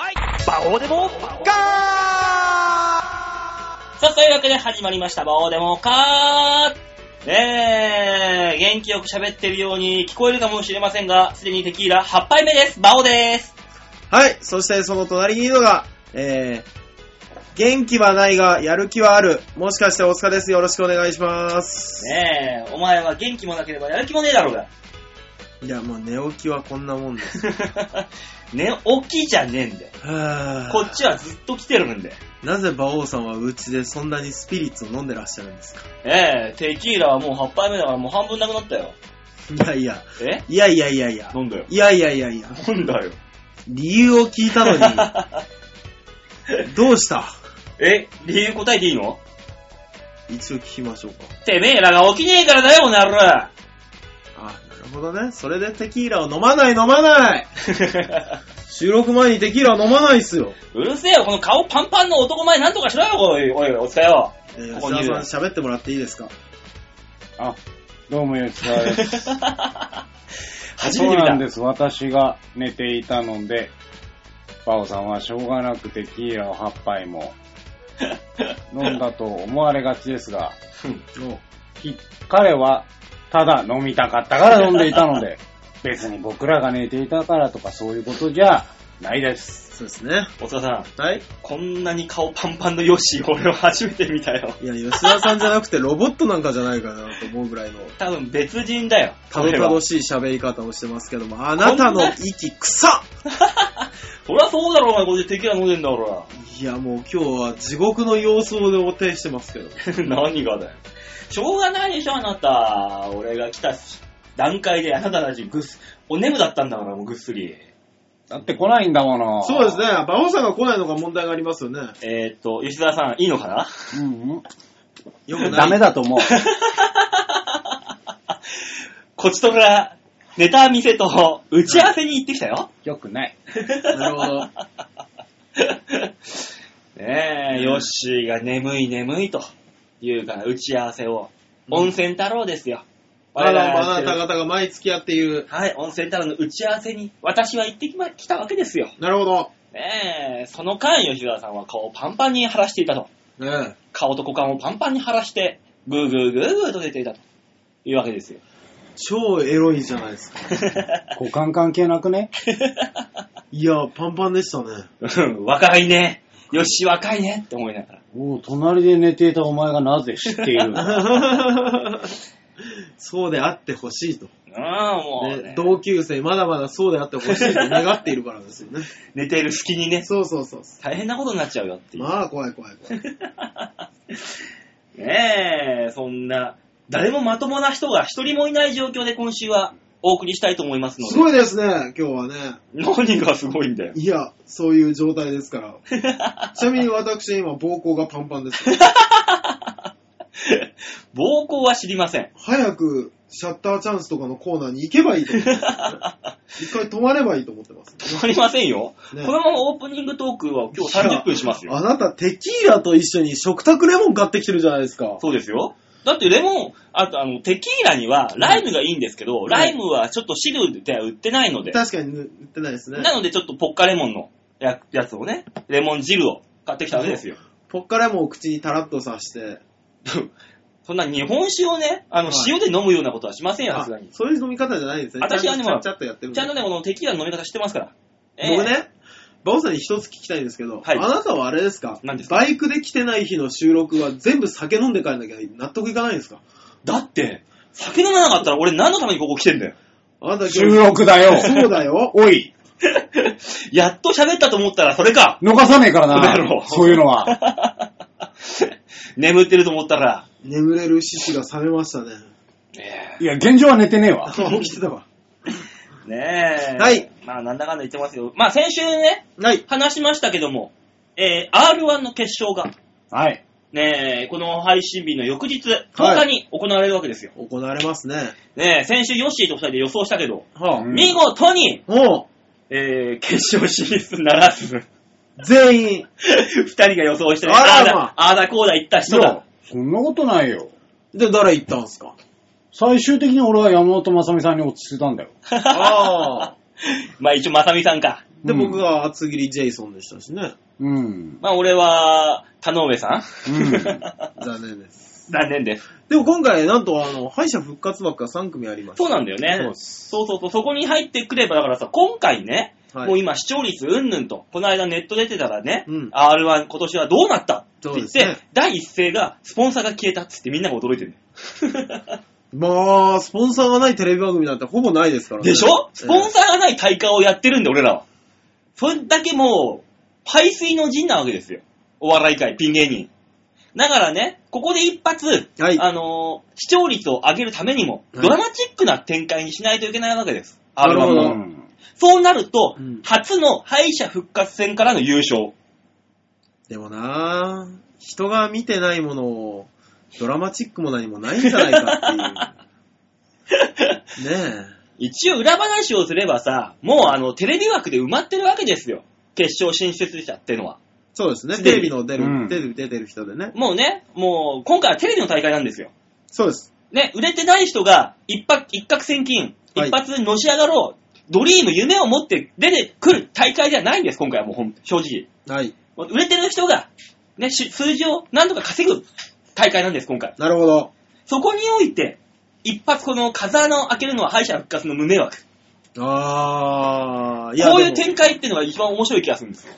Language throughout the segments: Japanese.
バオデモガーさあ、というわけで始まりました、バオデモカーねえ、元気よく喋ってるように聞こえるかもしれませんが、すでにテキーラ8杯目です。バオです。はい、そしてその隣にいるのが、えー、元気はないが、やる気はある。もしかして大塚です。よろしくお願いします。ねえ、お前は元気もなければやる気もねえだろうが。 いや、もう寝起きはこんなもんです。ね、起きじゃねえんだよ。 はぁこっちはずっと来てるんで。なぜ馬王さんはうちでそんなにスピリッツを飲んでらっしゃるんですかええ、テキーラはもう8杯目だからもう半分なくなったよ。いやいや、えいやいやいやいや。なんだよ。いやいやいやいや。なんだよ。理由を聞いたの に、どうした え、理由答えていいの一応聞きましょうか。てめえらが起きねえからだよ、この野郎 あ、なるほどね。それでテキーラを飲まない飲まない収録前にテキーラは飲まないっすよ。うるせえよ、この顔パンパンの男前なんとかしろよ、おい、おい、おつかよ。えー、ここ吉にいる田さん喋ってもらっていいですかあ、どうも、吉沢です。 初めてそう見なたん。です。私が寝ていたので、バオさんはしょうがなくテキーラを8 杯も飲んだと思われがちですが、おき彼はただ飲みたかったから飲んでいた ので、別に僕らが寝ていたからとかそういうことじゃないです。そうですね。おつかさん、はい。こんなに顔パンパンのヨッシー、俺は初めて見たよ。いや、吉田さんじゃなくてロボットなんかじゃないかなと思うぐ らいの、多分別人だよ。たどた俺どはしい喋り方をしてますけども、あなたの息草そりゃそうだろ、お前、こっちテキーラ飲んでんだ、俺は。 いや、もう今日は地獄の様相でお呈してますけど。何がだよ。しょうがないでしょ、あなた。俺が来た段階であなたたちぐっす、お眠だったんだから、もうぐっすり。だって来ないんだもの。そうですね。。馬王さんが来ないのが問題がありますよね。えーっと、吉沢さん、いいのかなうん、ようくん。なダい。メだと 思う。こちとら、ネタ見せと打ち合わせに行ってきたよ。よくない。なるほ ど。ねえ、ヨッシーが眠い眠いというから打ち合わせを。温泉太郎ですよ。あ我々ら、があやなってたる方が毎月やっている。はい、温泉太郎の打ち合わせに私は行ってきま、来たわけですよ。なるほど。ねえ、その間、吉沢さんは顔をパンパンに晴らしていたと。ね顔と股間をパンパンに晴らして、グーグーグーグーと出ていたというわけですよ。え超エロいじゃないですか。股間関係なくね。いや、パンパンでしたね。うん若いね。ヨッシー若いねって思いながら。おう隣で寝ていたお前がなぜ知っている そうであってほしいと、ああ、もう、ねね同級生、まだまだそうであってほしいと願っているからです よね。寝ている隙にね、そうそうそう。大変なことになっちゃうよっていう。まあ、怖い怖い 怖い。。ねえ、そんな、誰もまともな人が一人もいない状況で今週はお送りしたいと思いますのですごいですね、今日はね。何がすごいんだよ。いや、そういう状態ですから。 ちなみに私、今、膀胱がパンパンです。暴行は知りません。早く、シャッターチャンスとかのコーナーに行けばいいと思ってま す一回止まればいいと思ってます。止まりませんよ。ねこのままオープニングトークは今日30分しますよ。あなた、テキーラと一緒に食卓レモン買ってきてるじゃないですか。そうですよ。だってレモン、あとあの、テキーラにはライムがいいんですけど、ライムはちょっと汁では売ってないので、確かに塗ってないですね。なのでちょっとポッカレモンのややつをね、レモン汁を買ってきたわけですよ。ポッカレモンを口にタラッと刺して、 そんな日本酒をね、あの、はい塩で飲むようなことはしませんよ、さあすがに。そういう飲み方じゃないんですね。私はちねゃんとちゃっちゃっとやってるんちでゃんとね、このテキーラの飲み方知ってますから。僕ね、バオさんに一つ聞きたいんですけど、はいあなたはあれですか何ですかバイクで来てない日の収録は全部酒飲んで帰んなきゃ納得いかないんですかだって、酒飲まなかったら俺何のためにここ来てんだよ。 あなた収録だよ。そうだよ。おい、やっと喋ったと思ったらそれか。 逃さねえからそうだろな。そういう のは。眠ってると思ったら。眠れる獅子が覚めましたね。いや、現状は寝てねえわ。あ、起きてたわ。ねえ。はい。まあ、なんだかんだ言ってますよ。まあ、先週ね、はい。話しましたけども、えー、R1 の決勝が、はい。ねえ、この配信日の翌日、10日に行われるわけですよ。行われますね。ねえ、先週ヨッシーと二人で予想したけど、はうん見事に、もえー、決勝進出ならず、 う、全員。二人が予想してね、あらあーだま、あーだこうだ言った人いやだ。そんなことないよ。で、誰行ったんすか最終 的に俺は山本まさみさんに落ち着いたんだよ。ああ。まあ一応、まさみさんか。で、うん僕が厚切りジェイソンでしたしね。うん。まあ、俺は、田上さん 残念です。残念です。でも今回、なんと、あの、敗者復活枠が3組ありましそうなんだよね。そうでそうそうそう。そこに入ってくれば、だからさ、今回ね、た。はもうい。今視聴率うんぬんと、この間ネット出てたらね、うん R1 今年はどうなったってそう言っですて、ね第一声が、スポンサーが消えたっつってみんなが驚いてる、まあ、スポンサーがないテレビ番組なんてほぼないですからね。でしょスポンササーがない大会をやってるんで、俺らは。それだけもう、排水の陣なわけですよ。お笑い界、ピン芸人。だからね、ここで一発、はいあのー視聴率を上げるためにも、はいドラマチックな展開にしないといけないわけです。なるほど R1 うもん。そうなると、うん初の敗者復活戦からの優勝。 でもなぁ、人が見てないものを、ドラマチックも何もないんじゃないかっていう。ね一応裏話をすればさ、もうあの、テレビ枠で埋まってるわけですよ。決勝進出者ってのは。え。 そうですね。すでテにレビの出る、うん出る出てる人でね。もうね、もう、今回はテレビの大会なんですよ。そうです。ね、売れてない人が一発、一攫千金、はい一発のし上がろう、ドリーム、夢を持って出てくる大会ではないんです、今回はもうほん、正直。はい。もう売れてる人が、ね、し数字を何とか稼ぐ大会なんです、今回。なるほど。そこにおいて、一発この風穴を開けるのは敗者復活の無迷惑。あー、いや、こういうでも展開っていうのが一番面白い気がするんですよ。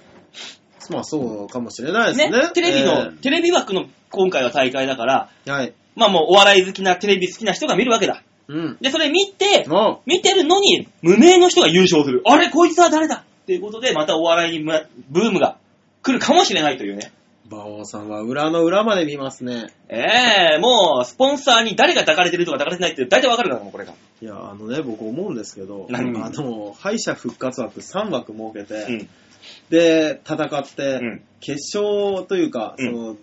まあそうかもしれないですねね。テレビの、えテレビ枠の今回は大会だから、えはい。まあもうお笑い好きな、テレビ好きな人が見るわけだ。うん。で、それ見て、お見てるのに、無名の人が優勝する。あれ、こいつは誰だっていうことで、またお笑いにまブームが来るかもしれないというね。馬王さんは裏の裏まで見ますね。ええもう、スポンサーに誰が抱かれてるとか抱かれてないって大体わかるからもうこれが。いや、あのね、僕思うんですけど、あ何の、敗者復活枠3枠設けて、うん。で、戦って、うん。決勝というか、うんその、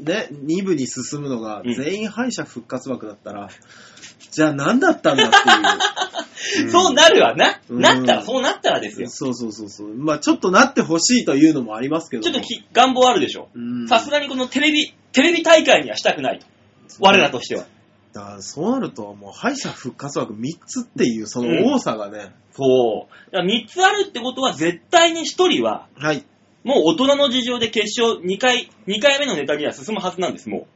ね、2部に進むのがうん全員敗者復活枠だったら、じゃあ何だったんだっそうなるわな。うんなったら、そうなったらでてすい う。よ。そうそうそうそう。まあちょっとなってほしいというのもありますけども。ちょっとき願望あるでしょ。うんさすがにこのテレビ、テレビ大会にはしたくないと。我らとしては。だからそうなると、もう敗者復活枠3つっていうその多さがね、そう。だから3つあるってことは、絶対に1人は、はい。もう大人の事情で決勝2回、2回目のネタには進むはずなんです、も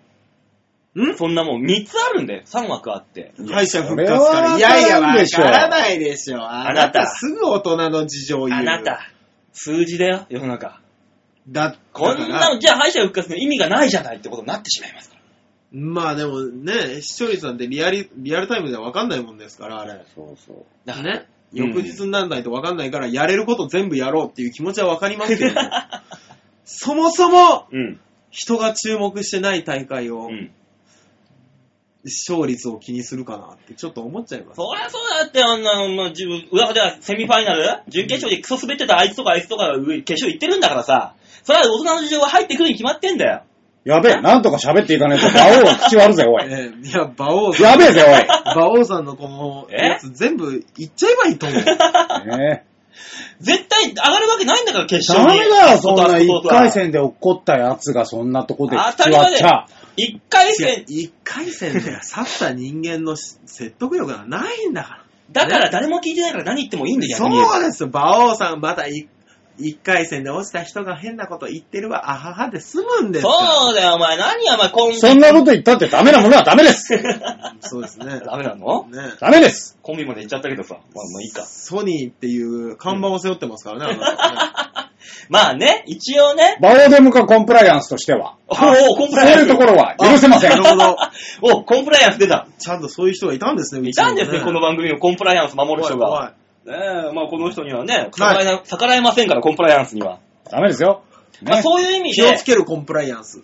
う。んそんなもん3つあるんだよ。3枠あって。敗者復活から。それはわかるでわしょからないでしょ。あなあなたたすぐ大人の事情を言う。あなた。、数字だよ、世の中。だだこかんらなの、じゃあ敗者復活の意味がないじゃないってことになってしまいますから。まあでもね、視聴率なんてリアリリアルタイムではわかんないもんですから、あれ。そうそう。だからね。うん翌日にならないと分かんないから、やれること全部やろうっていう気持ちは分かりますけ ど、 そもそもうん。人が注目してない大会をう、ん。視聴率を気にするかなってちょっと思っちゃいます。そりゃそうだって、あんな、まあ、自分、裏ではセミファイナル準決勝でクソ滑ってたあいつとかあいつとかが上決勝行ってるんだからさ。それは大人の事情が入ってくるに決まってんだよ。やべえ、なんとか喋っていかないと、馬王は口悪ぜ、お い。ええいや、馬王さん、やべえぜ、馬王さんのこのえやつ全部言っちゃえばいい と思う。おい。ね絶対上がるわけないんだから、決え。勝ダに。メだよ、そんなあそう一そう回戦で怒ったやつがそんなとこで当たり前だよ口割っちゃ。一回いや戦、一回戦で去った人間のし説得力がないんだから。だから誰も聞いてないから何言ってもいいんだよ、逆に。そうですよ、馬王さん、またい一回戦で落ちた人が変なこと言ってるわ、あははで済むんですからそうだよ、お前。何や、お前、今回。そんな こと言ったってダメなものはダメです。そうですね。ダメなのねダメです。コンビまで行っちゃったけどさ。まあ、まあいいか。ソニーっていう看板を背負ってま すからね、あなたねまあね、一応ね。バオデムかコンプライアンスとしては。おお、コンプそうライアンス。いうところは許せませんな。るほど。おコンプライアンス出た。ちゃんとそういう人がいたんですね、ういちにたもんですね、この番組のコンプライアンス守る怖い人が。怖い。ねえ、まあこの人にはね、逆らえな逆らえませんから、コンプライアンスには。 ダメですよ。まあね。そういう意味気をでつ、けるコンプライアンス。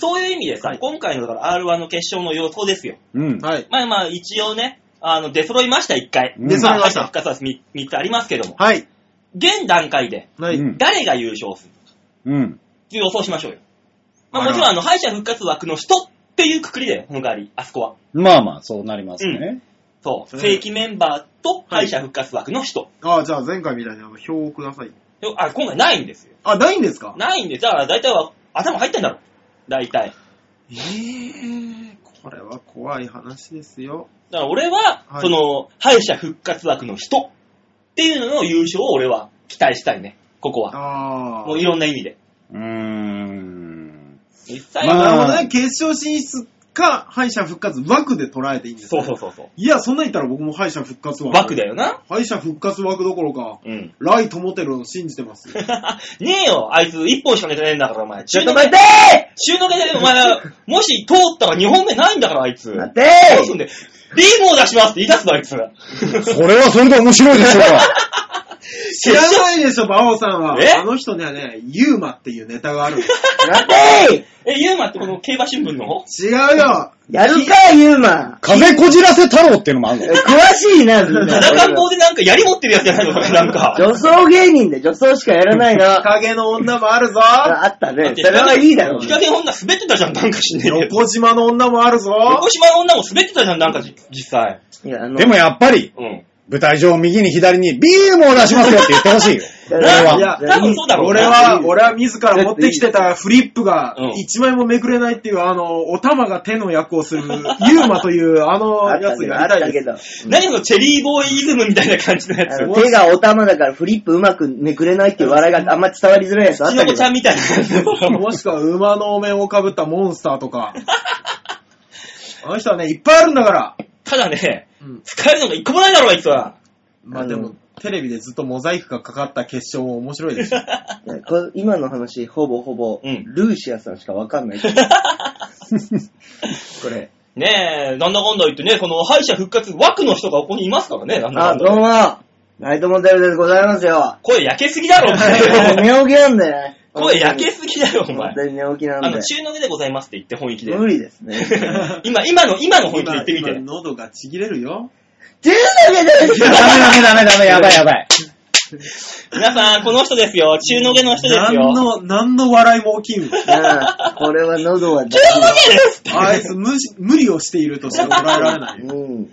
そういう意味でさ、今回のだから R1 の決勝の予想ですよ。うん。はい。まあまあ一応ね、あの、出揃いました、一回。出揃いましたあ敗者復活は3つありますけども。はい。現段階で、はい。うん誰が優勝するうん。っていう予想しましょうよ。まあはいもちろん、あの、敗者復活枠の人っていうくくりだよ、この代わり、あそこは。まあまあ、そうなりますね。そう。うん正規メンバーとは敗い者復活枠の人。ああ、じゃあ前回みたいにあの表をください。であ、今回ないんですよ。あ、ないんですかないんです。だから大体は、頭入ってんだろ。大体。ええこれは怖い話ですよ。だから俺は、はいその、敗者復活枠の人っていうのの優勝を俺は期待したいね、ここは。ああ。もういろんな意味で。うーん。実 際まあ、は、なるほどね。決勝進出か、敗者復活枠で捉えていいんですそうねそうそうそう。いや、そんなん言ったら僕も敗者復活枠。枠だよな。敗者復活枠どころか、うん。ライトモテるを信じてますよ。 ねえよ、あいつ一本しか寝てねえんだから、お前。中の待下て中の下で、お前、もし通ったら2本目ないんだから、あいつ。ど待うてすんで、ビームを出しますって言い出すの、あいつ。 それはそれで面白いでしょうか。知らないでしょ、馬王さんはえ。あの人にはね、ユーマっていうネタがあるん です。待てえ、ユーマってこの競馬新聞の違うよやるか、ユーマ。風こじらせ太郎っていうのもあるの詳しいな、みんな。七冠棒でなんか槍持ってるやつじゃないのなんか。女装芸人で女装しかやらないの。あ影の女もあるぞ あったね。それはいいだろう日。陰女滑ってたじゃん、なんかしねえけど。横島の女もあるぞ横島の女も滑ってたじゃん、なんかじ実際。いや、あのでもやっぱり、うん。舞台上右に左にビームを出しますよって言ってほしいよ。いや俺は。いや多分そうだろう俺な。は、俺は自ら持ってきてたフリップがうん一枚もめくれないっていう、あの、お玉が手の役をする、ユーマというあのあっやたつけど、やあっりたたいでけす。ど。何そのチェリーボーイイズムみたいな感じのやあつ。の手がお玉だからフリップうまくめくれないっていう笑いがあんま伝わりづらいやつあっきのたけこどち。ゃんみたいな感じ の。もしくは馬のお面をかぶったモンスターとか。あの人はね、いっぱいあるんだから。ただね、うん使えるのが一個もないだろ、あいつは。まあでうも、テレビでずっとモザイクがかかった決勝も面白いでしょ。 こ今の話、ほぼほぼ、うんルーシアさんしかわかんない。これ。ねえ、なんだかんだ言ってね、この敗者復活枠の人がここにいますからね、なんだかあ、んどうだ。も、ナイトモデルでございますよ。声焼けすぎだろ、お前。寝起きなんだよね。声焼けすぎだよ、お本前当。に寝起きなあんでの、。中の上でございますって言って本気で。無理です ね。今、今の、今の本気で言今、ってみ今て。喉がちぎれるよ。ジュースだけですよ ダメダメダメダメ、やばいやばい。皆さん、この人ですよ。中の下の人です何よ。の、何の笑いも起きん。うんこれは喉は中の下ですってあいつ無し無理をしているとしか捉えられないよ。うん。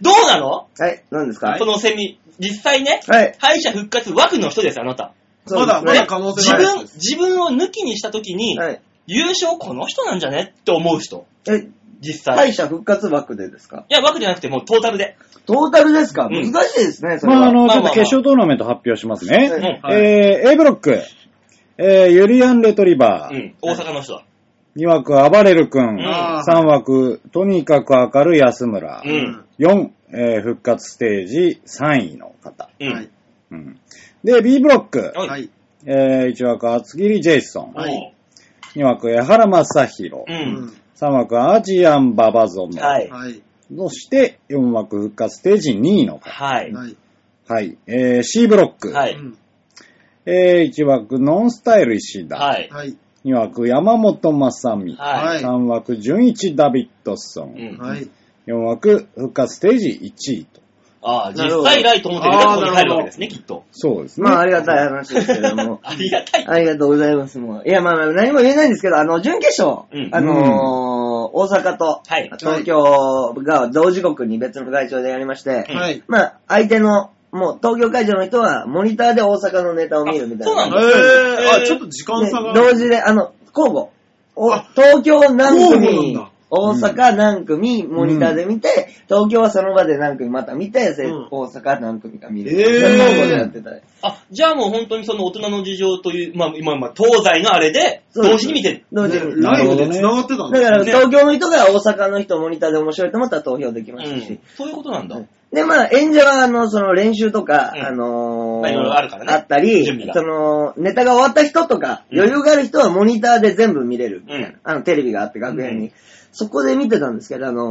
どうなのはい、何ですかこのセミ。実際ね、はい。敗者復活枠の人です、あなた。そうまでだ、すまねだ可能性自ないやつ分で、す。自分を抜きにしたときに、はい。優勝この人なんじゃねって思う人。え、実際。敗い者復活枠でですかや、枠じゃなくてもうトータルで。トータルですかう難しんいですね、それまあ、あは。の、まあまあちょっまとあ決勝トーナメント発表しますね。はいうん。はいえー、A ブロック、えー、ユリアン・レトリバうー、ん。大阪の人だ。 2枠、アバレル君、うんあ3枠、とにかく明るい安村、うーん。 4、えー、復活ステージ3位の方。うん。はい。うん、で、B ブロック、おいはい。えー、1枠、厚切りジェイソン、はい2枠、矢原正宏、う。うんん。 3枠、アジアン・ババゾメ、はい。はい。そして4枠、復活ステージ2位の方。はい。はい。はい。えー、C ブロック、はうい。んえー、1枠、ノンスタイル石田、はい。はい。 2枠、山本正美。は。はいい3枠、純一ダビッドソうん。ン。はい。 4枠、復活ステージ1位と。ああ、なる実ほど際ライト思ってるからここに入るわけですね、きっと。。そうですね。まあ、ありがたい話ですけども ありがたい。 ありがとうございます、もう。いや、まあまあ、何も言えないんですけど、あの、準決勝、うんあのー大阪とはい東京が同時刻に別の会場でやりまして、うんはい。まあ、相手の、もう東京会場の人は、モニターで大阪のネタを見るみたいな。あそうなんだえー、あ、ちょっと時間ね差が。同時で、あの、交互。おあ東京何交互組なんだ、大阪何組、モニターで見て、東京はその場で何組また見て、せうん大阪何組か見る。えー交互でやってたり。あ、じゃあもう本当にその大人の事情という、まあ今、まあ東西のあれで、そうです同時に見てる。同時ねに。ライブで繋がってたんだから、ね東京の人が大阪の人をモニターで面白いと思ったら投票できうましたんし。。そういうことなんだ。で、まあ、演者は、あの、その練習とか、うんあのーまあいろいろあるからねあったり準備、がその、ネタが終わった人とか、うん余裕がある人はモニターで全部見れる。うん。あの、テレビがあって、学園に。うそこで見てたんですけど、あの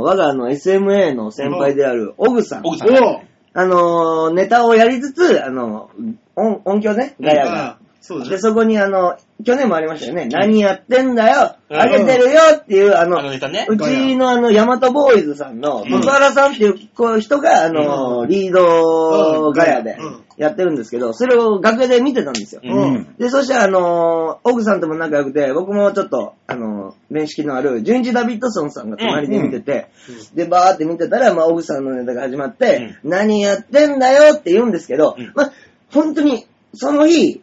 ー我があの、SMA の先輩である、オグさん。奥さん。おうあのーネタをやりつつ、あの音、音響ね、ガヤが。あそうだで、ね。そこにあの、去年もありましたよね。何やってんだようんあげてるよっていう、あのあ、のネタね。うちのあの、ヤマトボーイズさんの、うん小原さんっていうこう人が、あの、リードガヤでうんやってるんですけど、それを楽屋で見てたんですよ。ううんん。で、そしたら、あのー奥さんとも仲良くて、僕もちょっと、あのー面識のある、純一ダビッドソンさんが隣で見てて、で、バーって見てたら、まあ、奥さんのネタが始まって、何やってんだよって言うんですけど、うんまあ、本当に、その日、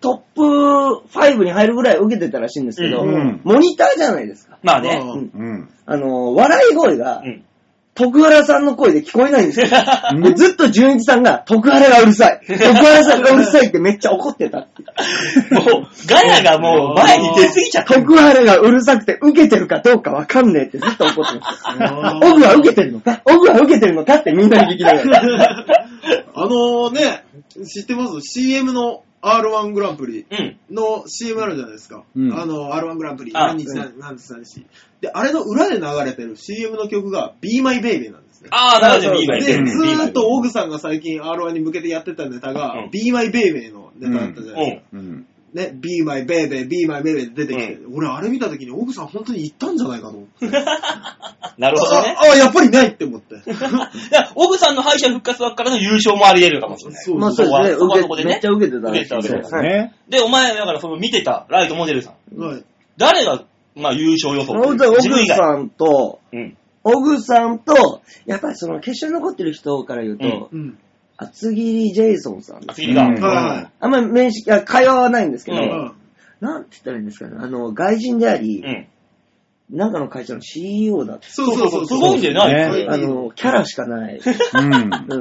トップ5に入るぐらい受けてたらしいんですけど、うんモニターじゃないですか。まあね。うんうん。あのー笑い声がう、ん。 徳原さんの声で聞こえないんですよ。うんでずっと純一さんが、徳原がうるさい。徳原さんがうるさいってめっちゃ怒ってたって。もう、ガヤがもう前に出すぎちゃった。徳原がうるさくて受けてるかどうかわかんねえってずっと怒ってます。 オフは受けてるの かオフは受けてるのかってみんなに聞きなが ら。あのね、知ってます ?CM の R1 グランプリうん。の CM あるじゃないですか。うんあの、R1 グランプリ、あ何日何何日何日。で、あれの裏で流れてる CM の曲が Be My Baby なんですね。ああ、なるほど、いいわで、いいずわいいわーっとオグさんが最近 R1 に向けてやってたネタうがん、 Be My Baby のネタだったじゃないですか。うん。うん。ね、Be My Baby, Be My Baby って出てきて、俺あれ見た時に、奥さん本当に行ったんじゃないかと思って。なるほどね。ああ、やっぱりないって 思って。だからオグさんの敗者復活枠からの優勝もあり得るかもしれない。そうまあそそううこはですね。そこはそこ受でけねめっちゃ受けてたらし受いけてたわけそうだですはいね。で、お前、だからその見てたライトモデルさん。はい。誰が、まあ優勝予想本当に自分奥以外。さんと、うん。奥さんと、やっぱりその決勝に残ってる人から言うと、うん。厚切りジェイソンさんです。あ、次が。ううんん。はあんまり面識、あ会話はないんですけど、うい。んうんなんて言ったらいいんですかね。あの、外人であり、なんかの会社の CEO だっそうそうそう。すごいんじゃない、ねた。あの、キャラしかなうい。ん。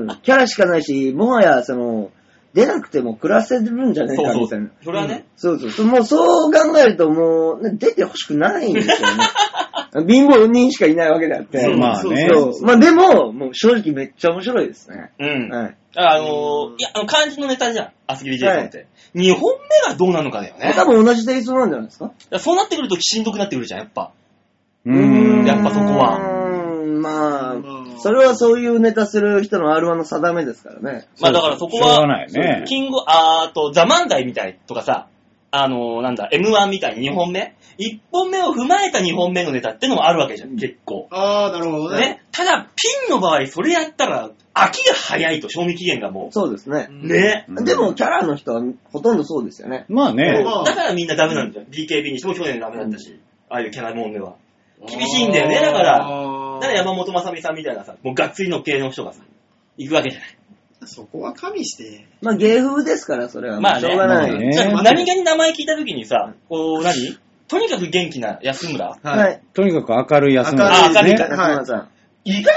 うん。キャラしかないし、もはや、その、出なくても暮らせるんじゃねえそうか、そうみたいな。それはね、そうそうそう。もうそう考えるともう、ね出てほしくないんですよね。貧乏人しかいないわけであっそて。うまあねそうそうまあでも、もう正直めっちゃ面白いですね。うん。だかはい。らあのーいや、あの、漢字のネタじゃん。アスキリジェイソンって。二本目がどうなのかだよね。多分同じテイストなんじゃないですかだからそうなってくるとしんどくなってくるじゃん、やっぱ。ううんん。やっぱそこはうーん、ままああ、それはそういうネタする人の R1 の定めですからね。まあだからそこしょうがは、ないね。キング、あーと、ザ・マンダイみたいとかさ、あのーなんだ、M1 みたいに2本目 ?1 本目を踏まえた2本目のネタってのもあるわけじゃん、結構。ああ、なるほどね。ね。ただ、ピンの場合、それやったら、飽きが早いと、賞味期限がもそうですねう。う。ん。ね。うんでも、キャラの人はほとんどそうですよね。まあね。まあだからみんなダメなんだよ。BKB にしても去年ダメだったし、ああいうキャラもんでは。厳しいんだよねだからだあから山本まさみさんみたいなさ、もうがっつりの系の人がさ、行くわけじゃない。ーそこは加味して。まあ芸風ですから、それは。まあねしょうがない。まあねじゃあまあ何気に名前聞いた時にさ、こう何とにかく元気な安村。は。い。とにかく明るい安村あ明るいねか中村さん。意外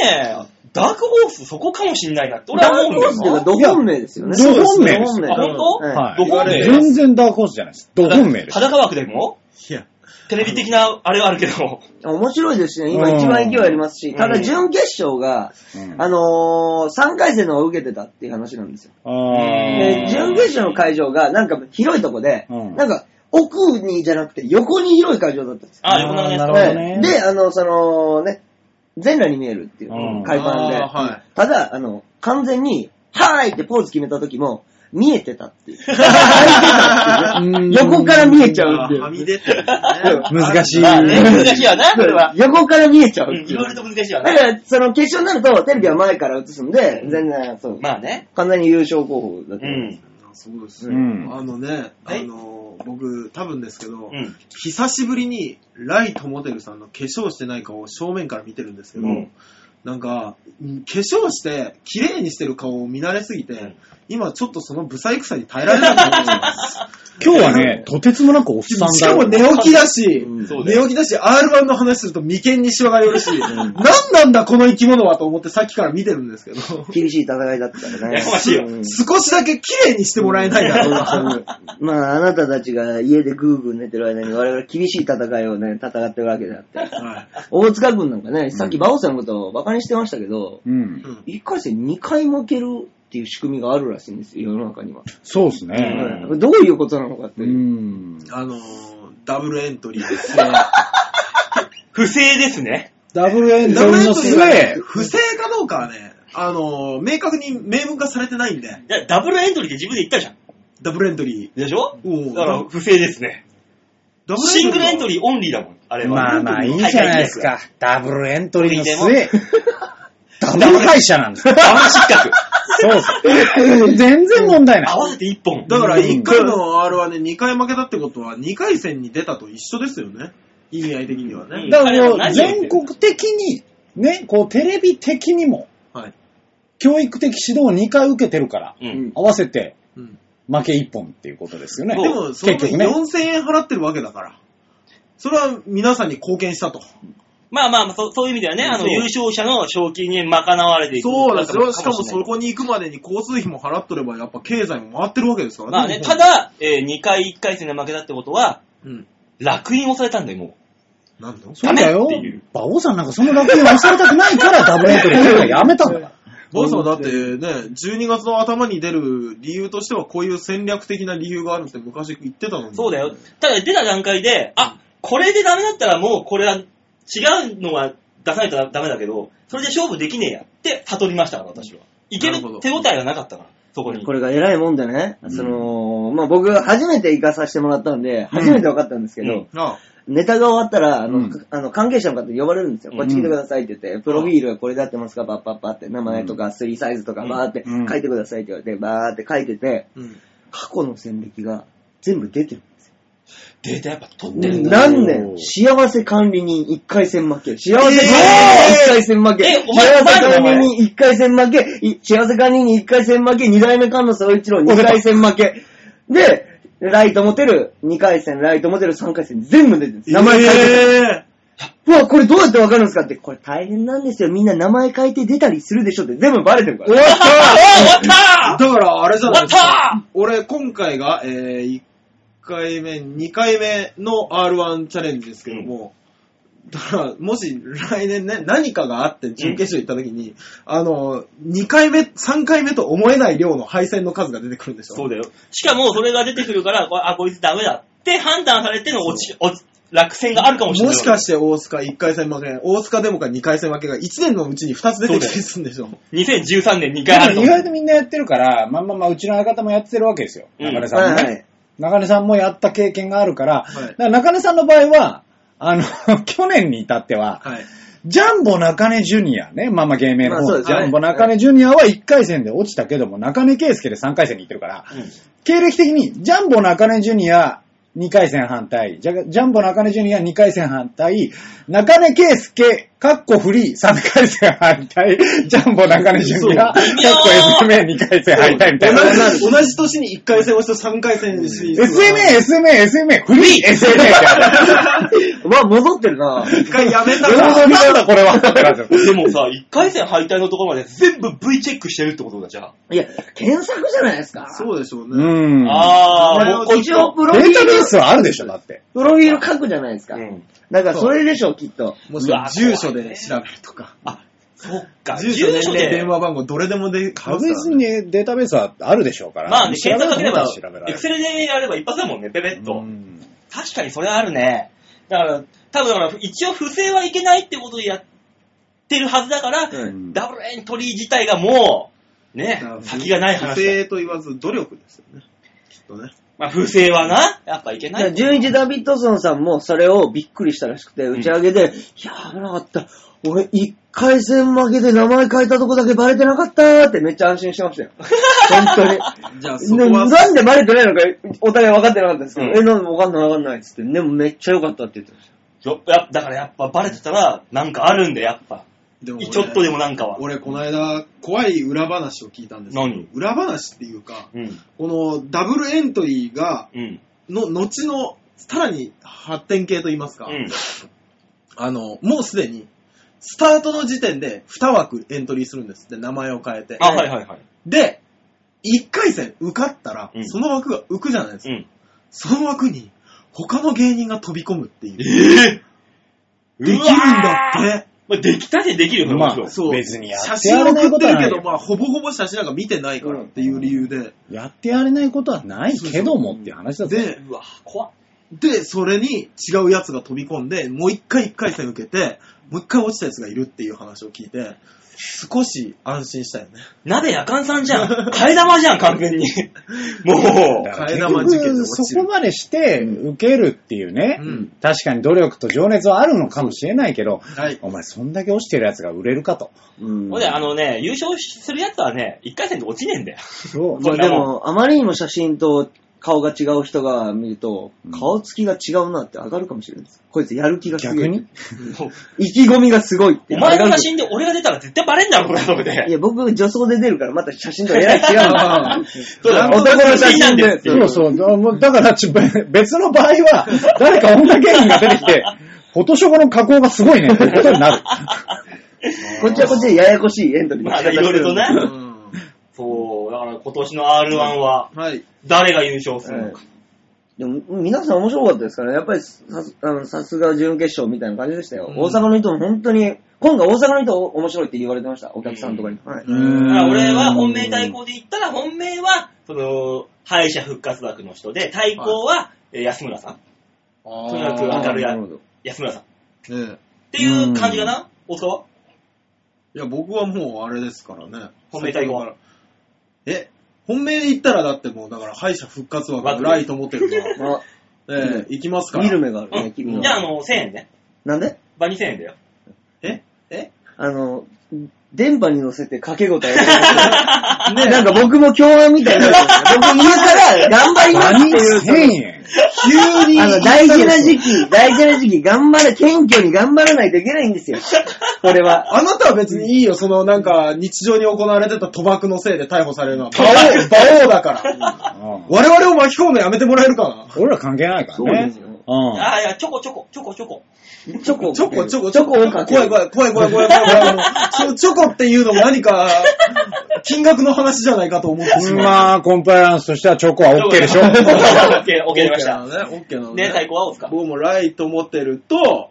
とね、ダークホースそこかもしんないなって俺ダはー思クうんだホースっていうよか、ド本命ですよいね。やド本命ドです本命。あ本当はいはいどこで全然ダークホースじゃないです。ドな。本命です。裸枠でもいや、テレビ的なあれはあるけど。面白いですしね、今一番勢いありますし、うんただ準決勝が、うんあのー、3回戦の方が受けてたっていう話なんですよ。うんであー準決勝の会場が、なんか広いとこで、うんなんか奥にじゃなくて横に広い会場だったんですよ。あ、横長のやつなるほどねはいで、あの、そのね、全裸に見えるっていううん海パンで、あーはいただ、あの、完全に、はーいってポーズ決めた時も、見えてたっていう。開いてたっていうね横から見えちゃうっていうは。み出てるんだね。難しい。まあね、難しいわな、それは。横から見えちゃううんっいていうろいろと難しいわだな。から、その決勝になると、テレビは前から映すんで、全然、そう、まあね。完全に優勝候補だとう思いまんす。。そうですうね。んあのね、あはいの、僕、多分ですけどう、ん。久しぶりにライトモデルさんの化粧してない顔を正面から見てるんですけど、うんなんか、うん化粧して、綺麗にしてる顔を見慣れすぎて、ん今ちょっとその不細工さに耐えられなくなっちゃいます。今日はね、とてつもなくおっさんだ。しかも寝起きだし、うんそうだ寝よ。起きだし、R1 の話すると眉間にシワが寄るし、何なんだこの生き物はと思ってさっきから見てるんですけど、厳しい戦いだったからね。やかましいようん少しだけ綺麗にしてもらえないだろうな。まあ、あなたたちが家でグーグー寝てる間に我々厳しい戦いをね、戦ってるわけであって。はい大塚君なんかね、さっき馬王さんのことを馬鹿にしてましたけど、うん。 1回戦2回負けるっていう仕組みがあるらしいんですよ、世の中には。そうですね。んはいどういうことなのかってういう。ん。あのーダブルエントリーですね。不正ですね。ダブルエントダリブルーエンのトリー末がね、不正かどうかはね、あのー明確に明文化されてないんで、いやダブルエントリーって自分で言ったじゃん。ダブルエントリー。でしょおうだから不正ですね。ダシングルエントリーリーオンリーだもん、あれは。まあまあいいじゃないですか。ダブルエントリーの末、 ダブル会社なん です。大会規約。騙し失格。そうです。 全然問題ない合。わせて一本。だから1回の R はね、2回負けたってことは、2回戦に出たと一緒ですよね。意味合い的にはね。だからもう全国的に、ね、こうテレビ的にも、はい。教育的指導を2回受けてるから、うん。合わせてうん負け1本っていうことで すよね。でも、その分結局ね4000円払ってるわけだから。それは皆さんに貢献したと。まあまあ、そうそういう意味ではね、あその、う優勝者の賞金に賄われていく。そうなんですよ。しかもそれ。こに行くまでに交通費も払っとれば、やっぱ経済も回ってるわけですからまあね、日た本だ、え2回1回戦で負けたってことは、うん。楽印をされたんだよ、もなんのダそうメだよっていう。馬王さんなんかその楽に忘れたくないからダブルエントリーをやめたんだか ら。ボスはだってね、12月の頭に出る理由としては、こういう戦略的な理由があるって昔言ってたのう。に。そうだよ。ただ、出た段階で、あ、これでダメだったらもうこれは違うのは出さないとダメだけど、それで勝負できねえやって悟りましたから、私は。いけるなるほど手応えがなかったから、そこに。 これが偉いもんでね、うんその、まあ、僕、初めて行かさせてもらったんで、初めて分かったんですけど、あネタが終わったら、あの、うんかあの関係者の方に呼ばれるんですよ。うんこっち来てくださいって言って、プロフィールはこれで合ってますか、バッパッパって、名前とか、スリーサイズとか、うんバーってうん書いてくださいって言われて、バーって書いてて、うん。過去の戦歴が全部出てる。データやっぱ取ってるんだ。何年幸せ管理人1回戦負け。幸せ管理人1回戦負け。えーえお前幸せ管理人1回戦負け。い幸せ管理人1回戦負け。二代目菅野総一郎2回戦負け。で、ライトモテる2回戦、ライトモテる3回戦全部出てる。名前書いてる。えうわ、これどうやってわかるんですかって。これ大変なんですよ。みんな名前書いて出たりするでしょって全部バレてるから。ああ終わー、っただからあれじゃないです終わっか。俺、今回が、え1回目、2回目の R1 チャレンジですけども、だから、もし来年ね、何かがあって準決勝行った時に、あの、2回目、3回目と思えない量の敗戦の数が出てくるんでしょ。そうだよ。しかもそれが出てくるから、こあ、こいつダメだって判断されての落ち、落ち、落選があるかもしれもない。しかして大塚1回戦負け、大塚デモか2回戦負けが1年のうちに2つ出てきたりするんでしょ。 2013年2で回あるとも思意う外とみんなやってるから、まあまあまあ、うちの相方もやってるわけですよ。うん中根さんもね。はい中根さんもやった経験があるから、はいだから中根さんの場合は、あの、 去年に至っては、はい。ジャンボ中根ジュニアね、まあまあ芸名のまあそ方、うですジねャンボ中根ジュニアは1回戦で落ちたけども、中根圭介で3回戦に行ってるから、経歴的にジャンボ中根ジュニア2回戦反対、ジャジャンボ中根ジュニア2回戦反対、中根圭介、カッコフリー3回戦反対、ジャンボ中根ジュニア、カッコ SMA2 回戦反対みたいな。同じ、同じ年に1回戦落ちと3回戦シリーズ。 SMA、SMA、SMA、フリー、SMA みたい な。うわ、戻ってるな一回やめたどら、う見たらこれはってなっちゃう。でもさ、1回戦敗退のところまで全部 V チェックしてるってことだ、じゃあ。いや、検索じゃないですか。そうでしょうね。うん。ああ、もうこっち一応を。プロフィーデータルベースはあるでしょ、だって。プロフィール書くじゃないですか。だからそれでしょ、きっと。もしくは住所で調べるとか。そっか、住所、住所年齢、で電。話番号、どれでもで、買う確実にデータベースはあるでしょうから。まあね、検索かければ、調べエられるクセルでやれば一発だもんね、ペペッうと。ん確かにそれはあるね。だから、多分だから、一応不正はいけないってことでやってるはずだから、うんダブルエントリー自体がもう、ね、先がない不話だ。正と言わず努力ですよね。きっとね。まあ、不正はな、やっぱいけだなからい。 11ダビッドソンさんもそれをびっくりしたらしくて、打ち上げで、いやー、危なかった。俺、一回戦負けで名前変えたとこだけバレてなかったーってめっちゃ安心してましたよ。本当に。じゃあそこなは、なんでバレてないのか、お互い分かってなかったんですけど、うんえ、なんで分かんない分かんないっつって、でもめっちゃ良かったって言ってましよやだからやっぱバレてたら、なんかあるんだよ、やっぱ。でも俺ちょっとでもなんかは。俺、この間、怖い裏話を聞いたんですけど何裏話っていうか、うん。このダブルエントリーが、うん。の、後の、さらに発展系と言いますか、うん。あの、もうすでに、スタートの時点で2枠エントリーするんですって、名前を変えて。あ、はいはいはい。で、1回戦受かったら、うんその枠が浮くじゃないですうか。ん。その枠に、他の芸人が飛び込むっていう。でえきるんだって。まあ、できたしできるよ、まあもちろん。そう。別にやって写真やれ送ないっこてとはるないけど、まあ、ほぼほぼ写真なんか見てないからっていう理由で。やってやれないことはないけどもっていう話だぜ。で、うわ、怖っ。で、それに違うやつが飛び込んで、もう一回一回戦受けて、もう一回落ちたやつがいるっていう話を聞いて、少し安心したよね。鍋やかんさんじゃん。替え玉じゃん、完 全に。もだう。から替え玉事件で落結局ちるそこまでして受けるっていうね、うん確かに努力と情熱はあるのかもしれないけど、はい。お前そんだけ落ちてるやつが売れるかと。た。うんほんで、あのね、優勝するやつはね、一回戦で落ちねえんだよ。そうまあでも、あまりにも写真と顔が違う人が見るとうん、顔つきが違うなって上がるかもしれないです。こいつやる気がすごい。逆に意気込みがすごいって。お前の上が写真るで俺が出たら絶対バレんだろ、これ、それいで。や、僕、女装で出るから、また写真とえらい違う なそうだ男の写真で。そうそう。だもうだからち、別の場合は、誰か女芸人が出てきて、フォトショーの加工がすごいね、ってことになる。こっちはこっちでややこしいエントリーまあ、いろいろとね。うんそう、だから今年の R1 は、はい。誰が優勝するのはいか。でも、皆さん面白かったですからね。やっぱりさす、あのさすが準決勝みたいな感じでしたよ。うん大阪の人も本当に、今回大阪の人面白いって言われてました。お客さんとかに。はい。だから俺は本命対抗で言ったら、本命は、その、敗者復活枠の人で、対抗は、えー安村さん。あとにかく明るいやなるほど安村さん。っい。ねていう感じかな大塚はいや、僕はもうあれですからね。本命対抗先ほどからえ、本命で言ったらだってもう、だから敗者復活は枠ライと思ってる から。あえねえ、行きますか見るら。目があるうね、ん君じゃあ、あは。の、1000円ね。なんで場に1000円だよ。ええあの、電波に乗せて掛 け事やってるねなんか僕も共犯みたいになる。 僕家から頑張りますって何いう1000円急に。あの、大事な時期、大事な時期、頑張れ、謙虚に頑張らないといけないんですよ。これは。あなたは別にいいよ、そのなんか日常に行われてた賭博のせいで逮捕されるのは。馬王、馬王だから。うん我々を巻き込むのやめてもらえるかな。俺ら関係ないからね。よ。うん。ああ、いや、チョコチョコ、チョコチョコ。チョコ。チョコ、チョコ、チョコをかけ怖いる。怖い怖い怖い怖い怖い怖い。あのチョチョコっていうのも何か、金額の話じゃないかと思ってしまう。まあ、コンプライアンスとしてはチョコは OK でしょ。 OK、OK 出ましなたの。ね、オッケーなので、ね対。抗は大塚。僕もライと思ってると、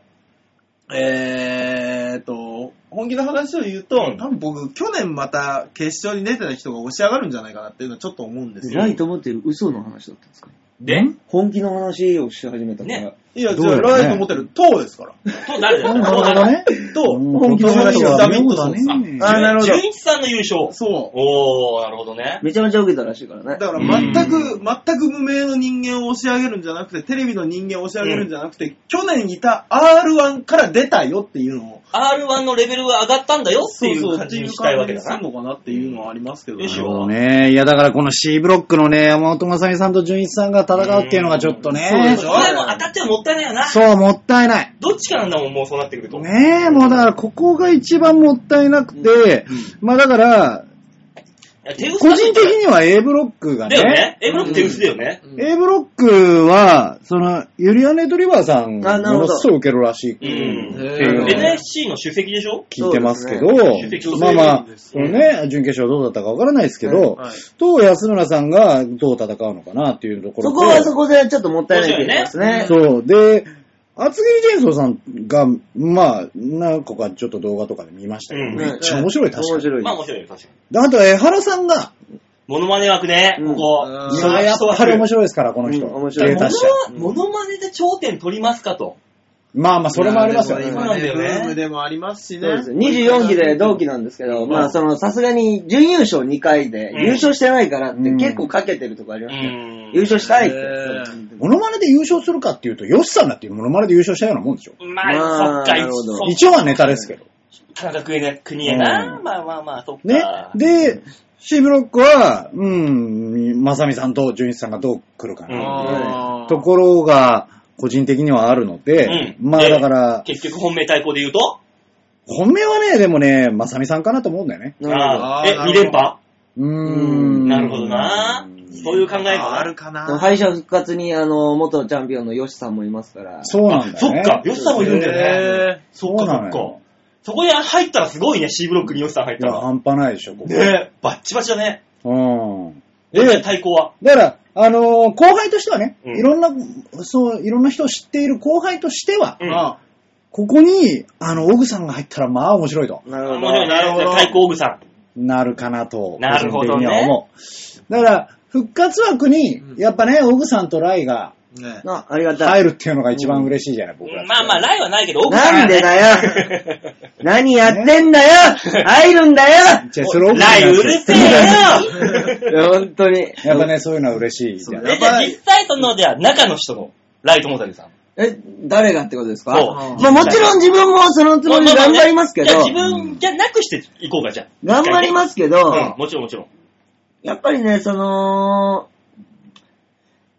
えーっと、本気の話を言うと、うん多分僕、去年また決勝に出てた人が押し上がるんじゃないかなっていうのはちょっと思うんですよ。ライと思ってる嘘の話だったんですかで、本気の話をし始めたから。ねいや、じどうゃあ、やろうねライと思ってるとですから。となるだなろるほどね。と、うん本気の話をダメとそうだねあなるほど純一さんの優勝。そう。おー、なるほどね。めちゃめちゃ受けたらしいからだ。ねから全く、全く無名の人間を押し上げるんじゃなくて、テレビの人間を押し上げるんじゃなくて、去年いた R1 から出たよっていうのを、 R1 のレベルが上がったんだよっていそううそう感ってじいにうしたいわ感けじだにすな。るのかなっていうのはありますけどよしなるよほどね。いや、だからこの C ブロックのね、山本まさみさんと純一さんが戦うっていうのがちょっとねん。それも当たっちゃもったいないよな。そう、もったいない。どっちかなんだもん、もうそうなってくると。ねえ、もうだからここが一番もったいなくて、まあだから、いや手薄個だと人的には A ブロックがだよねね、。 A ブロック手薄だよね。うん A ブロックは、その、ユリアネ・ドリバーさんがあなるもほどのすごい受けるらしいってういん。うのを NSC の主席でしょ聞いてますけど、そうですねまあまあ、こうんのね、準決勝どうだったかわからないですけど、はいと安村さんがどう戦うのかなっていうところそとこはそこでちょっともったいないけどですね。そう。で、厚切りジェイソンさんが、まあ、何個かちょっと動画とかで見ましたけど、うんめっちゃ面白い、確か面に。白いまあ。面白いよ、確かに。であと、江原さんが、モノマネ枠ね、うんここ。うん人いややっぱり面白いですから、この人。うん面白芸いモノマ達者。モノマネで頂点取りますかと。まあまあ、それもありますよいねや。でもそうなんだよね今ブームでもありますしね。そうです24期で同期なんですけど、まあその、さすがに準優勝2回で、うん優勝してないからってうん結構かけてるとこありうましたよ。ん優勝したいってへー。モノマネで優勝するかっていうと、ヨシさんだっていうモノマネで優勝したようなもんでしょ。ままあ、そあっか、なるほどそっか一応はネタですけど。田中邦衛国へな。うんまあまあまあ、そっか。ね。で、C ブロックは、うん、まさみさんと純一さんがどう来るかうんな。あーところが、個人的にはあるので、うんまあだから、結局本命対抗で言うと本命はね、でもね、まさみさんかなと思うんだよね。なるほどああーーえ、なるほど2連覇うーん。なるほどな。そういう考えもああるる。かあのな。敗者復活に、あの、元チャンピオンのヨシさんもいますから。そうなんだそよっね。か、ヨシさんもいるんだよね。へーそっか、そそうなのっよか。そこに入ったらすごいね、C ブロックにヨシさん入っいたや、ら。半端ないでしょ、ここ。ねえ、バッチバチだね。うん。で、対抗は。だから、あのー後輩としてはね、うんいろんな、そう、いろんな人を知っている後輩としては、うんあここに、あの、オグさんが入ったら、まあ面白いと、なる面ほど。白いね。なるほど対抗オグさん。なるかなと、なるほどね個人的には思う。だから、復活枠に、やっぱね、オグさんとライがねあありがたい。入るっていうのが一番嬉しいじゃない、僕ら。まあまあ、ライはないけど、オグさんなん でだよ何やってんだよ入るんだ よじゃあ、それオグラさんイうがるせえよ本当に。 やっぱね、そういうのは嬉しいじゃない。えじゃあ実際その、じゃあ中の人の、ライトモザルさん。え、誰がってことですかそうまあもちろん自分もそのつもりで頑張りますけじゃあど自、分じゃなくしていこうか、じゃあ。頑張りますけうん、ど、もちろんもちろん。やっぱりね、その、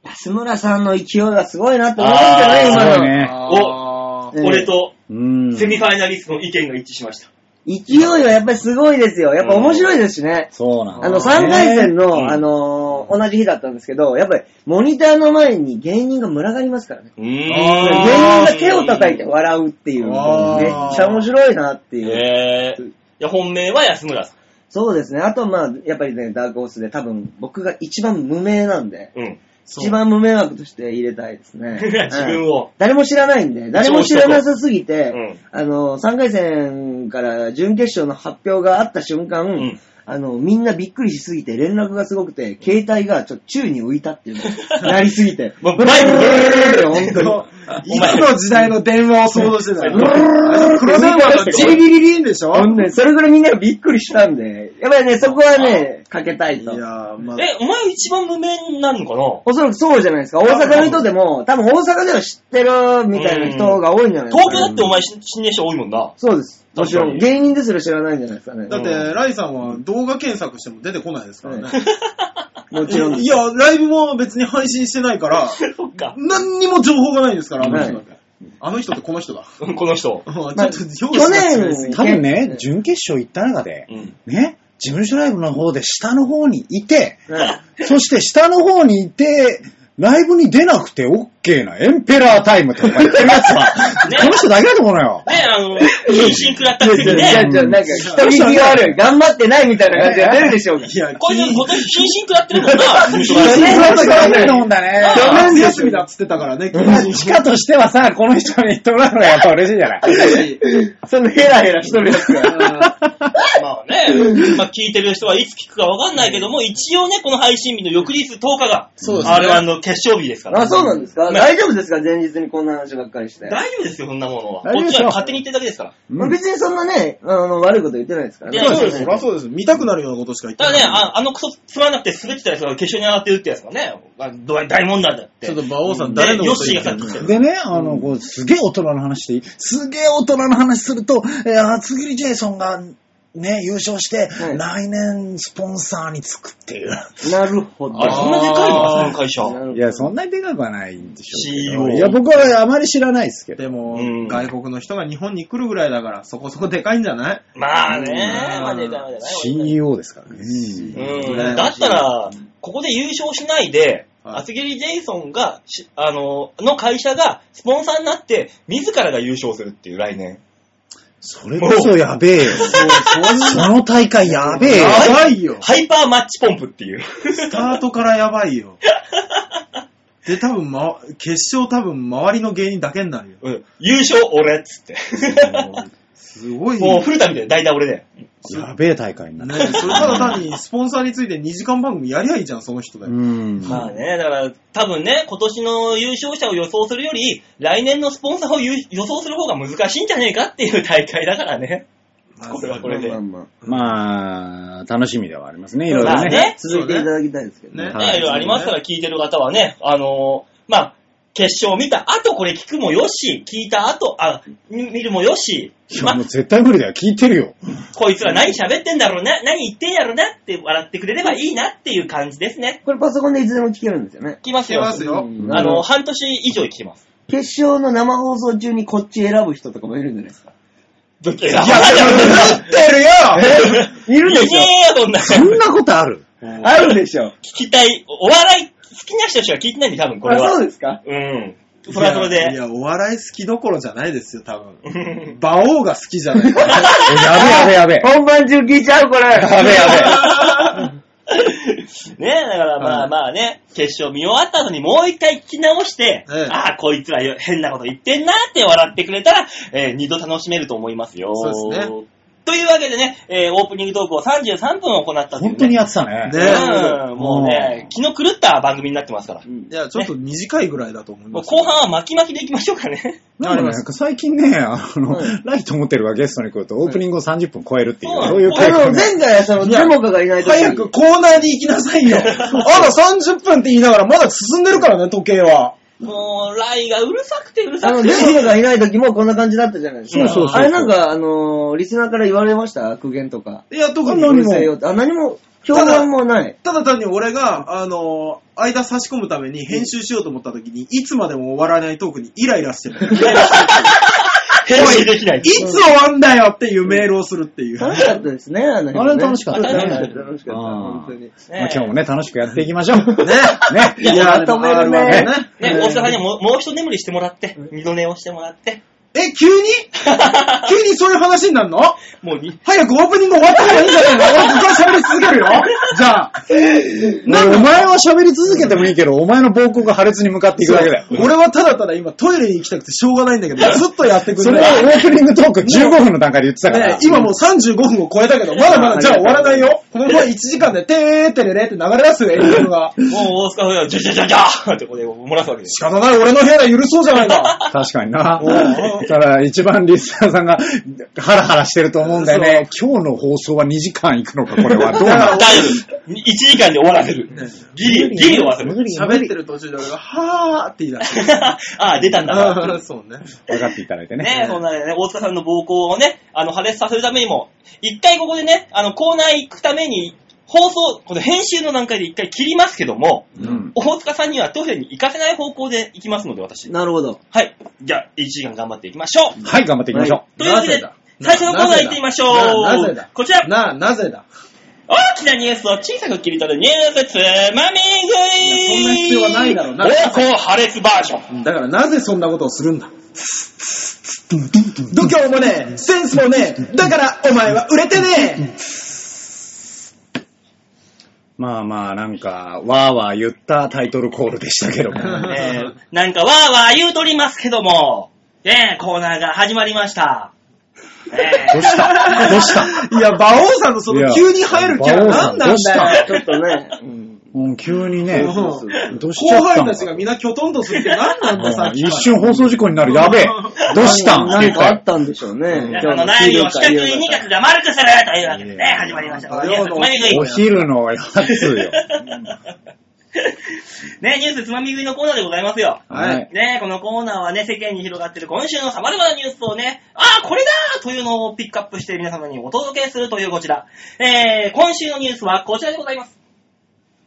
安村さんの勢いがすごいなって思うんですよあーね、今すごいの。ねあーええ俺と、うん。セミファイナリストの意見が一致しました。勢いはやっぱりすごいですよ。やっぱ面白いですしね。そうなんだあよね、の、3回戦うんの、あのの、同じ日だったんですけど、やっぱり、モニターの前に芸人が群がりますからね。うーん。あ芸ー人が手を叩いて笑うっていう、めっあーちゃ面白いなっていう。えー、いや、本命は安村さん。そうですね。あと、まあ、やっぱりね、ダークホースで多分、僕が一番無名なんで、うん。。そう一番無名枠として入れたいです ね自分をはい誰も知らないんで、誰も知らなさすぎて、うんあの、3回戦から準決勝の発表があった瞬間、んあの、みんなびっくりしすぎて、連絡がすごくて、携帯がちょっと宙に浮いたっていうの なりすぎて。もうブルブルブルブルブル本当に。いつの時代の電話を想像してたよ。黒電話のチリリリリンでしょほんで、それぐらいみんながびっくりしたんで、やっぱりね、そこはね、かけたいいと。やー、まあ、え、お前一番無名になるのかなおそらくそうじゃないですか。大阪の人でも、多分大阪では知ってるみたいな人が多いんじゃないですか、東京だってお前し死んでる人多いもんな。 そうです。も確ちかにろん、芸人ですら知らないんじゃないですかね。だって、ライさんは動画検索しても出てこないですからね。もちろん。いや、ライブも別に配信してないから、そっか。何にも情報がないですから、あの人だはけ。あの人ってこの人だ。この人。ちょっとまあ容姿が違いすぎて多分うねん、準決勝行った中でう、ん。ね、事務所ライブの方で下の方にいて、はいそして下の方にいて、ライブに出なくて OK なエンペラータイムとか言ってるやつは、 ねこの人だけだと思うのよ。ね、あの、妊娠食らったくせにいや、ね。じゃあなんか、人聞きが悪い。頑張ってないみたいな感じが出るでしょうか。いや、これで今年妊娠食らってるもんな、いや妊娠それは違うと思うんだあね。去年休みだっつってたからね、うん地下としてはさ、この人に取られるのがやっぱ嬉しいじゃない。そのヘラヘラしとるやつが。まあね、まあ聞いてる人はいつ聞くかわかんないけども、一応ね、この配信日の翌日10日が、そうですね R1 の決勝日ですから。 あ、そうなんですかね大丈夫ですか前日にこんな話ばっかりして。大丈夫ですよ、そんなものは。大こ丈夫っでちしょは勝手に言ってるだけですから。うん別にそんなね、あの、悪いこと言ってないですからね。いやそうですそりゃそうです。見たくなるようなことしか言ってただない。ね、ああのクソつまらなくて滑ってたやつが決勝に上がってるってやつがね、まあどう大問題だって。ちょっと馬王さうんん、誰のねヨッことシー言がってさん、のでね、あの、こう、すげえ大人の話でいいすげえ大人の話すると、えー、厚切りジェイソンが、ね、優勝して、はい来年スポンサーにつくっていう。なるほど。あれ、そんなでかいのあーその会社。なるほどいや、そんなにでかくはないんでしょうけ CEO ど。いや、僕はあまり知らないですけど。でも、うん外国の人が日本に来るぐらいだから、そこそこでかいんじゃないまあね、うんまあね、ダメだね。 CEO ですからね。うんだったら、ここで優勝しないで、はい厚切りジェイソンがし、あの、の会社がスポンサーになって、自らが優勝するっていう、来年。それこそやべえよ。その大会やべえよ。やばいよ。ハイパーマッチポンプっていう。スタートからやば いよ。で、多分、ま、決勝多分周りの芸人だけになるよ。うん 優勝俺っつって。すごいよ。もう古田みたいな、代打俺で。やべえ大会になねる。それただ単にスポンサーについて2時間番組やりゃいいじゃん、その人だうよ。ん。まあね、だから多分ね、今年の優勝者を予想するより、来年のスポンサーをゆ予想する方が難しいんじゃねえかっていう大会だからね。これはこれで。まあね、まあままあ、楽しみではありますね、いろいまろあね。ねあ続いていただきたいんですけどねね。はいいろいろありますから聞いてる方はね、あのーまあ、決勝見た後これ聞くもよし、聞いた後、あ、み見るもよし、いまあや、もう絶対無理だよ。聞いてるよ。こいつら何喋ってんだろうな、何言ってんやろうなって笑ってくれればいいなっていう感じですね。これパソコンでいつでも聞けるんですよね。聞きますよ。聞きますようんあの、半年以上聞きます。決勝の生放送中にこっち選ぶ人とかもいるんじゃないですか。いや、いややってるよいるでいしねょえよ、そんな。そんなことあるあるでしょ聞きたい、お笑い好きな人しか聞いてないんで、多分これあ、は。そううですかん。それはそれいやいで。や、お笑い好きどころじゃないですよ、多分。馬王が好きじゃないから。えやべえやべえやべえ。本番中聞いちゃう、これ。やべえや ねえ、だからまはあいまあね、決勝見終わった後にもう一回聞き直して、ええああ、こいつら変なこと言ってんなって笑ってくれたら、えー二度楽しめると思いますよ。そうですねというわけでね、えーオープニングトークを33分行ったべというねえ。本当にやってたねね。うん、もうね、気の狂った番組になってますから。いや、ちょっと短いぐらいだと思いもうます。後半は巻き巻きでいきましょうかね。なんかね最近ね、あの、ライト持ってるはゲストに来るとオープニングを30分超えるっていう、はいそういうあタあイプの、ね前回はその、デモカがいないときに早くコーナーに行きなさいよ。あら30分って言いながらまだ進んでるからね、時計は。 もう、ライがうるさくてうるあさの、くデて。モ カがいない時もこんな感じだったじゃないですか。そうそうそうそうあれなんか、あのー、リスナーから言われました苦言とか。いや、特あに何もうるせえよってあ、何も、評判もない。ただ単に俺が、あのー間差し込むために編集しようと思った時に、いつまでも終わらないトークにイライラしてる。返信できない い。つ終わんだよっていうメールをするって いう。楽しかったですね、あの日、ね。あれ楽しかったね楽しかった、楽しかった、うん本当に。まあ今日もね、楽しくやっていきましょう。ね。いやまとめるねでも R1 ね、大阪にはもうもう一眠りしてもらって、二度寝をしてもらって、え、急 に急にそういう話になるのもうに、早くオープニング終わった方がいいんじゃないの僕は喋り続けるよじゃあ。なんかお前は喋り続けてもいいけど、お前の暴行が破裂に向かっていくだけだよ。俺はただただ今トイレに行きたくてしょうがないんだけど、 ずっとやってくそれれなをい。オープニングトーク15分の段階で言ってたかねら、。今もう35分を超えたけど、まだまだじゃあ終わらないよ。このまま1時間で、てーてれれって流れ出すよ、エンディング が。もう大阪府は、じゃじゃじゃじゃーってこれを漏らすわけです仕方ない、俺の部屋が許そうじゃない か。確かになおう。ただ、一番リスナーさんがハラハラしてると思うんだよね。今日の放送は2時間いくのか、これ は。どうなよ。大の丈夫。1時間で終わらせる。ギリ、ギリ終わらせる。喋ってる途中で俺が、はーって言い出して。 ああ、出たんだなっていう。 そうね。分かっていただいてね。ね、そんなね、大塚さんの暴行をね、あの、破裂させるためにも、一回ここでね、あの、コーナー行くために、放送、この編集の段階で一回切りますけども、うん。大塚さんにはトイレに行かせない方向で行きますので、私。なるほど。はい。じゃあ、1時間頑張っていきましょう。はい、頑張っていきましょというわけなぜでだ、最初のコーナー行ってみましょうななぜだ。こちら、な、なぜだ。大きなニュースを小さく切り取るニュースつまみ食いいやそんな必要はないだろうな暴行破裂バージョン。だからなぜそんなことをするんだ度胸もねえ、センスもねえ、だからお前は売れてねう。まあまあ、なんか、わーわー言ったタイトルコールでしたけど も。えーなんかわーわー言うとりますけども、ねえ、コーナーが始まりま した。ねどうしたどうしたえ。いや、馬王さんのその急に入るキャラなんなんだよ。ちょっとね、うんうん、急にね、そうそうどうしちゃ後った輩のたちがみんなきょとんとするって何 なんださっきから。一瞬放送事故になる。や べえ。どうしたんっなて言っんたかあよっ。たんでしょうね。え、あの悩みを四角い二角が丸くするというわけでね、始まりました。このニュースつまみ食い。お昼のやつよ。ねえ、ニュースつまみ食いのコーナーでございますよ。はい。 ねえ、このコーナーはね、世間に広がってる今週の様々なニュースをね、ああ、これだーというのをピックアップして皆様にお届けするというこちら。えー、今週のニュースはこちらでございます。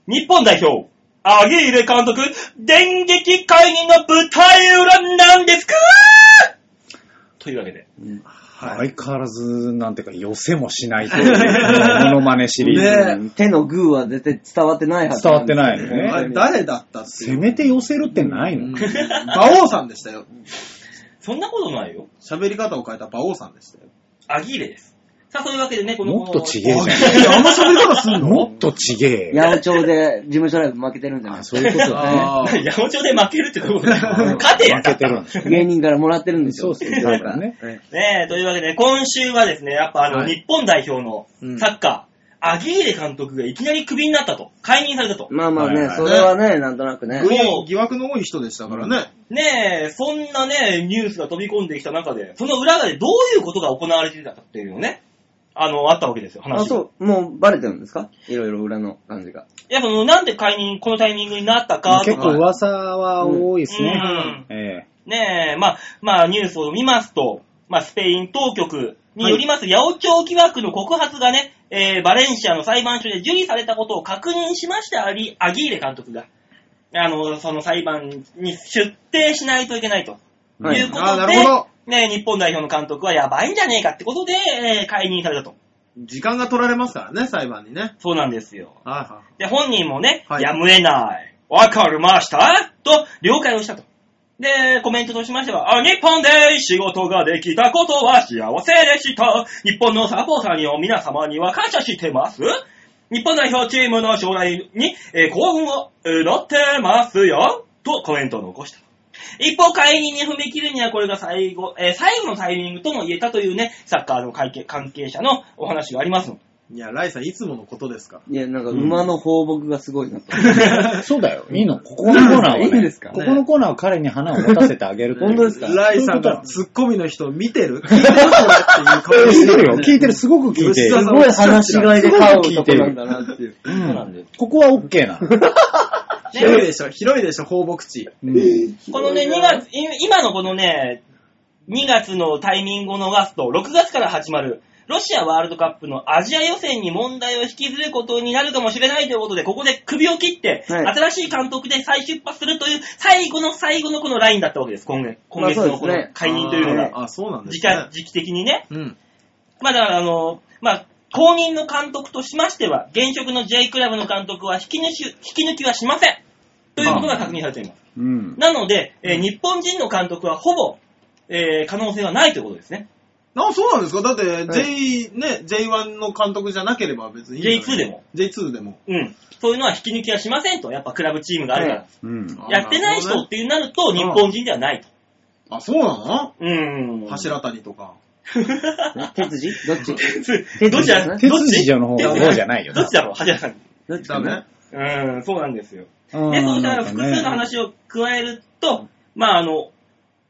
日本代表、アゲイレ監督、電撃会議の舞台裏なんですかというわけで。相変わらず、なんていうか、寄せもしないという、モノマネシリーズ。ねうん手のグーは絶対伝わってないはず。伝わってないよお前ね。誰だったっていせう。めて寄せるってないうんの馬王さんでしたよ。そんなことないよ。喋り方を変えた馬王さんでしたよ。アアギーレです。さあ、そういうわけでね、このもっとちい げえやじゃあんま喋り方すんん。のもっとちげえよ。八百長で事務所ライブ負けてるんじゃないあそういうこと だね。あ ー八百長で負けるってことだよ勝てや負けてるんです芸人からもらってるんですそよ。うそう、だからね。ねえ、というわけで、今週はですね、やっぱあの、はい日本代表のうんサッカー、アギーレ監督がいきなりクビになったと、解任されたと。まあまあはねいは、いそれはね、なんとなくね。もう疑惑の多い人でしたからね。ねえ、そんなね、ニュースが飛び込んできた中で、その裏側でどういうことが行われていたかっていうのね、あの、あったわけですよ、話。あ、そう、もうバレてるんですかいろいろ裏の感じが。いや、その、なんで解任、このタイミングになったかと結構か、噂は多いですねうん。ええねえ、まあ、まあ、ニュースを見ますと、まあ、スペイン当局によります、八百長疑惑の告発がね、えーバレンシアの裁判所で受理されたことを確認しまして、アリアギーレ監督が、あの、その裁判に出廷しないといけないと。、はいいうこあとーなでるほど、ね、日本代表の監督はやばいんじゃねえかってことで、えー解任されたと。時間が取られますからね、裁判にね。そうなんですよ。はいはい。で、本人もね、はいやむえない。わかりましたと、了解をしたと。で、コメントとしましては、あ日本で仕事ができたことは幸せでした。日本のサポーターにも皆様には感謝してます。日本代表チームの将来に、えー幸運を祈ってますよ。とコメントを残した。一方、解任に踏み切るにはこれが最後、えー最後のタイミングとも言えたというね、サッカーの会計関係者のお話がありますのでいや、ライさんいつものことですから。いや、なんか馬の放牧がすごいなと。そうだよ。いいの。ここのコーナーはね。いいんですかここのコーナーは彼に花を持たせてあげるという。本当ですかライさんそういうがことツッコミの人を見てる聞いてるのっていう顔聞いしててるるよ。よね。聞いてる。すごく聞いて吉田さるす。んごい話し がいで買う男なんだなっていう。そうなんです。ここは OK なの。広いでしょ、広いでしょ、放牧地。うんこのね、2月、い今のこのね、2月のタイミングを逃すと、6月から始まるロシアワールドカップのアジア予選に問題を引きずることになるかもしれないということで、ここで首を切って、はい新しい監督で再出発するという、最後の最後のこのラインだったわけです、今月今月まあそうのですこねの解任というのが。あー、あそうなんで時すね間。時期的にね。うん。まあだからあの、まあ、公認の監督としましては、現職の J クラブの監督は引き抜き、引き抜きはしません。ということが確認されています。うん。なので、えー日本人の監督はほぼ、えー可能性はないということですね。あ、そうなんですかだって、J、ね、J1 の監督じゃなければ別にいいじゃない。 J2 でも。 J2 でも。うん。そういうのは引き抜きはしませんと。やっぱクラブチームがあるから。うん。はいやってないあなるほ人どねってなると、日本人ではないと。あ、そうなうん。の柱谷とか。手筋どっちつ どっちだ鉄どっち筋の方手筋方じゃないよどっなち。だろう柱さん。どっちダかメなうん、そうなんですよ。うんで、そうしたら複数の。話を加えると、まあ、あの、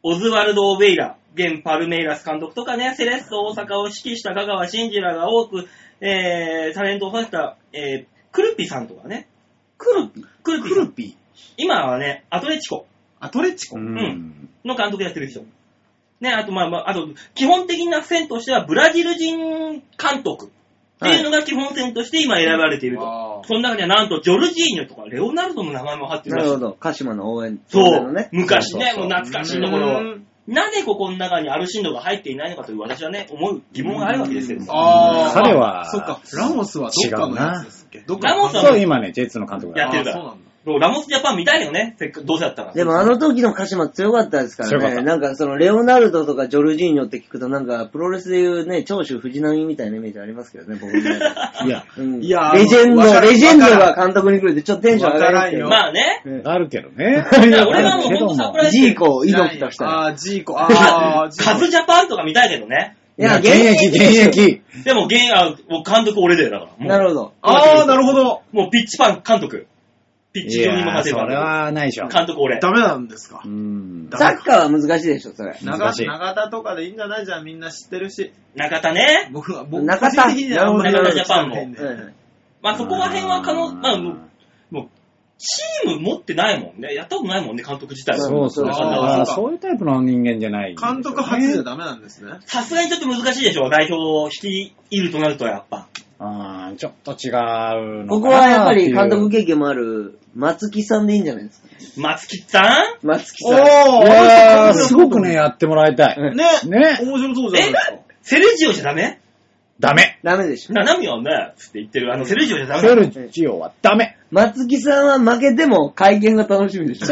オズワルド・オベイラ、現パルメイラス監督とかね、セレッソ大阪を指揮した香川真司らが多く、えー、タレントを育てた、えー、クルピさんとかね。クルピクルピさんピ今はね、アトレチコアトレチコううんん。の監督やってる人。ね、あと、まあ、まあ、あと、基本的な線としては、ブラジル人監督っていうのが基本線として今選ばれていると。あーその中には、なんと、ジョルジーニョとか、レオナルドの名前も入ってるならしるいほ。ど。鹿島の応援。そう、ね。昔ね、そもうそうそうう懐かしいところうは。んなぜここの中にアルシンドが入っていないのかという私はね、思う疑問があるわけですけども。あー彼はそっか、ラモスはどっかのやつですっけどっかラモスはそう、今ね、J2 の監督やだ。ってるからあーそうなんだ。もうラモスジャパン見たいよね、せっかくどうせだったら。でもあの時の鹿島強かったですか強からっね。たなんかそのレオナルドとかジョルジーニョって聞くとなんかプロレスでいうね、長州藤波みたいなイメージありますけどね、僕の中いでや、うんいやーレジェンド、わからんレジェンドが監督に来るってちょっとテンション上がりますけど。まあね、あるけどね。いや俺はもう本当サプライズジーコ、イノキとしたら。あー、ジ ーコ、あー、ジーコカズジャパンとか見たいけどね。いや、現役、現役。でも、現あもう監督俺だよ、だから。もうなるほど。あー、なるほど。もうピッチパン監督。ピッいチ上にもや、立てそれば。はないでしょ。監督俺。ダメなんですかう。ん。ダサメッカーは難しいでしょ、それ。長難しい長田とかでいいんじゃないじゃん、みんな知ってるし。中田ね。僕は、僕中個田人的にはあんまり中田ジャパンも知らないんでうんまあそこら辺は可能、まあもうチーム持ってないもんね。やったことないもんね、監督自体は。そうそうそう。あーあーそういうタイプの人間じゃない。監督初じゃダメなんですね。さすがにちょっと難しいでしょ、代表を率いるとなるとやっぱ。うん、ちょっと違うのここかはやっなぱっていりう監督経験もある、松木さんでいいんじゃないですか。松木さん松木おーさいん。やー、すごくね、ね、やってもらいたい。ね面白そうじゃないですか。セルジオじゃダメダメ。ダメでしょ。ナナミはね、つって言ってる。あの、セルジオじゃダメセルジオはダメ。松木さんは負けても会見が楽しみでしょ。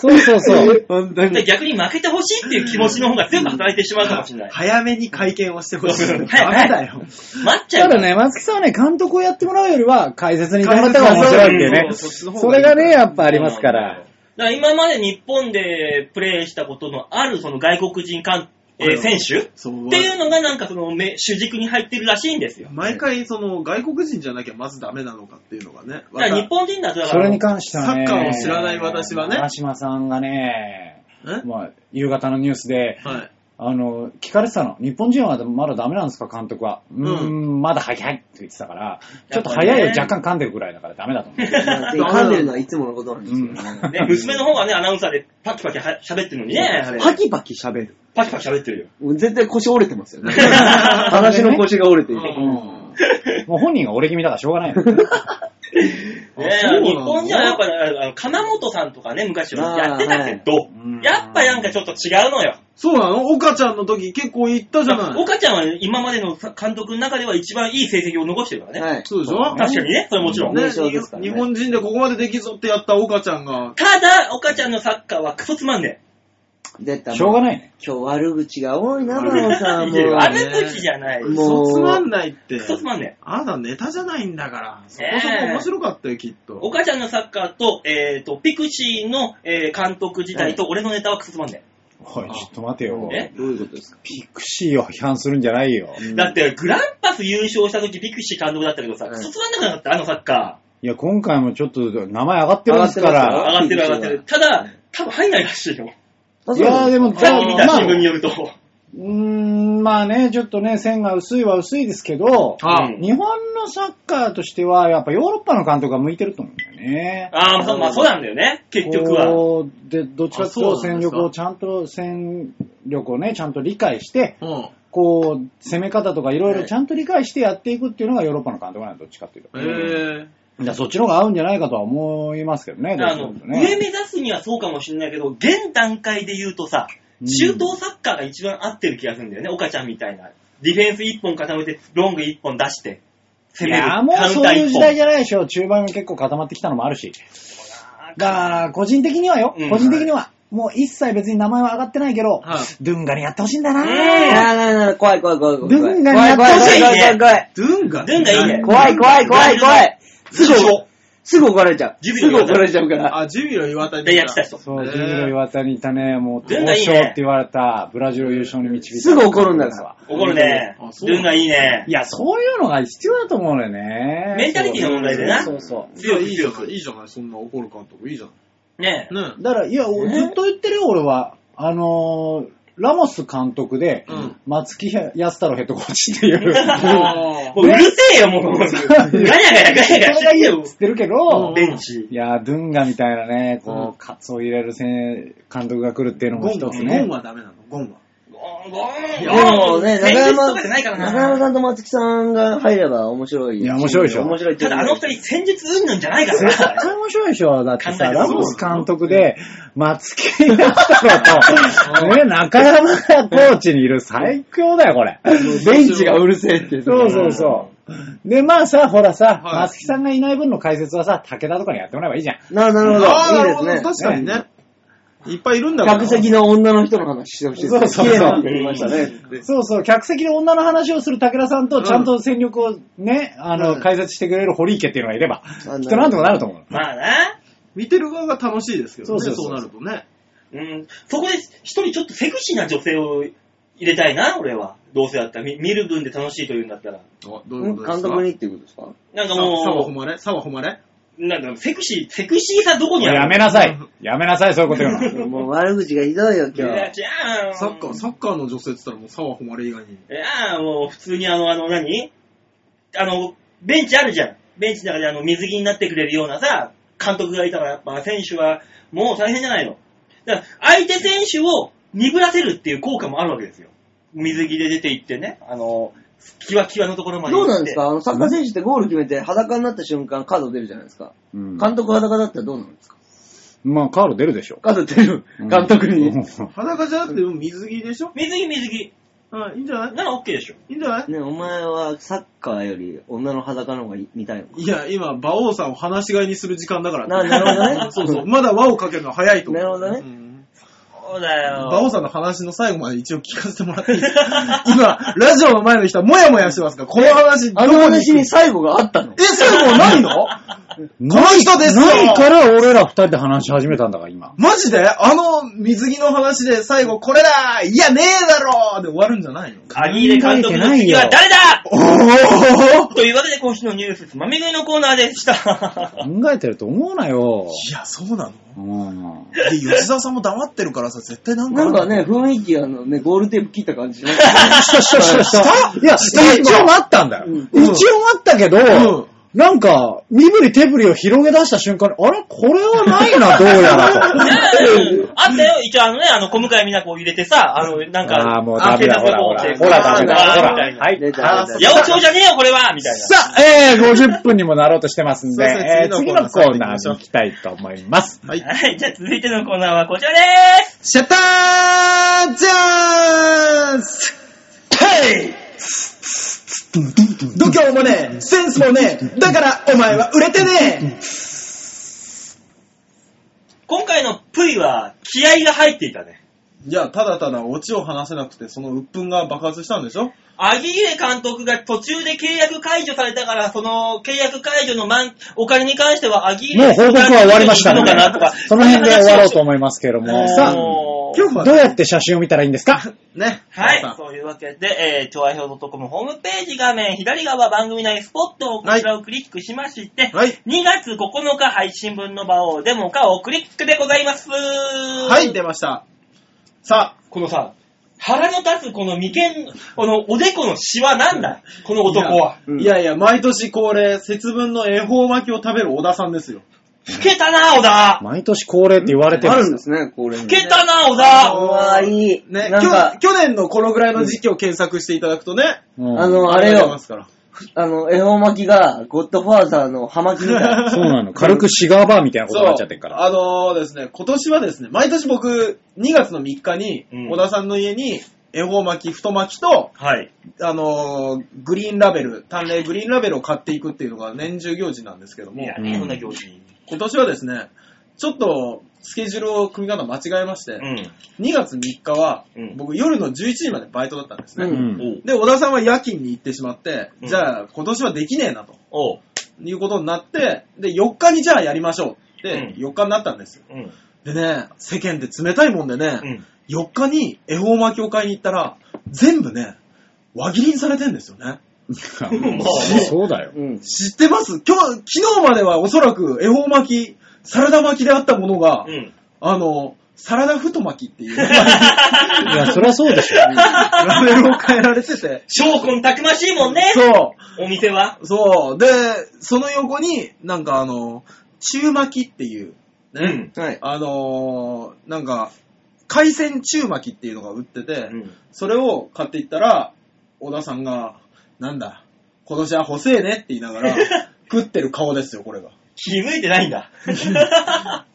そうそう そう。本当に。で逆に負けてほしいっていう気持ちの方が全部働いてしまうかもしれない。早めに会見をしてほしい。ダそうメはいだよ。待っちゃたうかだら。ね、松木さんはね、監督をやってもらうよりは、解説に行ってもらった方が面白いっていうね。そうそうそっちの方そがいれいがね、やっぱありますから。だから今まで日本でプレーしたことのあるその外国人かん、えー選手そうっていうのがなんかそのめ主軸に入ってるらしいんですよ。毎回、その、外国人じゃなきゃまずダメなのかっていうのがね。だから日本人だとだかそられに関してはね、サッカーを知らない私はね長島さんがね、えまあ、夕方のニュースで、はい。あの、聞かれてたの。日本人はまだダメなんですか、監督は。うーん、まだ早いって言ってたから、ちょっと早いよ、やっぱりね若干噛んでるぐらいだからダメだと思う。噛んでるのはいつものことなんですけどね。ね、娘の方がね、アナウンサーでパキパキは喋ってるのにね、パキパキ喋る。パキパキ喋ってるよ。もう絶対腰折れてますよね。 話の腰が折れてる。うんもう本人が俺気味だからしょう がないの。ねあそうなんだ日本人はやっぱ、あの金本さんとかね、昔はやってたけど、うんやっぱなんかちょっと違うのよ。そうなの岡ちゃんの時結構行ったじゃない。岡ちゃんは今までの監督の中では一番いい成績を残してるからね。はい。そうでしょ確かにね、それもちろん。ねね優勝ですからね日本人でここまでできぞってやった岡ちゃんが、ただ、岡ちゃんのサッカーはクソつまんね出た。しょうがない。ないね。今日悪口が多いな、マロさえ。ん。いもやう。あれ時じゃない。もクう嘘つまんないって。ソつまんねあなたネタじゃないんだから、そこねえそこ面白かったよ、きっえ。と。岡ちゃんのサッカーと、えっ、と、ピクシーの、えー監督自体と俺のネタはクソつまんねおい、ちょっと待てよ。え。どういうことですかピクシーを批判するんじゃないよ。え。だって、グランパス優勝した時ピクシー監督だったけどさ、うんクソつまんなくなかった、あのサッカいや、今回もちょっと名前上がってますかー。あら。上がってる上がってうる。んただ、多分入んないらしいよ。あいやーでも、さっき見たまあ新聞によると。うーん、まあね、ちょっとね、線が薄いは薄いですけど、あうん日本のサッカーとしては、やっぱヨーロッパの監督が向いてると思うんだよね。ああ、そうまあそうなんだよね、結局は。こうで、どっちかというあとそうな戦んですか力をちゃんと、戦力をね、ちゃんと理解して、うん。こう、攻め方とかいろいはろいちゃんと理解してやっていくっていうのがヨーロッパの監督なんでどっちかっていうと。えじゃあそっちの方が合うんじゃないかとは思いますけどね、どうあしての、も上ね。目指すにはそうかもしれないけど、現段階で言うとさ、うん中東サッカーが一番合ってる気がするんだよね、岡ちゃんみたいな。ディフェンス1本固めて、ロング1本出して、攻いめる。や、もうカウンそタうーいう1時本。代じゃないでしょ。中盤が結構固まってきたのもあるし。だから、個人的にはようん、個人的には、もう一切別に名前は上がってないけどはい、ドゥンガにやってほしいんだようんなあーなるなる怖い怖い怖い怖い。ドゥンガに怖やいって怖いほ怖しいい怖い怖い。ドゥンガドゥンガいいね怖い怖い怖い怖い。すぐ、すぐ怒られちゃう。ジュビすロぐ怒られちゃうから。あ、ジュビロ岩田にでやってた人。そう、ねえジュビロ岩田にいたね、もう、ドゥン東ガいいね証って言われた、ブラジルを優勝に導いた。すぐ怒るんだから。怒るねあ。そうルンがいいねい。や、そういうのが必要だと思うのよね。メンタリティの問題でな。そうそういや、いいじゃない、いいじゃない、そんな怒る監督、いいじゃ ねえ。ない。ねそう。だから、いや、おねずっと言ってるよ、俺は。あのー、ラモス監督で、うん松木安太郎ヘッドコーチってい う。あもううるせえよ、もう。ガヤガヤガヤガヤしてそれがるいいよっ。つってるけうどん、ベンチ。いや、ドゥンガみたいなね、うこんう、カツを入れるせん監督が来るっていうーのもゴン一は、つゴねン。はダメなの、ゴンは。ゴンゴンでもね、中戦術と山、かじゃないから中な山さんと松木さんが入れば面白い。いや面白いでしょ面白いっていたうかだあの二人戦術云々じゃないから絶 な。対面白いでしょ。だって考えてさ、そうラモス監督で、松木安太 郎と、ね、中山がコーチにいる最強だよ、これ。ベンチがうるせえっていう。そうそうそう。で、まあさ、ほらさ、はい松木さんがいない分の解説はさ、武田とかにやってもらえばいいじゃん。ななるほあーど。いいですね。確かにね。いっぱいいるんだから。客席の女の人の話してほしいですね。そうそうそう綺麗なの出てきましたね。そうそう、客席の女の話をする武田さんと、ちゃんと戦力をね、あうの、ん解説してくれる堀池っていうのがいれば、あきっとなんとかなると思う。まあな。見てる側が楽しいですけどね、そそううそうそうなるとね。うん。そこで一人ちょっとセクシーな女性を入れたいな、俺は。どうせだったら。見見る分で楽しいというんだったら。あどういうことですか監督にっていうことですかなんかさ沢も誉れ沢誉れう、なんかセクシー、セクシーさどこにあるやめなさい。やめなさい、そういうこと言うの。もう悪口がひどいよ、い今や、日。じゃあ、サッカー、サッカーの女性って言ったらもう沢誉れ以外に。いや、もう普通にあの、あの何、あの、ベンチあるじゃん。ベンチの中であの水着になってくれるようなさ、監督がいたから、やっぱ選手はもう大変じゃないの。だから、相手選手を鈍らせるっていう効果もあるわけですよ。水着で出て行ってね、あの、キワキワのところまで行どっうて。なんですかあの、サッカー選手ってゴール決めて裸になった瞬間カード出るじゃないですか。うん監督裸だったらどうなんですかまあ、カール出るでしょ。カード出る。監督 に。うんね、裸じゃなくても水着でしょ水着水着。うん、いいんじゃないなら OK でしょ。いいんじゃないお前はサッカーより女の裸の方が見たいのかいや、今、馬王さんを話し飼いにする時間だから。ななるほどね。 そうそう。まだ輪をかけるのは早いと思う。なるほどねうんそうだよ。馬王さんの話の最後まで一応聞かせてもらっていいですか 今、ラジオの前の人はもやもやしてますから、この話、あどのこ話にに最後があったのえ、最後ないのこの人ですよないから俺ら二人で話し始めたんだから、今。マジであの水着の話で最後これだいやねえだろで終わるんじゃないの鍵で監督の次は誰だおーというわけで今週のニュースつまみ食いのコーナーでした。考えてると思うなよ。いや、そうなのうん。で、吉沢さんも黙ってるからさ、絶対なんかある なんの。か ね、雰囲気、あのね、ゴールテープ切った感じします したしたしたした。いや、一応あったんだよ。一応あったけど、んなんか、身振り手振りを広げ出した瞬間に、あれこれはないな、どう やねらえあったよ、一応あのね、あの、小向井美奈子を入れてさ、あの、なんと。か、ああ、もうダメだ、あほらほら。警察ほら、ダメだ、の方ほをら。みたいなは出い。た出た八百長じゃねえよ、これはみたいな。さあ、えー、50分にもなろうとしてますんで、そうですねえー次次ののココーーナナーーに行きたいと思います。はい。はい、じゃあ続いてのコーナーはこちらでーすシャッターチャンス度胸もねえ、センスもねえ、だからお前は売れてね今回のプイは気合が入っていたね。えいや、ただただオチを話せなくて、その鬱憤が爆発したんでしょアギーレ監督が途中で契約解除されたから、その契約解除の満お金に関してはアギーレもう報告は終わりましたののでかなとか、、その辺で終わろうと思いますけれども、ささああ、のー今日はどうやって写真を見たらいいんですか ね。はいま。たそういうわけで、えー、調和表 .com ホームページ画面左側番組内スポットをこちらをクリックしまして、はい2月9日配信分の場をデモ化をクリックでございます。ははい、出ました。さあ、このさ、腹の立つこの眉間、このおでこのシワなんだこの男は。いやいや、毎年恒例、節分の恵方巻きを食べる小田さんですよ。老けたな、小田。毎年恒例って言われてあるるんんでですすね、これ。老けたな、小う田。わいい。ね、なんか去、去年のこのぐらいの時期を検索していただくとね、か、うんあの、あれ出よま、すから。あの、恵方巻きが、ゴッドファーザーの葉巻みたいな。 そうなの。軽くシガーバーみたいなことになっちゃってるから。あのーですね、今年はですね、毎年僕、2月の3日にうん、小田さんの家に、恵方巻き、太巻きと、はい。あのーグリーンラベル、淡麗グリーンラベルを買っていくっていうのが年中行事なんですけども、いやね、そんな行事。今年はですね、ちょっと、スケジュールを組み方間違えまして、うん。 2月3日はう、ん僕夜の11時までバイトだったんですね。うんうんおうで、小田さんは夜勤に行ってしまって、うんじゃあ今年はできねえなとおう。いうことになって、で、4日にじゃあやりましょうって、う4日になったんですよ。うん。でね、世間って冷たいもんでうね、ん。 4日に恵方巻きを買いに行ったら、全部ね、輪切りにされてんですよね。んそうだよ。うん。知ってます今日、昨日まではおそらく恵方巻き、サラダ巻きであったものが、うん。あの、サラダ太巻きっていう、いや、そりゃそうでしょ。ラベルを変えられてて、証拠たくましいもんね。そう。お店は。そう。で、その横に、なんかあの、中巻きっていう、ね、はい。あのーなんか、海鮮中巻きっていうのが売ってて、うん。それを買っていったら、小田さんが、なんだ、今年は細えねって言いな がら、食ってる顔ですよ、これが。気づいてないんだ。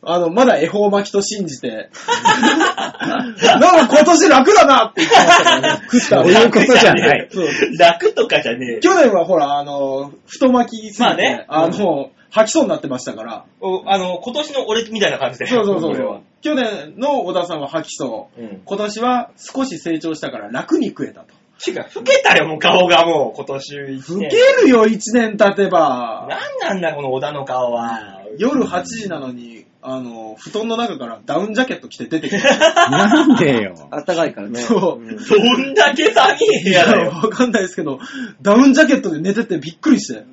あの、まだ恵方巻きと信じて、なんか今年楽だなって言ってましたからね、食ったそう後いうことじゃない。そう楽とかじゃねえよ。去年はほら、あの、太巻きすぎて、まあねあの、吐きそうになってましたから、おあの、今年の俺みたいな感じで。そうそうそう俺そうは。。去年の小田さんは吐きそうう。ん。今年は少し成長したから楽に食えたと。てか、老けたよ、もう顔がもう、今年一老け年。るよ、1年経てば。なんなんだ、この小田の顔は。夜8時なのに、あの、布団の中からダウンジャケット着て出てきた。なんでよ。あったかいからね。そう。どんだけ寒い部屋だよ。 わかんないですけど、ダウンジャケットで寝ててびっくりして。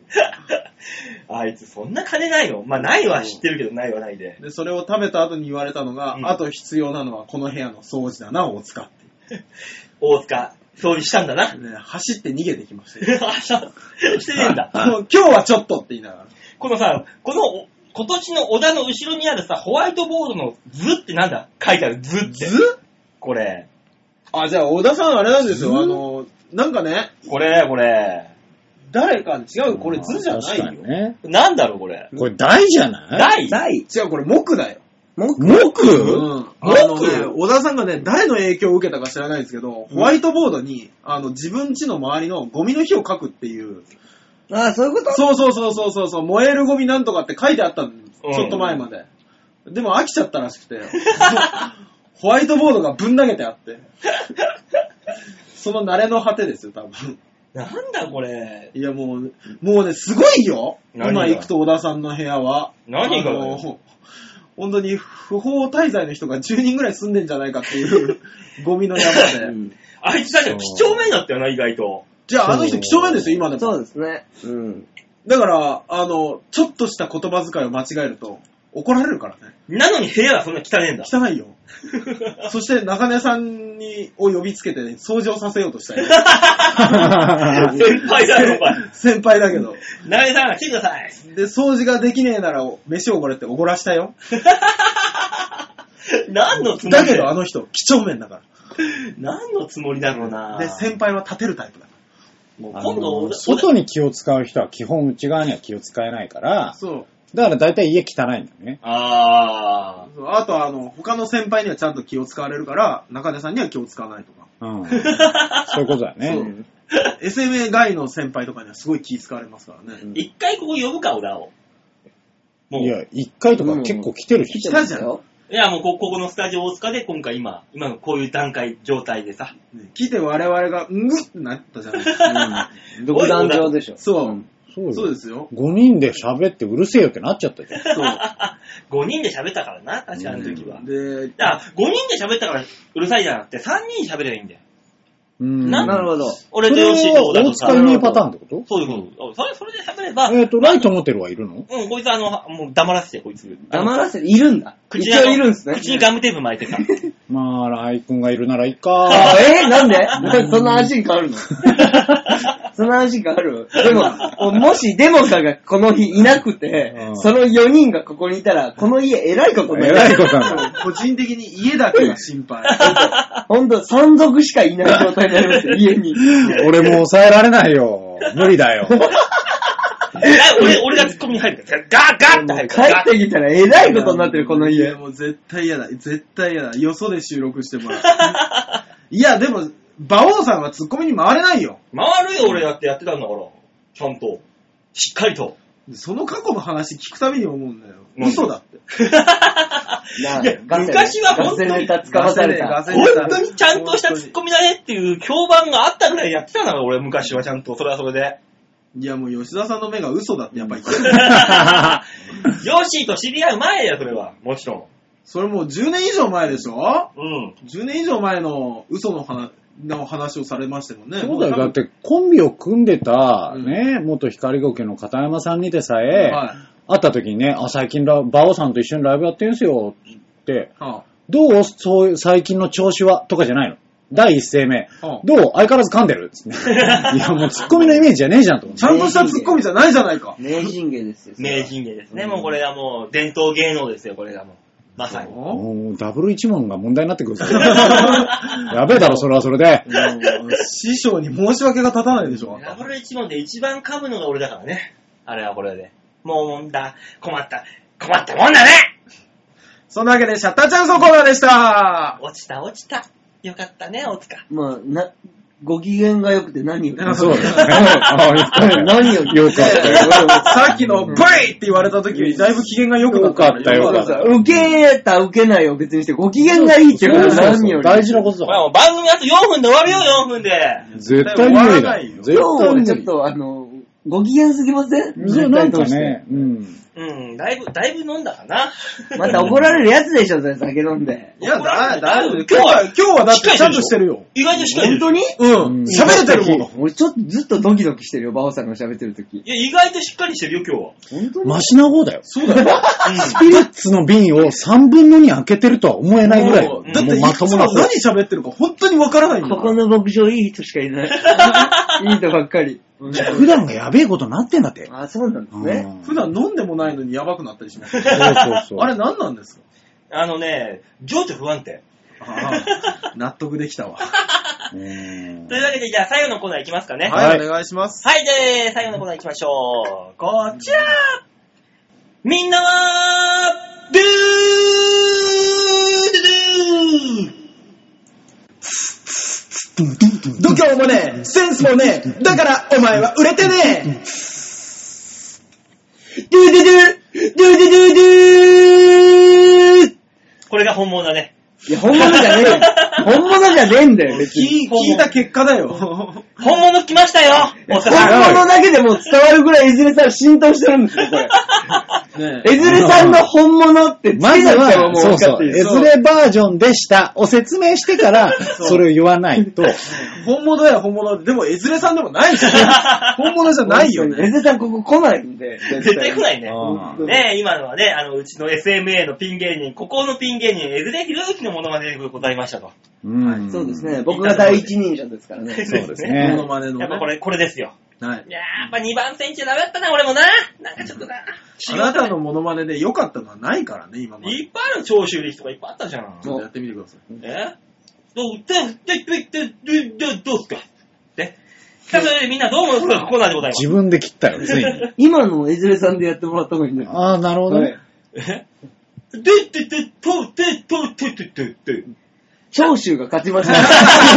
あいつ、そんな金ないのまあ、ないは知ってるけど、ないはないで。で、それを食べた後に言われたのが、うんあと必要なのはこの部屋の掃除だな、大塚って。大塚、掃除したんだな。 ね、走って逃げてきましたよ。あしてねえん だ。もう今日はちょっとって言いながら。このさ、このお、今年の小田の後ろにあるさ、ホワイトボードの図ってなんだ書いてある図って。図これ。あ、じゃあ、小田さんあれなんですよ。あの、なんかね、これ、これ。誰か違う、これ図じゃないよ。確かにね。なんだろう、これ。これ台じゃな台い大違う、これ木だよ。木あのね、小田さんがね、誰の影響を受けたか知らないですけど、ホワイトボードに、あの、自分家の周りのゴミの日を書くっていう、ああ、そういうことそうそうそうそうそうそう、燃えるゴミなんとかって書いてあったの、うんちょっと前まで。でも飽きちゃったらしくて、 ホワイトボードがぶん投げてあって、その慣れの果てですよ、多分。なんだ、これ。いやもう、もうね、すごいよ何が今行くと小田さんの部屋は。何があの本当に不法滞在の人が10人ぐらい住んでんじゃないかっていう ゴミの山で。あいつだけど、貴重面だったよな、意外と。じゃああの人貴重なんですよ、今でそも。うですね。うん。だから、あの、ちょっとした言葉遣いを間違えると怒られるからね。なのに部屋はそんな汚ねえんだ。汚 いよ。そして中根さんに、を呼びつけて、掃除をさせようとし たよ。先輩だろ、お前。先輩だけど。なめさん、来てください。で、掃除ができねえなら、飯をおごれっておごらしたよ。何のつもりだけどあの人、几帳面だから。何のつもりだろうな。で、先輩は立てるタイプだかもうあ今度、の俺外に気を使う人は基本内側には気を使えないからら。、そう。だから大体家汚いんだよね。ああとあの、他の先輩にはちゃんと気を使われるから、中根さんには気を使わないと か。うん。そういうことだうね。ん SMA 外の先輩とかにはすごい気使われますからうね。ーん一回ここ呼ぶか、小田を。もう、いいや、や、一回とか結構来てるし。来たじゃん。ねもうこ、ここのスタジオ大塚で、今回今、今のこういう段階、状態でさ。来て我々が、んぐってなったじゃないですか。うん。独壇場 でしょ。 そう。そうそうよ。ですよ。 5人で喋ってうるせえよってなっちゃったじゃ ん。そ5人で喋ったからな、確かあの時は。う。で、だから、5人で喋ったからうるさいじゃなくて、3人喋ればいいんだよ。 うんななるほど。俺ことれヨシと小は田大と塚さい。ねえパターンってことそういうこと。それ、それで喋れば、えっと、ライトモテルはいるのうん、こいつあの、もう黙らせて、こいつ。黙らせる、いるんだ。口一応いるんすね口にガムテープ巻いてた。まあ、ライ君がいるならいいか。あ えなんで なんでそんな話に変わるのそんな話に変わるでも、もしデモカがこの日いなくてう、んその4人がここにいたら、この家偉いことになる。偉いことな の。個人的に家だけが心 配。ほんと、山賊しかいない状態になり ますよ、家に。俺も抑えられないよ。無理だよ。あ俺、俺が突っ込みに入るから。ガーガーって入る帰から。ガーっっててきたら偉いことになってる、このい家や、。もう絶対嫌だ。絶対嫌だ。よそで収録しても らう。いや、でも、馬王さんはツッコミに回れないよ。回るよ、俺だってやってたんだから。ちゃんと。しっかりと。その過去の話聞くたびに思うんだよ。なんで嘘だって。ないやガセね昔は本当にガセネタつかまされガた。セネタ本当にちゃんとしたツッコミだねっていう評判があったぐらいやってたんだから、俺昔はちゃんと。それはそれで。いや、もう吉田さんの目が嘘だって、や っぱり。 ヨッシーと知り合う前や、それは。もちろそれもう10年以上前でしょん。うん。 ?10 年以上前の嘘の話、の話をされましたもんね。そうだもよ。だ多分って、コンビを組んでた、うんね、元光ゴケの片山さんにてさえ、はい。会った時にね、あ、最近ラ、バオさんと一緒にライブやってんすよって、はどうそういう最近の調子はとかじゃないの。第一声目。あはあどう相変わらず噛んでるつっていや、もうツッコミのイメージじゃねえじゃんと思っち ゃんとしたツッコミじゃないじゃないか。名人芸ですよ。それは名人芸ですね。もうこれがもう伝統芸能ですよ、これがもう。まさに。て。おもうダブル一問が問題になってくるぞやべえだろ、それはそれで。師匠に申し訳が立たないでしょ。ダブル一問で一番噛むのが俺だからね。あれはこれで。もうもんだ、困った、困ったもんだねそんなわけで、シャッターチャンスのコーナーでした。落ちた落ちた。よかったね、大塚。まあ、な、ご機嫌が良くて何より。そうだねあよかった何より。よかったよさっきのブイって言われた時よりだいぶ機嫌が良くなったら。良かったよそうそう受けた受けないを別にして、ご機嫌がいいっていうことは何より。大事なことだから。もう番組あと4分で終わるよ、4分で。絶対終無理わらなだいよ。絶対今無日ちょっ理。とあの、ご機嫌すぎませんそう、なんか。全体通してね、うん。うん、だいぶ、だいぶ飲んだか な。また怒られるやつでしょ、それ酒飲んで。いや、だ、だいぶ、今日今日はは、今日はだってちゃんとしてるよ。意外としっかり本当にうん。喋れてるもの。俺ちょっとずっとドキドキしてるよ、バオさんが喋ってる時。いや、意外としっかりしてるよ、今本当にマシな方だよ。そうだよ。日スピリッツの瓶を3分の2開けてるとは思えないぐらい。ももううだって、いまとつももな何喋ってるか本当にわからないんだこかこら。の牧場いい人しか いない。いい人ばっかり。方。普段がやべえことになってんだって。あ、そうなんですね。うん普段飲んでもないのにやばくなったりします。そうそうそう。あれ何なんですかうん。あのね、情緒不安定。ああ納得できたわ。うんというわけで、じゃあ最後のコーナーいきますかね。はい、お願いします。はい、で、最後のコーナー行きましょう。こちらみんなは、ドゥードゥドゥー度胸もねえ、センスもねえ、だからお前は売れてねドゥドゥドゥドゥドゥドゥドゥこれが本物だね。いや、本物じゃねえよ。本物じゃねえんだよ、え別聞に。い聞いた結果だよ。本物来ましたよ大本阪違う物だけでもう伝わるぐらいいずれさん浸透してるんですよ、これ。ねえずれさんの本物ってつけなまずくてもは、もうそ分うかそってう、いいえずれバージョンでしたを説明してから、それを言わないと、本物だよ、本物。でも、えずれさんでもないじゃん。本物じゃないよえね。ずれさんここ来ないんで。絶対来ないね。うねえ、今のはね、あの、うちの SMA のピン芸人、ここのピン芸人、エズレヒロユキのモノマネでございましたと。んそうです。ね。僕が第一人者ですからね。そうですモねノ。マネのやっぱねこ。れ、これですよ。はいいやーやっぱ2番線じゃダメだったな、俺もな。なんかちょっとな。あなたのモノマネで良かったのはないからね、今まで。いっぱいある長州力とかいっぱいあったじゃん。ちょっとやってみてください。えどう、で、で、で、で、で、どうすかね。さあ、それでみんなどう思うのかコーナーでございます自。分で切ったよ、ついに。今のえずれさんでやってもらった方がいいんじゃないああ、なるほどね。えで、で、で、と、で、と、と、と、と、と。長州が勝ちました。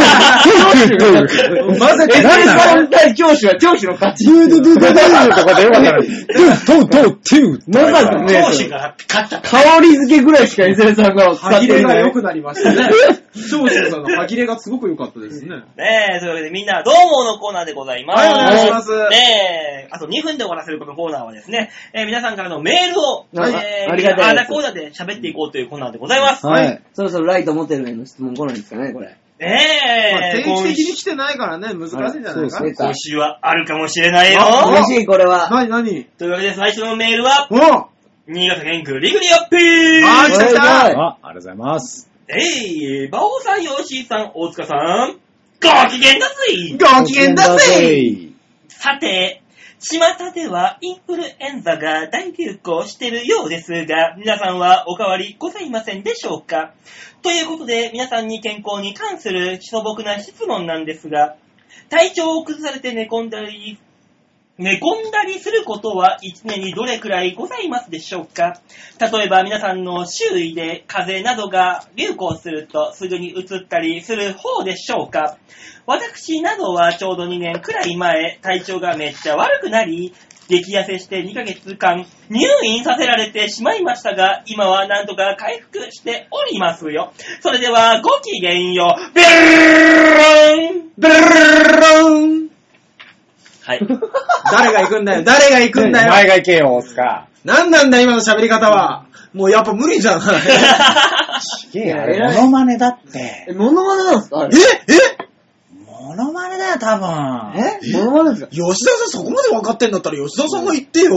まさか長州が勝ちました。えずれ何さなん対長州は長州の勝ち。ドゥドゥドゥドゥドゥとかでよかったら、ドゥドゥドゥドゥとかまさかね長州が勝った。香り付けぐらいしかえずれさんが使歯って切なれがい良ね。くなりましたね。長州さんの歯切れがすごく良かったですね。ねえ、というわけでみんなはどう思うのコーナーでございます。はいお願いしますねえ、あと2分で終わらせるこのコーナーはですね、えー皆さんからのメールを、はいえーありがたいですあらコーナーで喋っていこうというコーナーでございます。はい。そろそろライトモテルへの質問来ないんですかね、これ。まあねえ、定期的に今週来てないからね、難しいんじゃないあかそうで。すね今週はあるかもしれないよ。あ嬉しい、これは。なになにというわけで最初のメールは、お新潟県グリグリアッピーあー来た来たあ、ありがとうございます。えい、馬王さん、ヨッシーさん、大塚さん、ご機嫌だぜご機嫌だぜさて、巷ではインフルエンザが大流行してるようですが、皆さんはお変わりございませんでしょうかということで、皆さんに健康に関する素朴な質問なんですが、体調を崩されて寝込んだり、寝込んだりすることは1年にどれくらいございますでしょうか例えば皆さんの周囲で風邪などが流行するとすぐに移ったりする方でしょうか私などはちょうど2年くらい前、体調がめっちゃ悪くなり、激痩せして2ヶ月間入院させられてしまいましたが、今はなんとか回復しておりますよ。それではごきげんよう。ビルーンブルルルンはい。誰が行くんだよ誰が行くんだおよ前が行けよ、大塚。なんなんだ今の喋り方は。もうやっぱ無理じゃ ないちげえよ、あれ、モノマネだって。え、モノマネなんですかあえれモノマネだよ、多分。えモノマネですかえ吉田さんそこまで分かってんだったら吉田さんが言ってよ。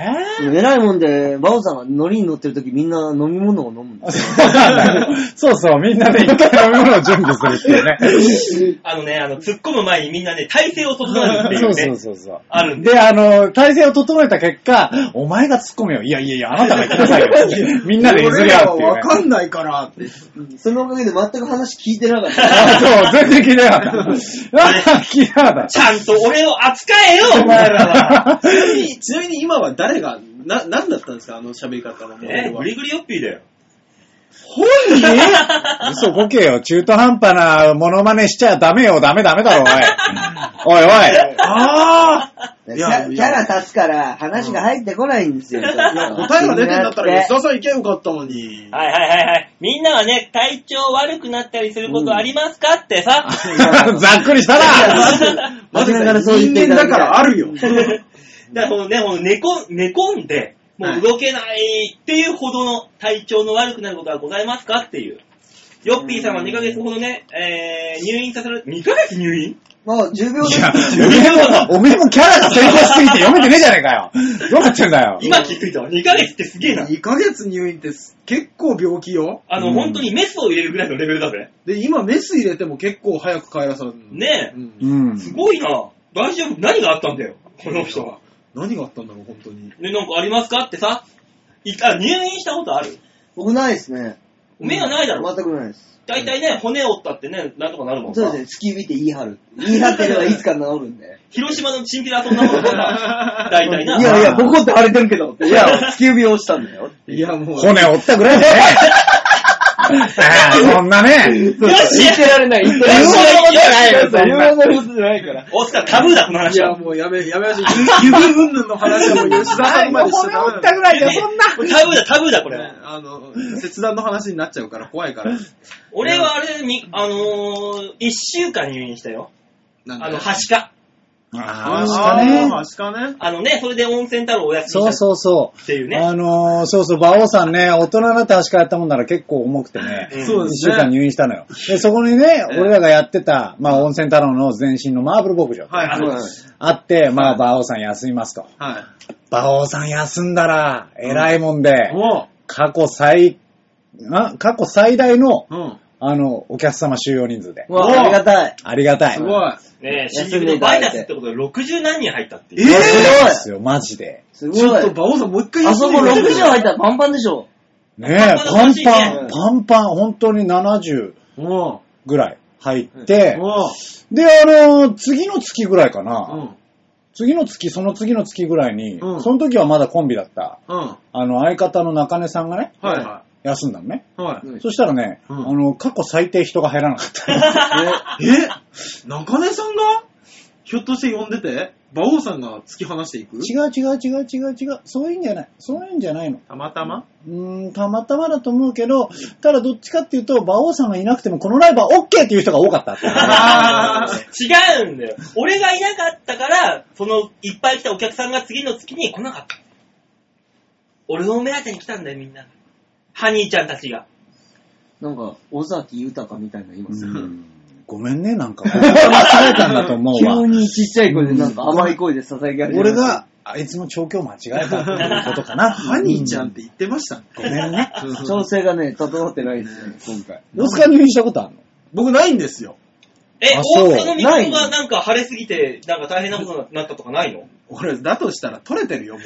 ええらいもんで、バオさんがノリに乗ってる時みんな飲み物を飲むんでーそうなんだよ。そうそう、みんなで一回飲み物を準備するっていうね。 あのね、あの、突っ込む前にみんなね、体勢を整えるっていうそね。うそうそうそう。あるんで。で、あの、体制を整えた結果、お前が突っ込めよ。いやいやいや、あなたが言ってくだ さいよ。みんなで譲り合うってい俺う、らはね。分かんないからって。そのおかげで全く話聞いてなかった。あ、そう、全然聞いてなか った。あ、聞いてなかっちゃんと俺を扱え よ、お前らは。 た。ちなみに、ちなみに今は誰が、な、なんだったんですかあの喋り方のメーえ、ルはグ。リグリヨッピーだよ。本 人嘘こけよ。中途半端なモノマネしちゃダメよ。ダメダメだろ、おい。おいおい。ああキャいやキャラ立つから話が入ってこないんですよ。いや、答えが出てんだったら吉田さん行けばよかったのに。はいはいはいはい。みんなはね、体調悪くなったりすることありますかって さ。ざっくりしたな。マジで真面目からそう言人ってい間ただだきたいからあるよ。だからこのね、この寝こ寝込んで、もう動けないっていうほどの体調の悪くなることはございますかっていう。ヨッピーさんは2ヶ月ほどね、えー、入院させる、2ヶ月入院もう10秒いでや、おめえも、おめえもキャラが成功しすぎて読めてねえじゃねえかよ。どうなってんだ よ。今気づいたわ。2ヶ月ってすげえな。 2ヶ月入院ってす結構病気よ。あの、うん本当にメスを入れるぐらいのレベルだぜ。で、今メス入れても結構早く帰らされるの。ねうえ。んうん。すごいな。大丈夫。何があったんだよ。この人は。何があったんだろう、本当 に。ね、なんかありますかってさ。いあ、入院したことある僕ないですね。目がないだ全ろ。くないです。大体ね、骨折ったってね、なんとかなるもんそうさですね、。突き見て言い張る。言い張ってればいつか治るんで。広島のチンピラはそんなもんだ から。大体いな。やいや、ボコって腫れてるけど。いや、突き指をしたんだよ。いや、もう。骨折ったぐらいでね。ああ、そんなね。よし言ってられない、言ってられな言い。うことじゃないよそんな言うことじゃないから。大塚タブーだ、このい話や、は。もうやめ、やめましょう。指うんぬんの話はもう吉田さんまでしちゃダメなの。ぐらいでそんな。これタブーだ、タブーだ、これね。あの、切断の話になっちゃうから怖いから。俺はあれ、みあのー、一週間入院したよ。なんあの、はしか。あああ、ー確かね。アシカね。あのね、それで温泉太郎お休みそうしたそうそっていうう。ね。あのー、そうそう、馬王さんね、大人になって足からやったもんなら結構重くてね。うんそうで一す週間ね。入院したのよ。で、そこにね、ええ俺らがやってた、まあ、温泉太郎の前身のマーブル牧場。はいはい。あって、まあ、馬王さん休みますと。はい。馬王さん休んだら、偉いもんで、も過去最、あ、過去最大の、う、うん。あの、お客様収容人数で。わあありがたい。ありがたい。すごい。ねえ、新休ん宿でのいただバいイてタスってことで60何人入ったっていう。えそうえですよ、マジで。すちょごっと、い。馬王さんもう一回あそこ6畳ゃ入ったらパンパンでしょ。ねえ、パンパンパンパ欲しいン、ねパンパン、本当に70もぐらい入っう、て、もで、あの、次の月ぐらいかう、うな、ん。次の月、その次の月ぐらいに、うんその時はまだコンビだった、うん。はあの、相方の中根さんがね、いは休んだのね。い。はい。そしたらね、うんあの、過去最低人が入らなかった。え、中根さんがひょっとして呼んでて、馬王さんが突き放していく違う違う違う違う違う、そういうんじゃない、そういうんじゃないの。たまたまうーん、たまたまだと思うけど、ただどっちかっていうと、馬王さんがいなくてもこのライブは OK っていう人が多かったって。あー 違うんだよ。俺がいなかったから、その、いっぱい来たお客さんが次の月に来なかった。俺の目当てに来たんだよ、みんな。ハニーちゃんたちが。なんか、尾崎豊みたいな今うす ぐ。んごめ んね、なんか。間違えたんだと思うわ急。にちっちゃい声でなんか甘い声で囁かれてる俺が、あいつの調教間違えたっていうことかな。 ハニーちゃんって言ってましたね。ごめんね。そうそう調整がね、整ってないですね、今回。大塚入院したことあるの僕ないんですよ。え、あ大そう塚の見込がなんか晴れすぎて、なんか大変なことになったとかないの俺、だとしたら取れてるよ、もう。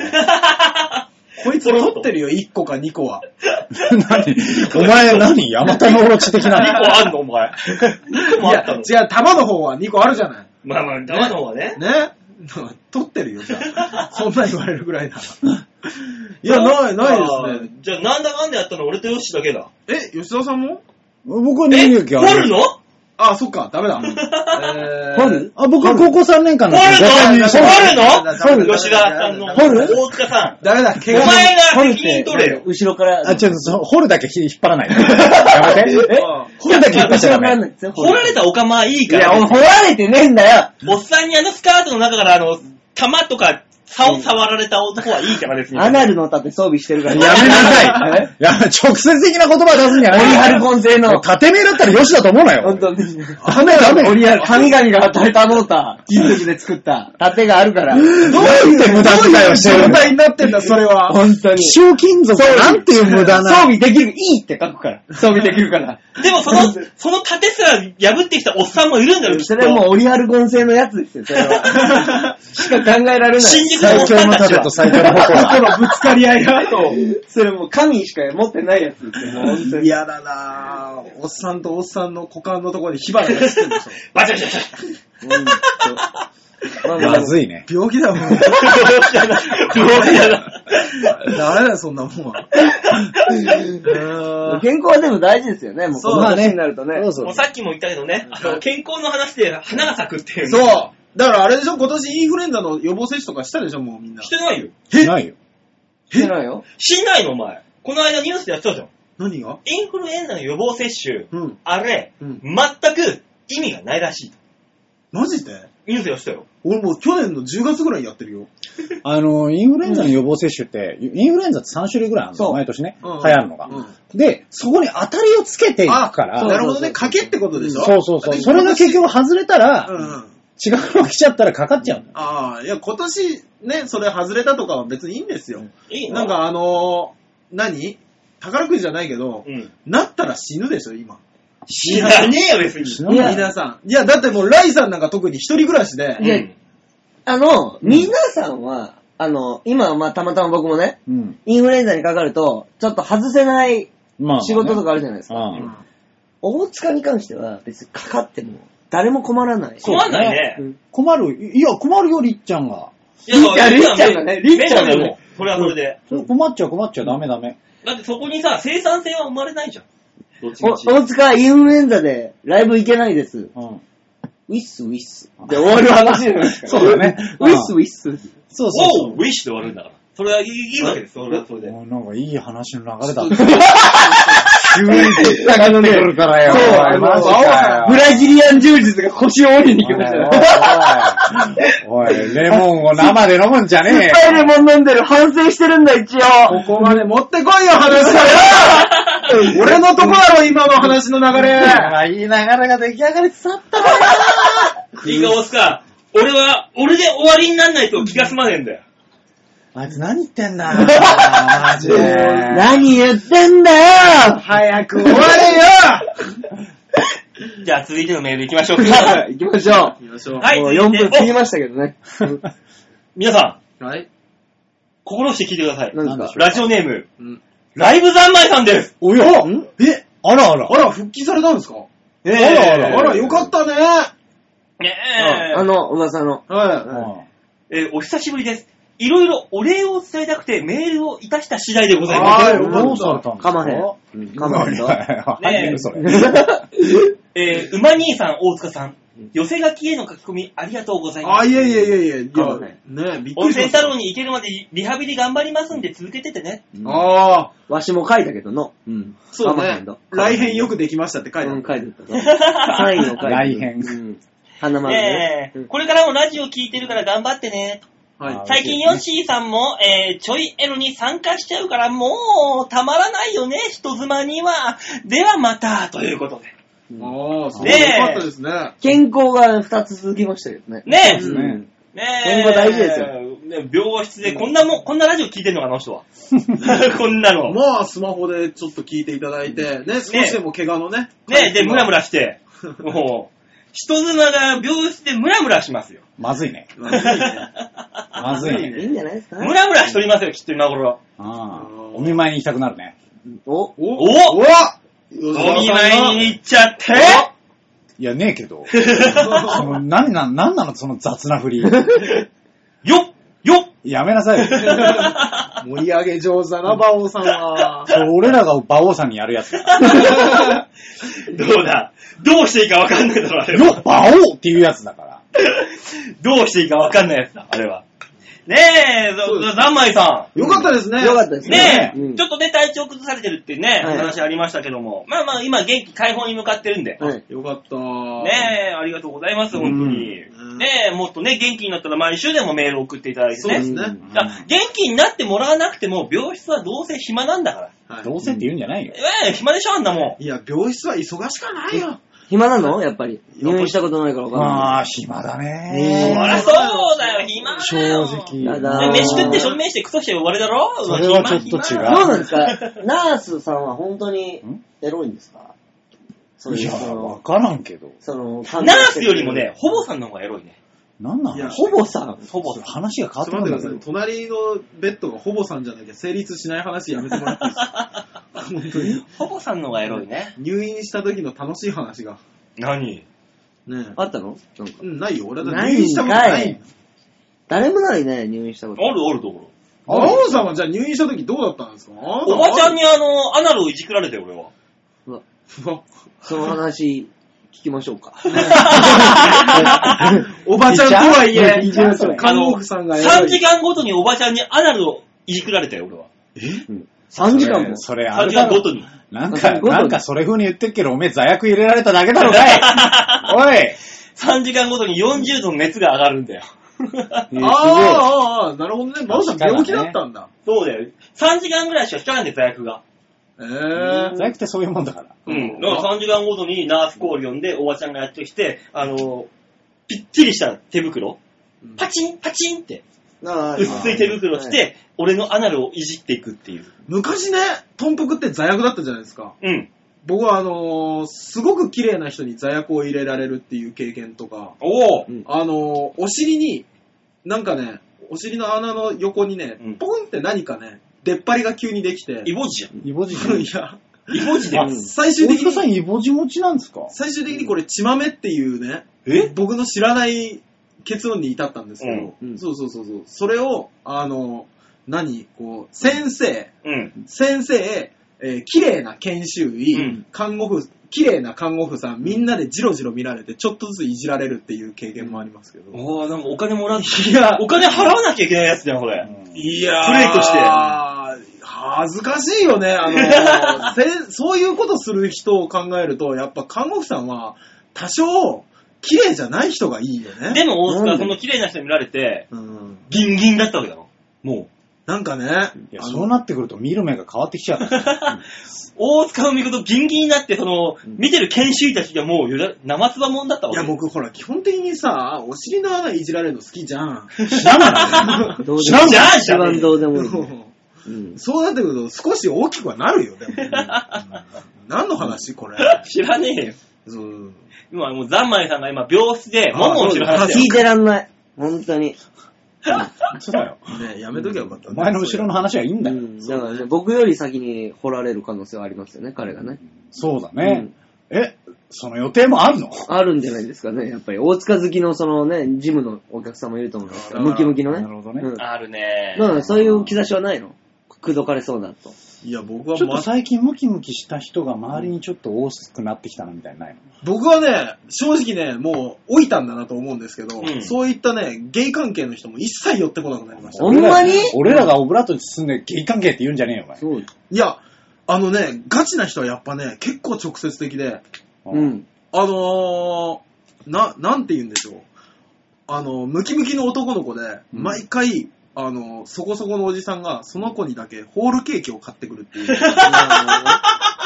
こいつ取ってるよ、1個か2個は。 何お前何山田のオロチ的 ?2 な。個あんのお前。2個いもあやった、の違う、玉の方は2個あるじゃない。まあまあ、ダマの方はね。ね 取ってるよ、じゃあ。そんな言われるぐらいなら。いや、ない、ないですね。ね。じゃあ、なんだかんだやったの俺とヨッシーだけだ。え、吉田さんも僕はえ、人掘力あるのあ、そっか、ダ メだ。えー掘るあ、僕は高校3年間掘るのの時掘るにの掘る吉田さんの。掘る大塚さん。ダメだ、お怪我前掘がるっ責任て取れよ、。後ろから。あ、ちょっとその、掘るだけひ引っ張らないで。やめて。え掘るだけ引っ張っちゃダ後ろからメ。なんですよ。掘られたおかまはいいいかや、ら。掘られてねえんだよおっさんにあのスカートの中からあの、玉とか、竿触られた男はいいから別に。アナルの盾装備してるかやら。めなさい。やめ、直接的な言葉出すんじゃオなリい。ハルコン製の。縦目だったらよしだと思うなよ本。当に。ダメダメ。オリハル、神々が与えたものた。金時で作った盾があるから。どうやって無駄遣いをしてる状の態になってんだ、それは。本当に。中金属なんていう無駄装な。備できる、いいって書くから。装備できるから。でもその、その盾すら破ってきたおっさんもいるんだよ、きっと。それはもうオリハルゴン製のやつですよ、それ は。しか考えられない。新宿のお最っさ強んのたち盾はと。最強の矛 こが。のぶつかり合いが、と。 それもう神しか持ってないやつですよ、もう本当に。嫌だなぁ。おっさんとおっさんの股間のところに火花がつくん でしょ。バチャバチャバチャ。うんまあまあまずいね。病気だもん。ダメだよ、そんなもん は。うーん健康はでも大事ですよね、もう。そうまあね。になるとね。そうそもうう。さっきも言ったけどね、あの、健康の話で花が咲くっていう。そう。だからあれでしょ、今年インフルエンザの予防接種とかしたでしょ、もうみんなし。てないよ。ないよ。してないよ。しないの、お前。この間ニュースでやってたじゃん。何がインフルエンザの予防接種、うん。あれ、うん全く意味がないらしい。マジでニュースでやってたよ。俺もう去年の10月ぐらいにやってるよ。あの、インフルエンザの予防接種って、インフルエンザって3種類ぐらいあるそのう毎年ね。流うん行るのがう。んで、そこに当たりをつけていくあ、から。なるほどね。賭けってことでしょそうそうそう。でそれが結局外れたうら、んうん。違うのが来ちゃったらかかっちゃうんだよ。ああ、いや、今年ね、それ外れたとかは別にいいんですよ。いいのなん、かあのー、何宝くじじゃないけどう、ん。なったら死ぬでしょ、今。知らねえよ、別に。死いぬや皆さん。いや、だってもう、ライさんなんか特に一人暮らしで、いやうんあの、皆さんは、あの、今はまあたまたま僕もね、うん。インフルエンザにかかると、ちょっと外せないまあまあね。仕事とかあるじゃないですか。ううんん。大塚に関しては別にかかっても誰も困らない。困んないね。うん困る。いや、困るよ、りっちゃんが。いや、だからりっちゃんがねりっりっちちゃゃんんだがねよ、もう。それはそれで。それ困っちゃ困っちゃダメダメ。だってそこにさ、生産性は生まれないじゃん。どっちおみち。大塚はインフルエンザでライブ行けないです。うん。ウィッスウィッス。で終わる話じゃないですか。そうだねウィッスウィッス。そうそうおそうウ。ィッシュで終わるんだから。それはいいいいわけです、それはそれ で。もうなんかいい話の流れだちょっったと。急に引っかかってくるからよ。そうおいあのマジかよブラジリアン柔術が腰を折りに行きましたね。おいおいおいおい、レモンを生で飲むんじゃ酸っねぱいえレよ。モン飲んでる。反省してるんだ、一応。ここまで持ってこいよ、話だよ俺のとこだろ、今の話の流れ。あいい流れが出来上がりつつあったな。いいか、オスカ。俺は、俺で終わりになんないと気が済まねえんだよ。あいつ何言ってんだよ。マジで。何言ってんだよ早く 終われじゃあ、続いてのメール行きま しょうか。行きましょ。よよいしょはいうもう4分過ぎおましたけどね。皆さん、はい。心して聞いてください。何なんででしょす かラジオネーム、うんライブ三昧さんです。おやえあらあらあ。ら、復帰されたんですかえあーらあら、あら、よかったね。ねえ。あの、噂の。はえーお久しぶりです。いろいろお礼を伝えたくてメールをいたした次第でございまあす。ーよかったどうされたんですかかまへんかまへんぞいやいやいや入るそれ。えー、馬兄さん、大塚さん、寄せ書きへの書き込みありがとうございい。ます。あ、いえいえいえいえ、いや、そうねねびっく温泉りしまし太た。郎に行けるまでリハビリ頑張りますんで続けててね。ああ、わしも書いたけどの。うん。そうかまへねんぞ。来編よくできましたって書いてあうるん、。書いてたぞ。サイ ンを書いて。来編うん。花丸ねねえ。これからもラジオ聞いてるから頑張ってね。はい。あ最近ヨッシーさんも、えー、ちょいエロに参加しちゃうからもうたまらないよね、人妻には。ではまた、ということで。ああ、そう、ねえよかったですね。健康が2つ続きましたけどね。ねえそうですねねえ。健康大事ですよねね、病室で、こんなもん、こんなラジオ聞いてんのかな、あの人は。こんなの。まあ、スマホでちょっと聞いていただいて、ね、少しでも怪我のね。ね、で、ムラムラ。ラして。もう、人妻が病室でムラムラしますよ。まずいね。まずいねまずいいいね。んじゃないですかムラムラしとりますよ、きっと今頃。ああお見舞いに行きたくなるね。お おおおおお見舞いに行っちゃっていや、ねえけ ど。その、何な、何なのその雑な振り。よっよっ やめなさいよ。 盛り上げ上手だな、馬王さんは。それ俺らが馬王さんにやるやつ だ。どうだどうしていいかわかんないだろ、あれよは。っ、馬王っていうやつだから。どうしていいかわかんないやつだ、あれは。ねえ、そうですざんまいさん。よかったですね。よかったですねね。え、うんちょっとね、体調崩されてるってね、はい話ありましたけども。まあまあ、今元気解放に向かってるんで。はい。よかった。ねねえ、ありがとうございます、本当に。うんねえ、もっとね、元気になったら毎週でもメール送っていただいてそうですね。ね。んだ元気になってもらわなくても、病室はどうせ暇なんだから。はいどうせって言うんじゃないよ。ええ、暇でしょ、あんなもん。いや、病室は忙しかないよ。暇なのやっぱり。入院したことないから分かんまなあ、暇だえねえ。そりゃそうだよ、暇正だよ。直。やだでー飯食って正面してクソして終わりだろそれはちょっと違暇うい。暇どうなんですかナースさんは本当にんエロいんですかそういいう、や、そわの、からんけど。その、ナースよりもね、ほぼさんの方がエロいね。なんないのやほぼさ、ほぼさそんれ。話がちょっと変わっ待てっくてくるださい。んだ隣のベッドがほぼさんじゃなきゃ成立しない話やめてもらっていい ですか本当に。ほぼさんの方がエロいね。入院した時の楽しい話が。何ねえあったのなんか。うん、ないよ。俺はだってないんか入い院したことない。誰もないね、入院したこあと。るあるところ。あ王さんはじゃあ入院した時どうだったんですかおばちゃんに。にあの、アナルをいじくられて俺は。うわその話、聞きましょうか。 おばちゃんとはいえいいじゃんそれ、看護婦さんが偉い3時間ごとにおばちゃんにアナルをいじくられたよ、俺は。 3時間も。それ、それあ3れ時だ間ろごとに。なんか、三時間ごとになんかそれ風に言ってっけど、おめえ座薬入れられただけだ ろかい3時間ごとに40度の熱が上がるんだよ。おいああああああ、なるほどね。馬王さん病気だったんだ。そうだよ。3時間ぐらいしか効かないんだよ、座薬が。ええ座薬ってそういうもんだから。うん。だから3時間ごとにナースコール呼んで、おばちゃんがやってきて、あの、ぴっちりした手袋。うんパチン、パチンって。あー薄い手袋して、俺のアナルをいじっていくっていう。昔ね、トンプクって座薬だったじゃないですか。うん。僕はあのーすごく綺麗な人に座薬を入れられるっていう経験とか、おおうんあのーお尻に、なんかね、お尻の穴の横にねうん、ポンって何かね、出っ張りが急にできて、イボジじゃん。イボジいや、イボジだあよ。最終大的塚さんに、イボジ持ちなんですか最終的にこれ、血豆っていうね、え僕の知らない結論に至ったんですけど、うんうんそうそうそうそう、それを、あのー何、こう、先生、うん。先生、えー綺麗な研修医、うん看護婦、綺麗な看護婦さん、みんなでジロジロ見られて、ちょっとずついじられるっていう経験もありますけど。おおなんかお金もらって。いやお金払わなきゃいけないやつじゃん、これ。うんいやープレイとして恥ずかしいよね。あのせそういうことする人を考えると、やっぱ看護婦さんは、多少、綺麗じゃない人がいいよね。でも大塚なはんでその綺麗な人に見られて、うん、ギンギンだったわけだろ。もなんかね、いや、あのそうなってくると見る目が変わってきちゃう。う。大塚を見るとギンギンになって、その、見てる研修医たちがもうよだ、生唾もんだったわいけ。や、僕ほら、基本的にさ、お尻の穴いじられるの好きじゃん。知らないのどう知でらんもじゃん一番どうでもい い。うんそうなってくると少し大きくはなるよ、 でも。うん何の話これ。 知らねえよ。そう今、もう、ざんまいさんが今、病室で、ももを知る話だ聞よい。てらんない。本当に。そうだよ。ねやめときゃよかった、お前の後ろの話はいいんうだよ。んだからね、僕より先に掘られの可能性はありますよね、彼がね。そうだね。え、その予定もあるのあるんじゃないですかね、やっぱり。大塚好きの、そのね、ジムのお客さんもいると思いますから、あームキムキのね。なるほどねうんあるねなんかそういう兆しはないの口説かれそうだと。いや、僕はちょっまと最近ムキムキした人が周りにちょっと多くなってきたなみたいなのないの僕はね、正直ね、もう老いたんだなと思うんですけど、うんそういったね、ゲイ関係の人も一切寄ってこなくなりました。ほんまに俺らがオブラートに包んでゲイ関係って言うんじゃねえよ、おそう。いや、あのね、ガチな人はやっぱね、結構直接的で、前。う。ん。あのー、な、なんて言うんでしょう。あの、ムキムキの男の子で、うん毎回、あの、そこそこのおじさんが、その子にだけホールケーキを買ってくるっていう。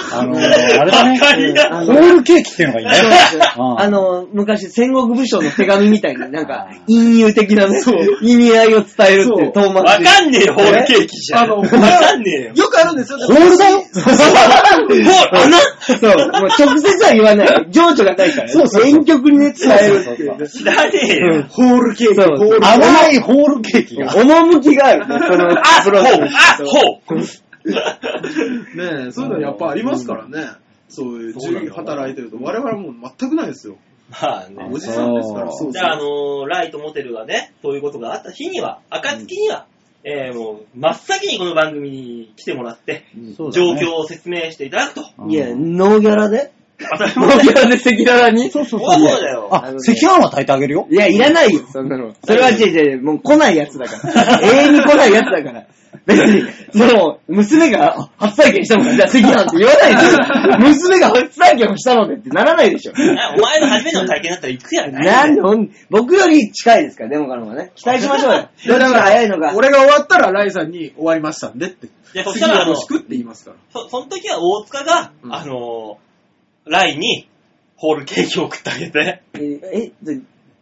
あのー、あれだね。かりやあホのールケーキっていうのがいいね。 そうですうんあの、昔、戦国武将の手紙みたいになんか、陰誘的なね、意味合いを伝えるっていう、そ遠わ回し。かんねえよ、ホールケーキじゃん。あのわかんねえよ。 よくあるんですよ。ホールだよホール、あの、そう、もう直接は言わない。情緒がないからね。そうそうそう遠曲にね、伝えるっていうね。知らねえよ。ホールケーキ、ホそうールケー甘いホールケーキが。趣があるね、そのあ、ほプう、ロセスあ、ほう。キ。ねえ、そういうのやっぱありますからね。そういう、そうだよ従業員働いてると。我々はもう全くないですよ。まあねお。じさんですから。そそううじそゃあ、あう。のーライトモテルがね、そういうことがあった日には、暁には、えー、もう、真っ先にこの番組に来てもらって、そうだ状ね況を説明していただくと。うんいや、ノーギャラで当たりノーギ前ャラで赤裸々にそうそうそうだよあ、赤飯は炊いてあげるよ。いや、いらないよ、そんなの。それは違う違う、もう来ないやつだから。永遠に来ないやつだから。別に、その、娘があ初体験したので、じゃあ席なんて言わないでしょ。娘が初体験をしたのでってならないで しょ。あお前の初めての体験だったら行くやないなんでほん、僕より近いですから、デモカの方がね。期待しましょう よ。どっちが早いのか。俺が終わったら、ライさんに終わりましたんでって。いやそし次たらよろしくって言いますから。そその時は大塚が、うんあのー、ライに、ホールケーキを送ってあげて。え、え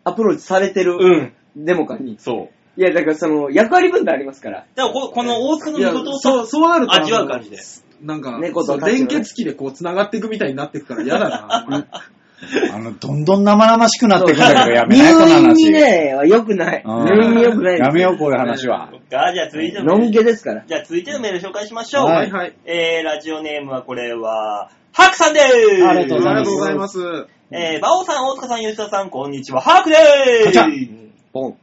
アプローチされてる、うん。デモカに。そう。いや、だからその、役割分担ありますから。でもこ、この大塚のいや見事をそう、さ、そうなると。味わう感じで。なんか、猫とそうタチのね連結器でこう繋がっていくみたいになっていくから嫌だな。 俺あの、どんどん生々しくなっていくんだけど、やめ入ない、この院話。にね、は良くない。うん入院良くないです。やめよう、こういう話はそ。っか、じゃあ続いてののメんーけル。ですから。じゃあ続いてのメール紹介しましょう。ははいいはい。えー、ラジオネームはこれは、ハークさんでーす。ありがとあうございますりがとうございます。えー、馬王さん、大塚さん、吉田さん、こんにちは。ハークでーこす。ポン。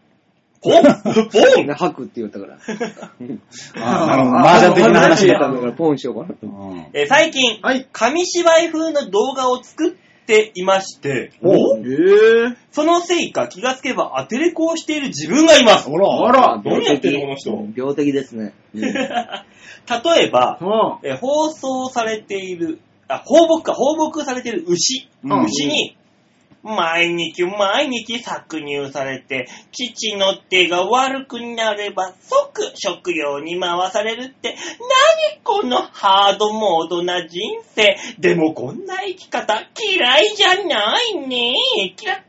ポンポン吐くって言ったから。あなるほど。麻雀的な話だでっ。たんだから、ポンしようかなとう思って。んえー最近、はい。紙芝居風の動画を作っていまして、おえぇ、そのせいか気がつけばアテレコをしている自分がいます。 ほら、あらどうやってるこの人病的ですね。例えば、はえー放送されている、あ、放牧か、放牧されている牛。うん牛に、毎日毎日搾乳されて、父の手が悪くなれば即食用に回されるって、何このハードモードな人生。でもこんな生き方嫌いじゃないね。嫌い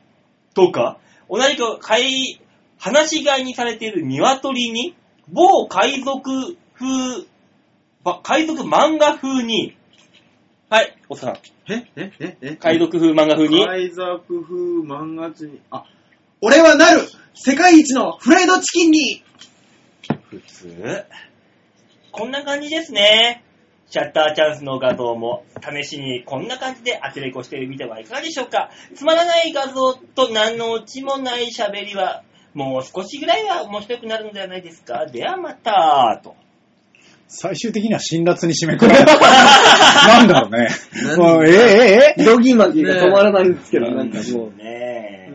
とか、同じく飼い、話し飼いにされている鶏に、某海賊風、ば海賊漫画風に、はい、おさん。ぁ。ええええ海賊風漫画風に、海賊風漫画地に、あ、俺はなる世界一のフライドチキンに普通。こんな感じですね。シャッターチャンスの画像も試しにこんな感じでアテレコしてみてはいかがでしょうか。つまらない画像と何のうちもない喋りは、もう少しぐらいは面白くなるのではないですか。ではまた、と。最終的には辛辣に締めくくられた。なんだろうね。もうええええええドギマギが止まらないんですけど、なんかもう、ね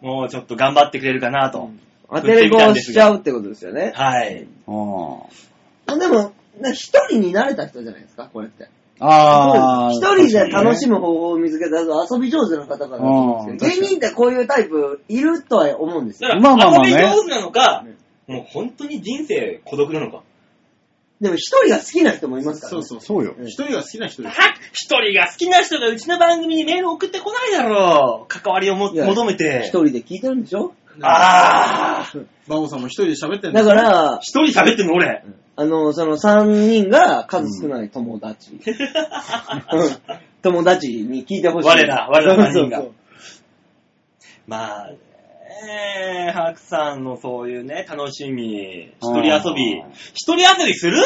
え。もうちょっと頑張ってくれるかなと。当てれこをしちゃうってことですよね。はい。うんあでも、な一人に慣れた人じゃないですか、これって。ああ。一人で楽しむ方法を見つけたと遊び上手な方かなと思うんですけうど、ん芸人ってこういうタイプいるとは思うんですだかよ。ら、まあまあまあね遊び上手なのか、もう本当に人生孤独なのか。でも一人が好きな人もいますから、そね。うそうそう。そうよ。一人が好きな人たでだす。一人が好きな人がうちの番組にメール送ってこないだろう。関わりをもいや求めて。一人で聞いてるんでしょああバオさんも一人で喋ってんだだ。から、一人喋ってんの俺。あの、その3人が数少ない友達。うん友達に聞いてほしい。我ら我ら三人がそうそうまあ、えー、ハクさんのそういうね、楽しみ、一人遊びあー。一人遊びする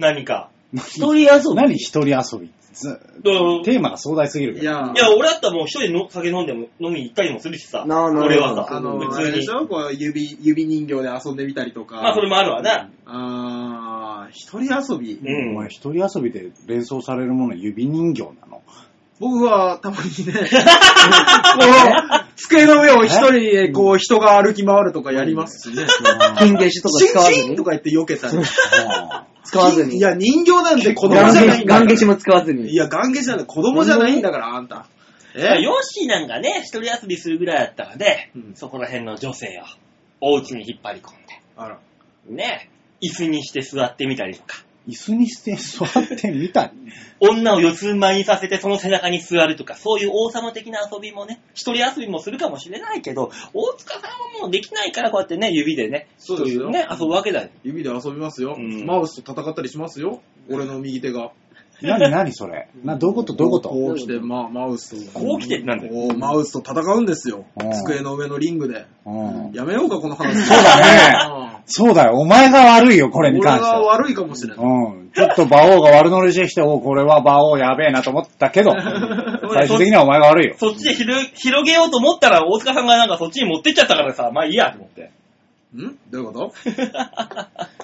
何か。そう一人遊び。何一人遊びずどうテーマが壮大すぎるけいど。やいや、俺だったらもう一人の酒飲んでも飲みに行ったりもするしさ。なあなあなあ俺はさ、あの、普あ通れでにし。ょこう指、指人形で遊んでみたりとまあ、かそ。れもあるわな。あー、一人遊びう。お前ん。一人遊びで連想されるもの指人形なの。僕はたまにね、こう、机の上を一人でこう人が歩き回るとかやりますしね。金消しとかチ使わずンチンにと。か言って避けたり。使わずに。いや、人形なんて子供じガンゃなゲいシんだガからンゲ。シも使わずに。いや、ガンゲシなんて子供じゃないんだから、あんた。まあえヨッシーなんかね、一人遊びするぐらいだったらね、うんそこら辺の女性をお家に引っ張り込んで。あら。ね、椅子にして座ってみたりとか。椅子にして座ってみたい。女を四つん這いにさせてその背中に座るとか、そういう王様的な遊びもね、一人遊びもするかもしれないけど、大塚さんはもうできないからこうやってね、指でね、そうですよね、遊ぶわけだよ。指で遊びますよ、うんマウスと戦ったりしますよ。俺の右手が。なになにそれ。な、どういうことどういうことこう来て、まあ、マウスと。こう来てってなんだよ。こうマウスと戦うんですようん。机の上のリングで。うんやめようか、この話。そうだね。そうだよ。お前が悪いよ、これに俺関してがは。悪いかもしれない。うん。ちょっと馬王が悪乗りしてきて、おうこれは馬王やべえなと思ったけど、最終的にはお前が悪いよ。そっちで広広げようと思ったら、大塚さんがなんかそっちに持ってっちゃったからさ、まあいいやと思って。んどういうこと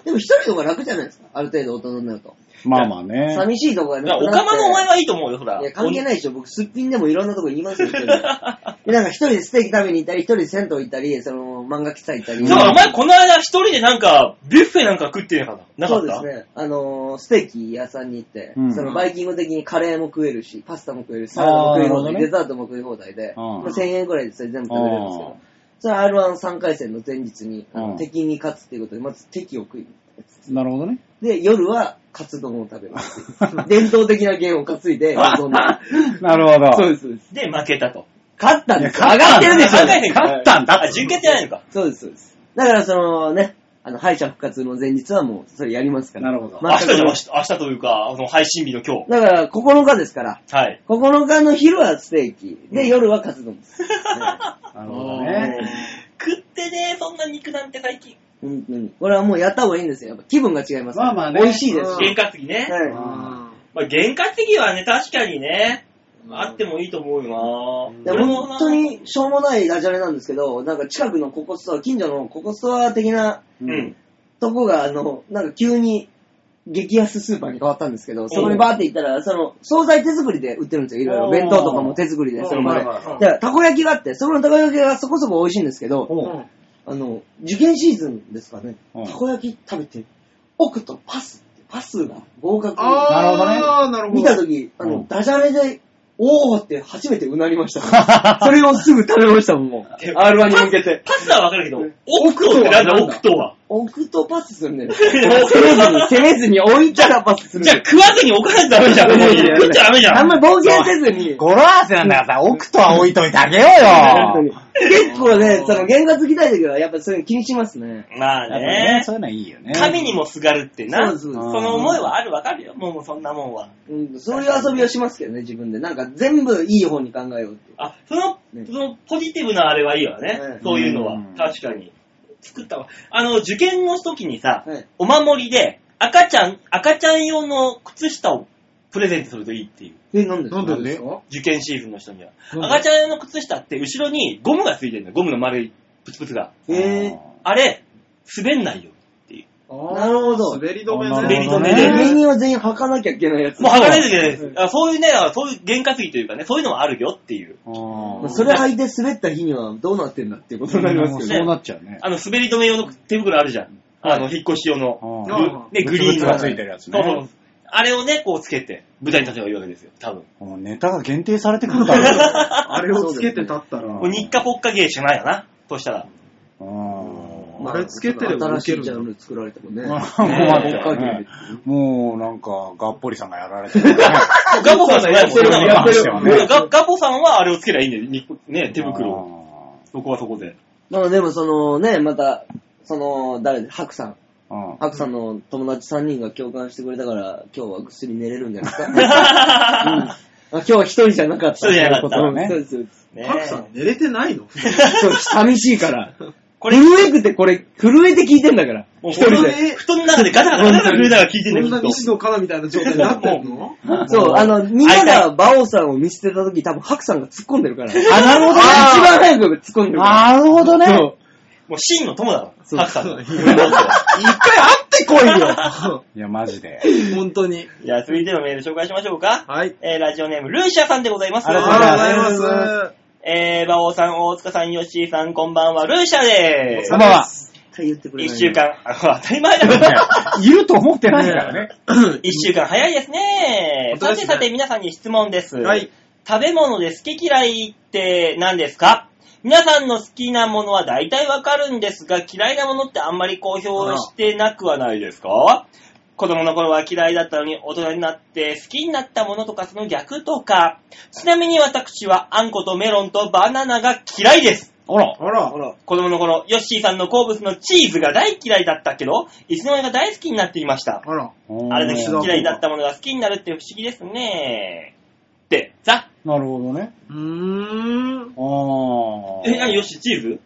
でも一人の方が楽じゃないですか。ある程度大人になると。まあまあね。寂しいとこがだね。から、おかまのお前はいいと思うよ、ほら。いや、関係ないでしょ。僕、すっぴんでもいろんなとこ行きますよ、一 人でなんか一人でステーキ食べに行ったり、一人で銭湯行ったり、その、漫画喫茶行ったり。だからお前この間一人でなんか、ビュッフェなんか食ってんのかななかそうっでたすね。あのー、ステーキ屋さんに行って、うんそのバイキング的にカレーも食えるし、パスタも食えるし、サラダも食あーなえるるほどし、ねデザートも食い放題で、うんまあ、1000円くらいでそれ全部食べれるんですけうんど、それ R13 回戦の前日に、あのうん敵に勝つっていうことで、まず敵を食いに行ったやつなるほどね。で、夜はカツ丼を食べる。 伝統的な弦を担 いで、挑んだなるほど。そうです、そうです。で、負けたと。勝ったんですいや上がってるでしょ勝たへんから勝ったんだあ、準決じゃないのか。そうです、そうです。だからそのね、あの、敗者復活の前日はもう、それやりますから。なるほど明日じゃ全く明日、明日というか、あの、配信日の今日。だから、9日ですから。はい。 9日の昼はステーキ。で、夜はカツ丼です。なるほどね。食ってねそんな肉なんて最近。本当に。これはもうやった方がいいんですよ。やっぱ気分が違いますから。まあまあね美味しいですし。原価ぎね。はいあまあ、原価ぎはね、確かにね、うんあってもいいと思うよでなも本当。にしょうもないダジャレなんですけど、なんか近くのココストア、近所のココストア的なうん。うん。とこが、あの、なんか急に激安スーパーに変わったんですけど、そこにバーって行ったら、その、惣菜手作りで売ってるんですよ。いろいろ。弁当とかも手作りで、その場で。うんで、たこ焼きがあって、そこのたこ焼きがそこそこ美味しいんですけど、おうあの、受験シーズンですかね、うんたこ焼き食べて、奥とパスって、パスが合格。あー、なるほどね。見たとき、あの、うんダジャレで、おーって初めてうなりました。それをすぐ食べましたもん、もう。R1 に向けて。パスはわかるけど、オクトってなんだ、オクトは。奥とパスするんだよ。攻めずに、攻めずに置いたらパスするんじゃだあよ。食わずに置かないとダメじゃん。いやいやいや食っちゃダメじゃん。あんまり冒険せずに。語呂合わせなんだからさ、奥とは置いといてあげよ本当うによ。結構ね、その、原画きたいときは、やっぱそういうの気にしますね。まあやっぱねねそ。ういうのいいよね。神にもすがるってな。そうそうそうの思いはある、わかるよ。もうそんなもんは。うんそういう遊びをしますけどね、自分で。なんか全部いい方に考えようって。あ、その、ねそのポジティブなあれはいいわね。はいそういうのはうん。確かに。作ったわ。あの、受験の時にさ、はいお守りで、赤ちゃん、赤ちゃん用の靴下をプレゼントするといいっていう。え、なんでなんでですか受験シーズンの人には。なんで赤ちゃん用の靴下って後ろにゴムがついてるんだよ。ゴムの丸いプツプツが。えー、あれ、滑んないよ。あーなるほど滑り止めね。あ滑り止なめるほどで。ね芸人は全員履かなきゃいけないやつ。もうま剥がれるじゃないですか。あそういうね、あそういう験担ぎというかね、そういうのもあるよっていう。あああ。それ履いて滑った日にはどうなってんだっていうことになりますけど。ねそうなっちゃうね。あの、滑り止め用の手袋あるじゃん。あの、引っ越し用の。ああーね、グリーンがついてるやつそうそうね。あれをね、こうつけて、舞台に立てばいいわけですよ、多分。もうネタが限定されてくるから。あれをつけて立ったら、うんもう日課ポッカ芸じゃないよな。そうしたら。うんあれつけてれば新受しけいるジャンのル作られたもんね。もう待って追っかけねる。もうなんか、がっぽりさんがやられてるね。ガポさんじゃないもんねやってるよねうんガガポさんはあれをつけりゃいいんだよ、日ね、手袋を。あそこはそ こで。まあでもそのね、また、その、誰で、ハクさん。ーうんハクさんの友達3人が共感してくれたから、今日はぐっすり寝れるんじゃないですか。 うんあ今日は一人じゃなかった。一人じゃなかったそういうことそうですねパクさん寝れてないのそうです寂しいから。 これ、震えてて、これ、震えて聞いてんだから。もう一人で布団の中でガタガタガタガタ震えながら聞いてんだよ、そんきなっと西野カナみたいな状態になってんのそう、あの、みんな会いたが馬王さんを見捨てた時、多分ハクさんが突っ込んでるから。あ、あ、なるほどね。一番早く突っ込んでるから。なるほどね。そうもう真の友だから、ハクさんの。 一回会ってこいいや、マジで。よ本当に。じゃあ、続いてのメール紹介しましょうか。はい。えー、ラジオネーム、ルーシャさんでございます。ありがとうございますありがとうございます。えー、馬王さん、大塚さん、ヨッシーさん、こんばんは、ルーシャでーすこん。ばんは。一回言ってくれ一ない。週。間、あ当たり前だ ろ。いると思ってないからね。一週間早いですね。本当さですてねさて皆さんに質問です。はい。食べ物で好き嫌いって何ですか皆さんの好きなものは大体わかるんですが、嫌いなものってあんまり公表してなくはないですか子供の頃は嫌いだったのに大人になって好きになったものとかその逆とか。ちなみに私はあんことメロンとバナナが嫌いです。あら。あらほ、ら。子供の頃、ヨッシーさんの好物のチーズが大嫌いだったけど、いつの間にか大好きになっていました。あら。あれだけうん嫌いだったものが好きになるって不思議ですね。って、さ。なるほどね。うーん。え、ああ。何ヨッシーチーズ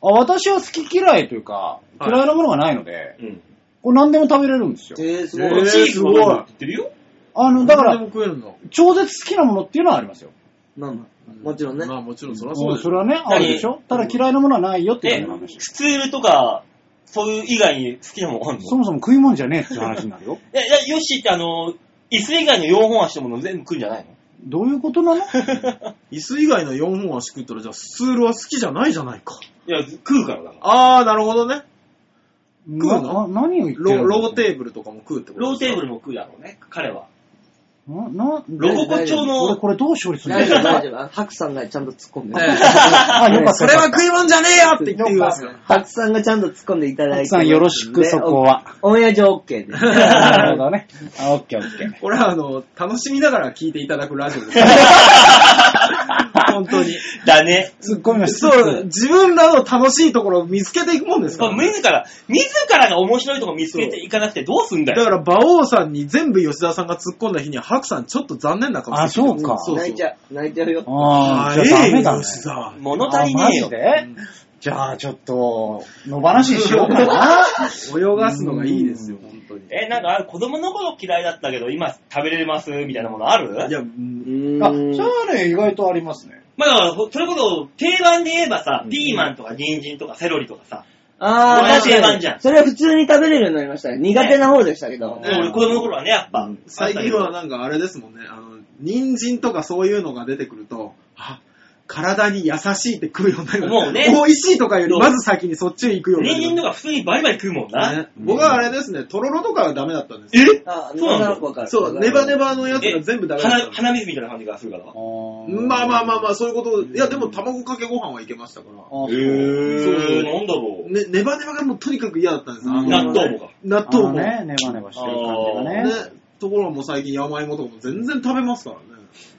あ私は好き嫌いというか、はい嫌いなものがないので、うん。これ何でも食べれるんですよ。えー、すえごい。ーチーズのすごいって言ってるよ。あの、だか何でら、も食えるんだ。超絶好きなものっていうのはありますよ。なんだ。もちろんね。まあもちろんそりゃそうですそれはね、あるでしょただ嫌いなものはないよっていえ、うス話。ツールとか、そういう以外に好きなもんあんのそもそも食い物じゃねえっていう話になるよ。え、じゃあヨッシーってあの、椅子以外の4本足のもの全部食うんじゃないのどういうことなの椅子以外の4本足食ったら、じゃあスツールは好きじゃないじゃないか。いや、食うからだから。あー、なるほどね。食うの何を言ってるロのローテーブルとかも食うってことローテーブル。ルも食うだろうね、彼は。な、な、ロボコ調俺の、これどう処理するん大丈夫、だ大丈夫。ハクさんがちゃんと突っ込んで。 あ、よかった。それは食い物じゃねえよって言ってください。ハクさんがちゃんと突っ込んでいただいて。たくさんよろしく、そこ。は。オンエア上 OK で。 なるほどね。あ、オッケーオッケー。これはあの、楽しみながら聞いていただくラジオです。本当に。 だね。ツッコミました。そう、自分らの楽しいところを見つけていくもんですから、自ら、自らが面白いとこ見つけていかなくてどうすんだだよ。から、馬王さんに全部吉田さんが突っ込んだ日には、白さんちょっと残念な顔してあそうかそう泣いちゃう。泣いちゃうよ。ああ、じゃあダメだね。吉沢物足りねえよ。あマジでじゃあちょっと、野放しにしようか な。泳がすのがいいですよ、本当に。え、なんか、子供の頃嫌いだったけど、今食べれますみたいなものあるいや、うんあ、ーんそれはね、意外とありますね。まあだから、それこそ、定番で言えばさ、ピーマンとか人参とかセロリとかさ、あ同ー、じ確定か番にじゃんそれは普通に食べれるようになりましたね。苦手な方でしたけど。俺子供の頃はね、やっぱ、最近はなんかあれですもんね、あの、人参とかそういうのが出てくると、あ、体に優しいって食うようになる。もうね美味しいとかより、まず先にそっちへ行くようにな人る。参とか普通にバリバリ食うもんな。ね僕はあれですね、とろろとかはダメだったんですよ。えあー、そうな女のの子わかる。そう、ネバネバのやつえが全部ダメだっ鼻たんです鼻水みたいな感じがするから。まあまあまあまあ。あ、そういうこと。いや、でも卵かけご飯はいけましたから。あそうそうそうなんだろう。ね、ネバネバがもうとにかく嫌だったんです。あの納豆もか。納あの豆も。ねね、ネバネバしてる感じがね。ところも最近山芋とかも全然食べますからね。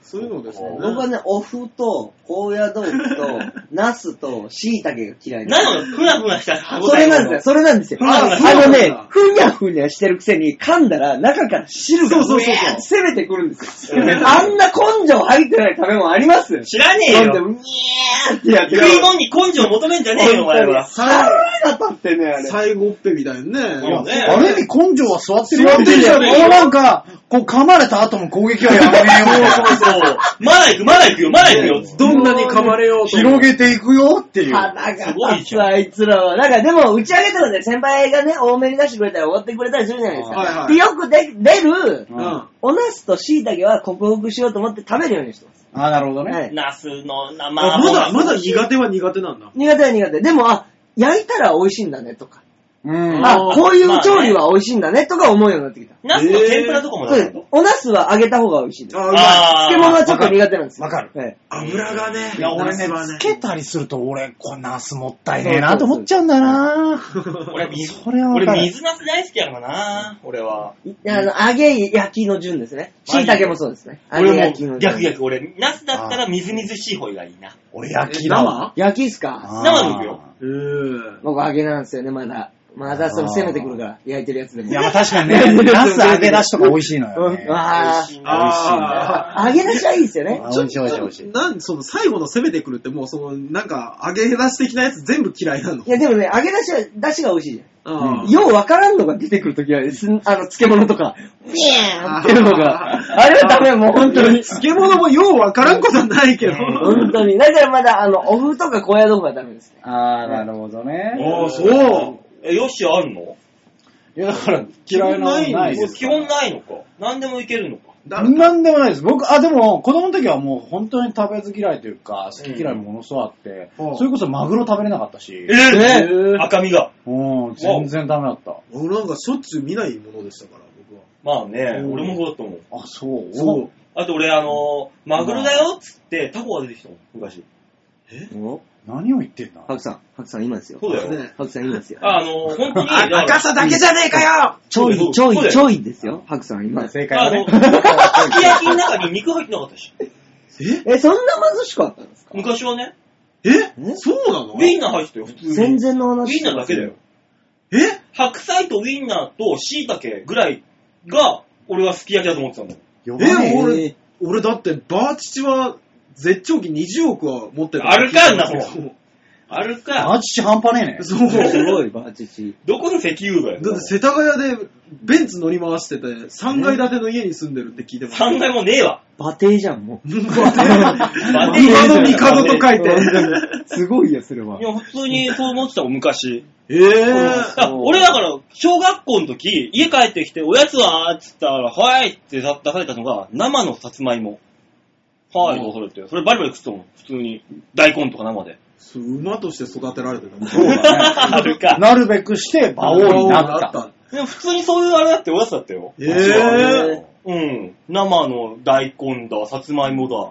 そういうのですね。僕はね、お麩と、高野豆腐と、ナスと、椎茸が嫌いです。なのふなふなした歯応そえれがなんですよ、それなんですよ。ああそうなのんだね、ふにゃふにゃしてるくせに噛んだら中から汁がそうそうそうそううわーって攻めてくるんですよう。んあんな根性入ってない食べ物あります知らねえなんで、よ。うにゃーってやって食い物に根性求めんじゃねえよ、お前は。さらが立ってね、あれ。最後っぺみたいにね。いやねある意味根性は座ってる座ってるじじゃゃん。んこうなんか、こう噛まれた後も攻撃はやめねえよ。そう。まだ行く、まだ行くよ、まだ行くよ。どんなに噛まれようとも。広げていくよっていう。腹すごがい立じつゃんあいつらは。なんかでも、打ち上げとかで先輩がね、多めに出してくれたり、おごってくれたりするじゃないですはいはか。いで、よくで出る、うん。あおナスと椎茸は克服しようと思って食べるようにしてます。あ、なるほどはね。いナスの生まだ、まだ苦手は苦手なんだ。苦手は苦手。でも、あ、焼いたら美味しいんだねとか。うん。あ、うんこういう調理は美味しいんだねとか思うようになってきた。ナスの天ぷらとかもそうだです。おナスは揚げた方が美味しいです。あうまいあ漬物はちょっと苦手なんですよ。わかるはい油がね。いや、俺ね、 ナスはつけたりすると俺、これナスもったいねえなと思っちゃうんだよな 俺水、それはわかる俺水ナス大好きやからな、俺は。いあの、揚げ焼きの順ですね。椎茸もそうですね。揚俺げも焼きの順。逆逆、俺、ナスだったらみずみずしい方がいいな。俺焼きだわ。焼きっすかあー生でいくよ。うーん。僕揚げなんですよね、まだ。まだその攻めてくるから、焼いてるやつでも。いや、まあ確かにね、ナス揚げ出しとか美味しいのよね。うんあーあ揚げ出しはいいですよね。あ美味しい美味しい美味しい。なん、その最後の攻めてくるってもうその、なんか、揚げ出し的なやつ全部嫌いなのい。や、でもね、揚げ出しは、出汁が美味しいじあーゃん。ようわからんのが出てくるときは、すあの、漬物とか、にゃーんっていうのが、あれはダメ、もう本当に。漬物もようわからんことはないけど。本当に。だからまだ、あの、お風とか高野豆腐はダメですね。ああ、なるほどね。ああ、そう。え、よしあるのいや、だから嫌いなもんないです。基本ないのか。何でもいけるのか。だなんでもないです。僕、あ、でも、子供の時はもう本当に食べず嫌いというか、好き嫌いものすごいあって、うんそれこそマグロ食べれなかったし、ええー赤身が。うん、全然ダメだった。僕なんかしょっちゅう見ないものでしたから、僕は。まあね、うん俺もそうだったもん。あ、そうそう。あと俺、あのーマグロだよっつってタコが出てきたもん、昔。お何を言ってんだハクさん、ハクさん今ですよ。そうだよねハクさん今ですよ。あの、本当に、だから赤さだけじゃねえかよちょそうい、ちだよそょうだい、よちょいですよ。ハクさん今。正解あはの、すね。き焼きの中に肉入ってなかったでしょ。え、そんな貧しかったんですか昔はね、えそうなのウィンナー入ってたよ、普通に。戦前のウ話。ィンナーだけだよ。。え白菜とウィンナーと椎茸ぐらいが、俺はすき焼きだと思ってたんだよ。呼ばねええ、よ俺、俺だって、バーチチは、絶頂期20億は持ってた。あるかんなそうそあれマか、ジし半端ねえね。そう。すだごい、バーチチ。どこの石油だよ。って、世田谷で、ベンツ乗り回してて、3階建ての家に住んでるって聞いてます。 3階もねえわ。馬蹄じゃん、も馬蹄。今の帝と書いて。う。すごいよ、それはいや、普通にそう思ってたもん、昔。えー。あ俺だから、小学校の時、家帰ってきて、おやつはっつったら、はいって出されたのが、生のさつまいも。はい、どうそれって。それバリバリ食ってたもん、普通に。大根とか生で。そう馬として育てられてたもん。そうだね。 あるか。なるべくして馬王になった。馬王になでも普通にそういうあれだっておやつだったよ。えー。うん。生の大根だ、さつまいもだ。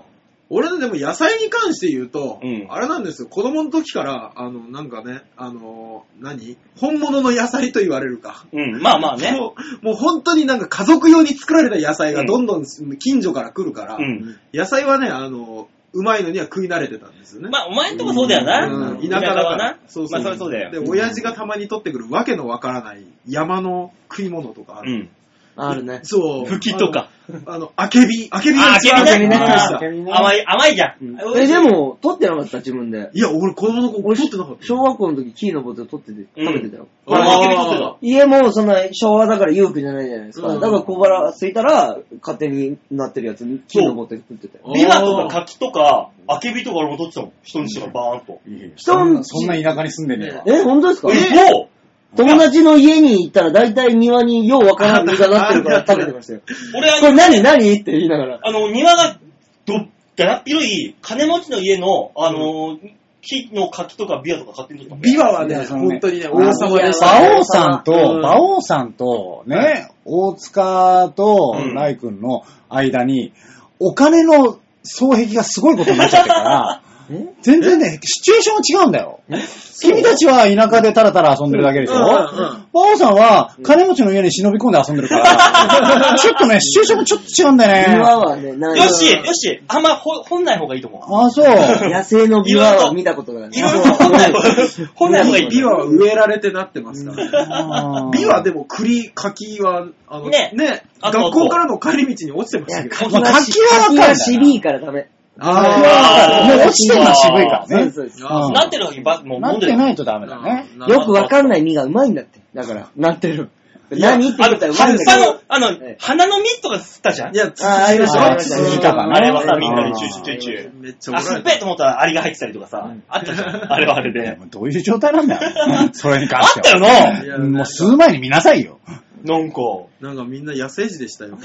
俺でも野菜に関して言うと、うんあれなんですよ、子供の時から、あの、なんかね、あの、何本物の野菜と言われるか。うん、まあまあね。もう、もう本当になんか家族用に作られた野菜がどんどん近所から来るから、うん。野菜はね、あの、うまいのには食い慣れてたんですよね。まあ、お前んとこそうだよな。うん田舎だかはな。らまあ、それはそうだで、よ。親父がたまに取ってくるわけのわからない山の食い物と かあうる。ん。あるね。そう。吹きとか。あの。あの、あけび、あけびがあ一番あけびねびっくりしあたー君ね甘い、甘いじゃん。え、で、も、取ってなかった、自分で。いや、俺子供の頃取ってなかった。小学校の時、木のボトル取ってて、食べてたよ。俺もあけび取ってた。家も、そんな、昭和だから裕福じゃないじゃないですか。うんだから小腹空いたら、勝手になってるやつ、木のボトル食ってたよ。ビワとか柿とか、あけびとか俺も取ってたもん。人んちとかバーンと。いやいや人そんんなそんな田舎に住んでねえわ。え、本当ですかも友達の家に行ったら大体庭にようわからん実がなってるから食べてましたよ。う、俺これは、何何って言いながら。あの、庭が、どっだらっ広い、金持ちの家の、あの、木の柿とかビワとか買ってんのビワはいね、やその本ね当にね、王様でした。馬王さんと、うん馬王さんとね、大塚とうんライ君の間に、お金の双璧がすごいことになっちゃって るから、全然ね、シチュエーションが違うんだよ。君たちは田舎でタラタラ遊んでるだけでしょ、うんうんうん馬王さんは金持ちの家に忍び込んで遊んでるか ら、ちょっとね、シチュエーションもちょっと違うんだ庭よね。はね、ない。よし、よし、あんまほ本ない方がいいと思う。あ、そう。 野生のビワは見たことがない。いろいろ本来は、本来はビビワは植えられてなってますからね。ビワでも栗、柿は、あの、ねね、あと学校からの帰り道に落ちてまいしたやけど。柿まあは柿はわかる柿は渋いからダメ。あーもう落ちてるのは渋いからね。そうです。そうあうんなってる時ばもうな飲っんでるて。ないとダメだね。ですよくわかんない実がうまいんだって。だから、なってる。何ってあ言ったの、らうま葉っいんだぱけのど。、あのええ、花の実とか吸ったじゃんいや、つあーありましたあありましたつつじたかなあれはさ、みんなにチューチューチューチュー。めっちゃあ、怒ら酸っれぱいた。と思ったらアリが入ってたりとかさ、あったじゃん。あれはあれいやで。もうどういう状態なんだよ。 それに関あしてったよは。いなやもう吸う前に見なさいよ。なんか。なんかみんな野生児でしたよ。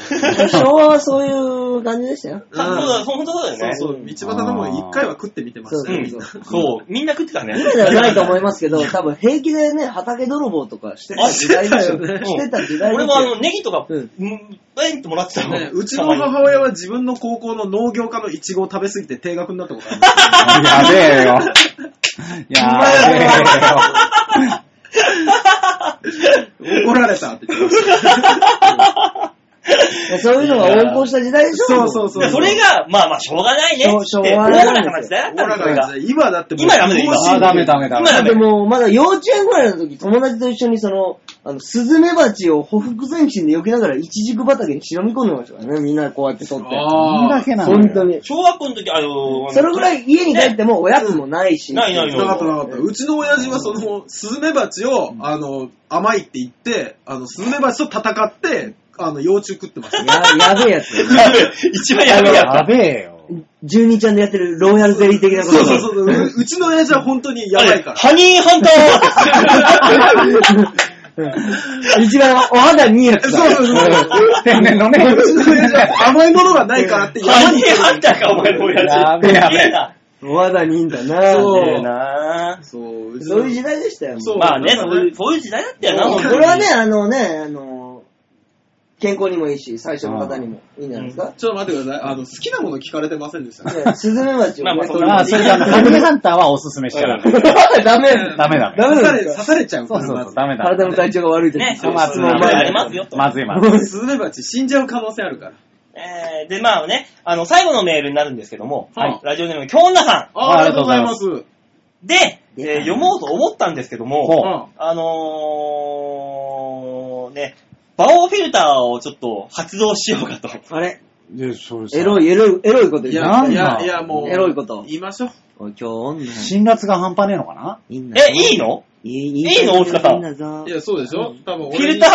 昭和はそういう感じでしたよ。そうだ、本当そうだそうそよね。う、道端のも一回は食ってみてましたううよ、んみんな。そう、みんな食ってたね。今ではないと思いますけど、多分平気でね、畑泥棒とかしてた時代ですよ。あしてた時代で俺すよ。もあの、ネギとか、うんうん、バインってもらってたもんね、うちの母親は自分の高校の農業科のイチゴを食べ過ぎて定額になったことあるん です やべえよ。やべえよ。よ怒られたって言ってました。そういうのが横行した時代でしょそうそうそうでそれが、まあまあ、しょうがないね。そうって、しょう大がないらかな時代だったんだ怒らよ、それが。れた時代今だってもう今ダメだよ今不法あ、侵入ダメダメダメ。だってもう、 まだ幼稚園ぐらいの時、友達と一緒にその、あの、スズメバチをほふく前進で避けながら、イチジク畑に忍び込んでましたからね、みんなこうやって取って。どんあだーけなのよ本当。に。小学校の時、あの、それぐらい家に帰ってもおやつもないし。ないないなかったなかった。うちの親父はその、スズメバチを、あの、甘いって言って、あの、スズメバチと戦って、あの、幼虫食ってまし たね。や、やべえやつ。やべえ一番やべえややべえよ。 12ちゃんでやってるローヤルゼリー的なこと。そうそうそうそう。ううちの親父は本当につ。やばいかあれら。ハニーハンター一番お肌にいいやつだ。そうそうそう。天然のね。 うちの親父は甘いものがないからってハ山ニに。ーハンターか、お前の親父。やべえやべえすげな。お肌にいいんだなそすうげえなそう、うちそういう時の。代でしたよ。そうまあね、そういうそういう時代だったよな、そう本当これはね、あのね、あの、健康にもいいし、最初の方にもいいんじゃないですか。ちょっと待ってください。あの、好きなもの聞かれてませんで したね。ねスズメバチをまあまあね、そう取りままあ、すそれであの、ハニーハンターはおすすめしちゃ ダメ。 ダメダメだね。ダメ刺なさんでれ、すか刺されちゃうかそうらそうそまう、ダ メだ。体の体調が悪い時ね、そういうまあ質問もありますよと。まずいまずい。ずスズメバチ死んじゃう可能性あるから。えー、で、まあね、あの、最後のメールになるんですけども、はいラジオネーム、京女さああ、あありりがとがとううごござざいいまますす。んで、えー読もうと思ったんですけども、ほうんあのー、ね、バオフィルターをちょっと発動しようかと。あれで、それエロい、エロい、エロいこと言いってなや、んだいや、いや、もう。エロいこと言いましょう。おい今日女、辛辣が半端ねえのかないいんだぞえ、いいのいいいいの大塚さんいいだぞいや、そうでしょ多分フィ俺ルにター、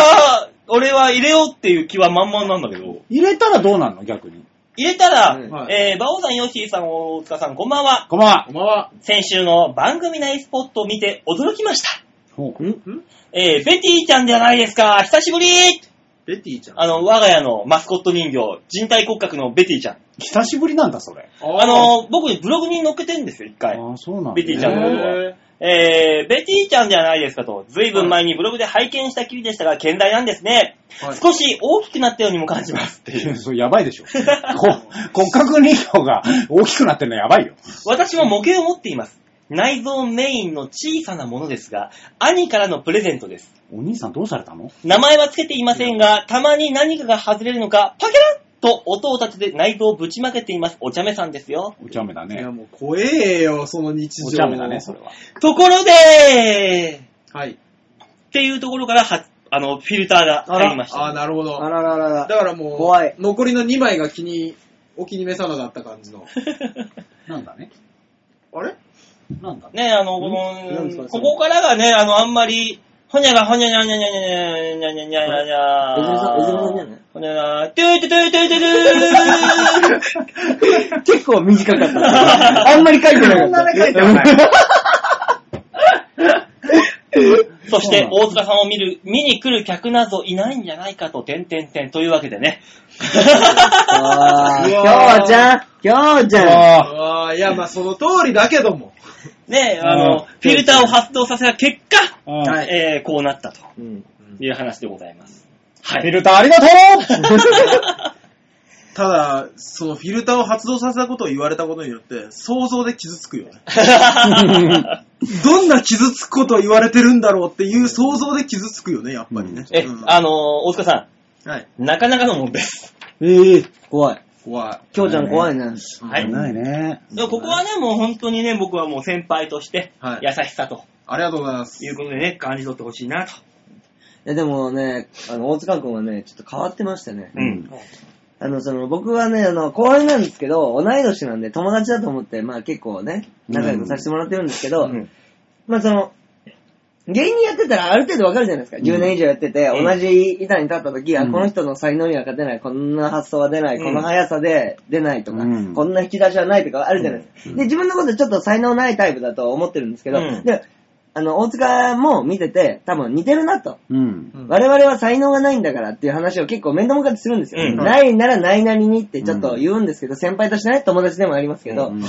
俺は入れようっていう気は満々なんだけど、入れたらどうなんの逆に。入れたら、うんはいえー、バオさん、ヨッシーさん、大塚さん、こんばんは。こんばんはお。前は、先週の番組内スポットを見て驚きました。ほうえー、ベティちゃんじゃないですか久しぶりベティちゃん。あの、我が家のマスコット人形、人体骨格のベティちゃん。久しぶりなんだ、それ。あ、の、僕ブログに載っけてるんですよ、一回。ああ、そうなんだ。ビティちゃんのことはへえー、ベティちゃんじゃないですかと、ずいぶん前にブログで拝見したきりでしたが、健在なんですね。ーはい少し大きくなったようにも感じますっていいやう。それやばいでしょ。こ骨格人形が大きくなってるのやばいよ。私も模型を持っています。内臓メインの小さなものですが、兄からのプレゼントです。お兄さんどうされたの名前はつけていませんが、たまに何かが外れるのか、パキランと音を立てて内臓をぶちまけています。お茶目さんですよ。お茶目だいねや、。もう怖えよ、その日常。お茶目だね、それは。ところではい。っていうところからは、あの、フィルターが入りましあた。あ、なるほど。あららららだ。からもう、怖い残りの2枚が気に、お気に召さなかった感じの。なんだね。あれなんだね。ね、あの、こなんですかの、そこれこからがね、あの、あんまり、ほにゃらほにゃにゃにゃにゃにゃにゃにゃにゃにゃにゃにゃえずみさんえずみさんじゃないほにゃら、トゥートゥトゥートゥートゥー結構短かった。あんまり書いてなかった。そんなに書いてはないトゥーそして、大塚さんを見る、見に来る客などいないんじゃないかと、てんてんてんというわけでね。あーうきょわーうちゃん、きょうちゃん。ああ、 ああ、いや、まあその通りだけども。ね、あの、フィルターを発動させた結果、うんはいえー、こうなったとうんいう話でございます。フィルターありがと。ただ、そのフィルターを発動させたことを言われたことによって、想像で傷つくよね。 どんな傷つくことを言われてるんだろうっていう想像で傷つくよね、やっぱりね。えうん、あの、大塚さはい。ん、なかなかのもんです。ええ、怖い。怖い。きょうちゃん怖いね。はいうないね。でもここはね、もう本当にね、僕はもう先輩としては、い優しさとありがとうございますい。うことでね、感じ取ってほしいなと。いやでもね、あの、大塚くんはね、ちょっと変わってましたね。うん。あの、その、僕はね、あの、後輩なんですけど、同い年なんで友達だと思って、まあ結構ね、仲良くさせてもらってるんですけど、うんまあその、芸人やってたらある程度わかるじゃないですか。10年以上やってて、うん同じ板に立った時、あ、うんこの人の才能には勝てない、こんな発想は出ない、うんこの速さで出ないとか、うんこんな引き出しはないとかあるじゃないですか。で、自分のことちょっと才能ないタイプだと思ってるんですけど、うんで、あの、大塚も見てて、多分似てるなと。うん。うん我々は才能がないんだからっていう話を結構面と向かってするんですよ。うんないならないなりにってちょっと言うんですけど、先輩としてね、友達でもありますけど、うん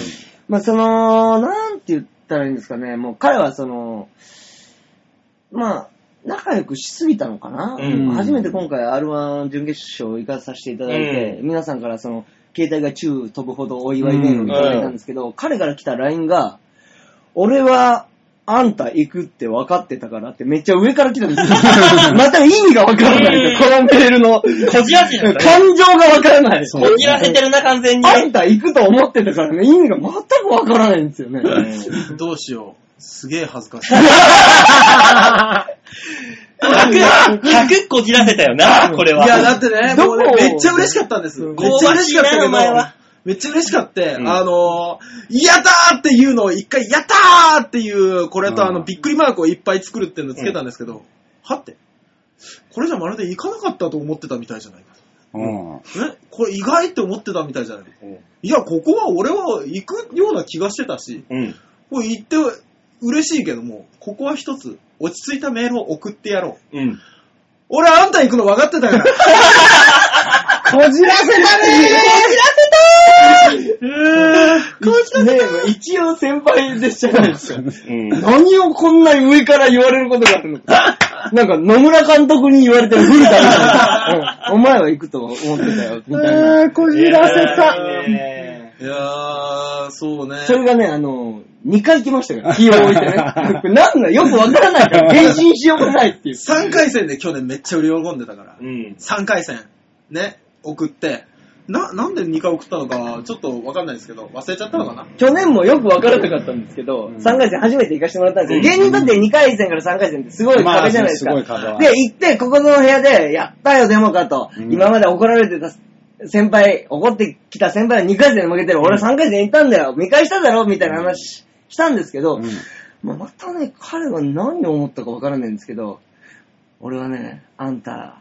まあその、なんて言ったらいいんですかね、もう彼はその、まあ、仲良くしすぎたのかな、うん初めて今回 R1 準決勝行かさせていただいて、皆さんからその、携帯が宙飛ぶほどお祝いメールをいただいたんですけど、彼から来た LINE が、俺は、あんた行くって分かってたからってめっちゃ上から来たんですよ。また意味が分からない。このメールの。こじらせてるんだね。感情が分からない。こじらせてるな、完全に。あんた行くと思ってたからね、意味が全くわからないんですよね。どうしよう。すげえ恥ずかしい。 100、100こじらせたよな、これは。いや、だってね、どもこうねめっちゃ嬉しかったんです。うんめっちゃ嬉しかったけ香どばしいなお前は、めっちゃ嬉しかった。んあのー、やったーっていうのを一回、やったーっていう、これとあうの、んびっくりマークをいっぱい作るっていうのをつけたんですけど、はって。これじゃまるで行かなかったと思ってたみたいじゃないかうん。と。ねこれ意外って思ってたみたいじゃないか。いや、ここは俺は行くような気がしてたし、うん。これ行って嬉しいけども、ここは一つ、落ち着いたメールを送ってやろう。うん。俺あんた行くの分かってたから。こじらせねえ一応先輩でしじゃないですか。うん。 何をこんなに上から言われることがあるのか。なんか野村監督に言われてる古田みた いな、うんお前は行くと思ってたよ、みたいな。あー、こじらせた。えいやー、そうね。それがね、あの、2回来ましたから、気を置いてね。これなんだよくわからないか ら、返信しようがないっていう。 3回戦で去年めっちゃ売り喜んでたからー。うん。 3回戦、ね、送って、な、なんで2回送ったのか、ちょっとわかんないですけど、忘れちゃったの かな。去年もよくわからなかったんですけど、3回戦初めて行かせてもらったんですけど、芸人だって2回戦から3回戦ってすごい壁じゃないですか。まあすごい壁はで、行って、ここの部屋で、やったよ、デモかと。うん今まで怒られてた先輩、怒ってきた先輩は2回戦で負けてる。俺3回戦行ったんだよ。見返しただろみたいな話したんですけど、まあまたね、彼が何を思ったかわからないんですけど、俺はね、あんた、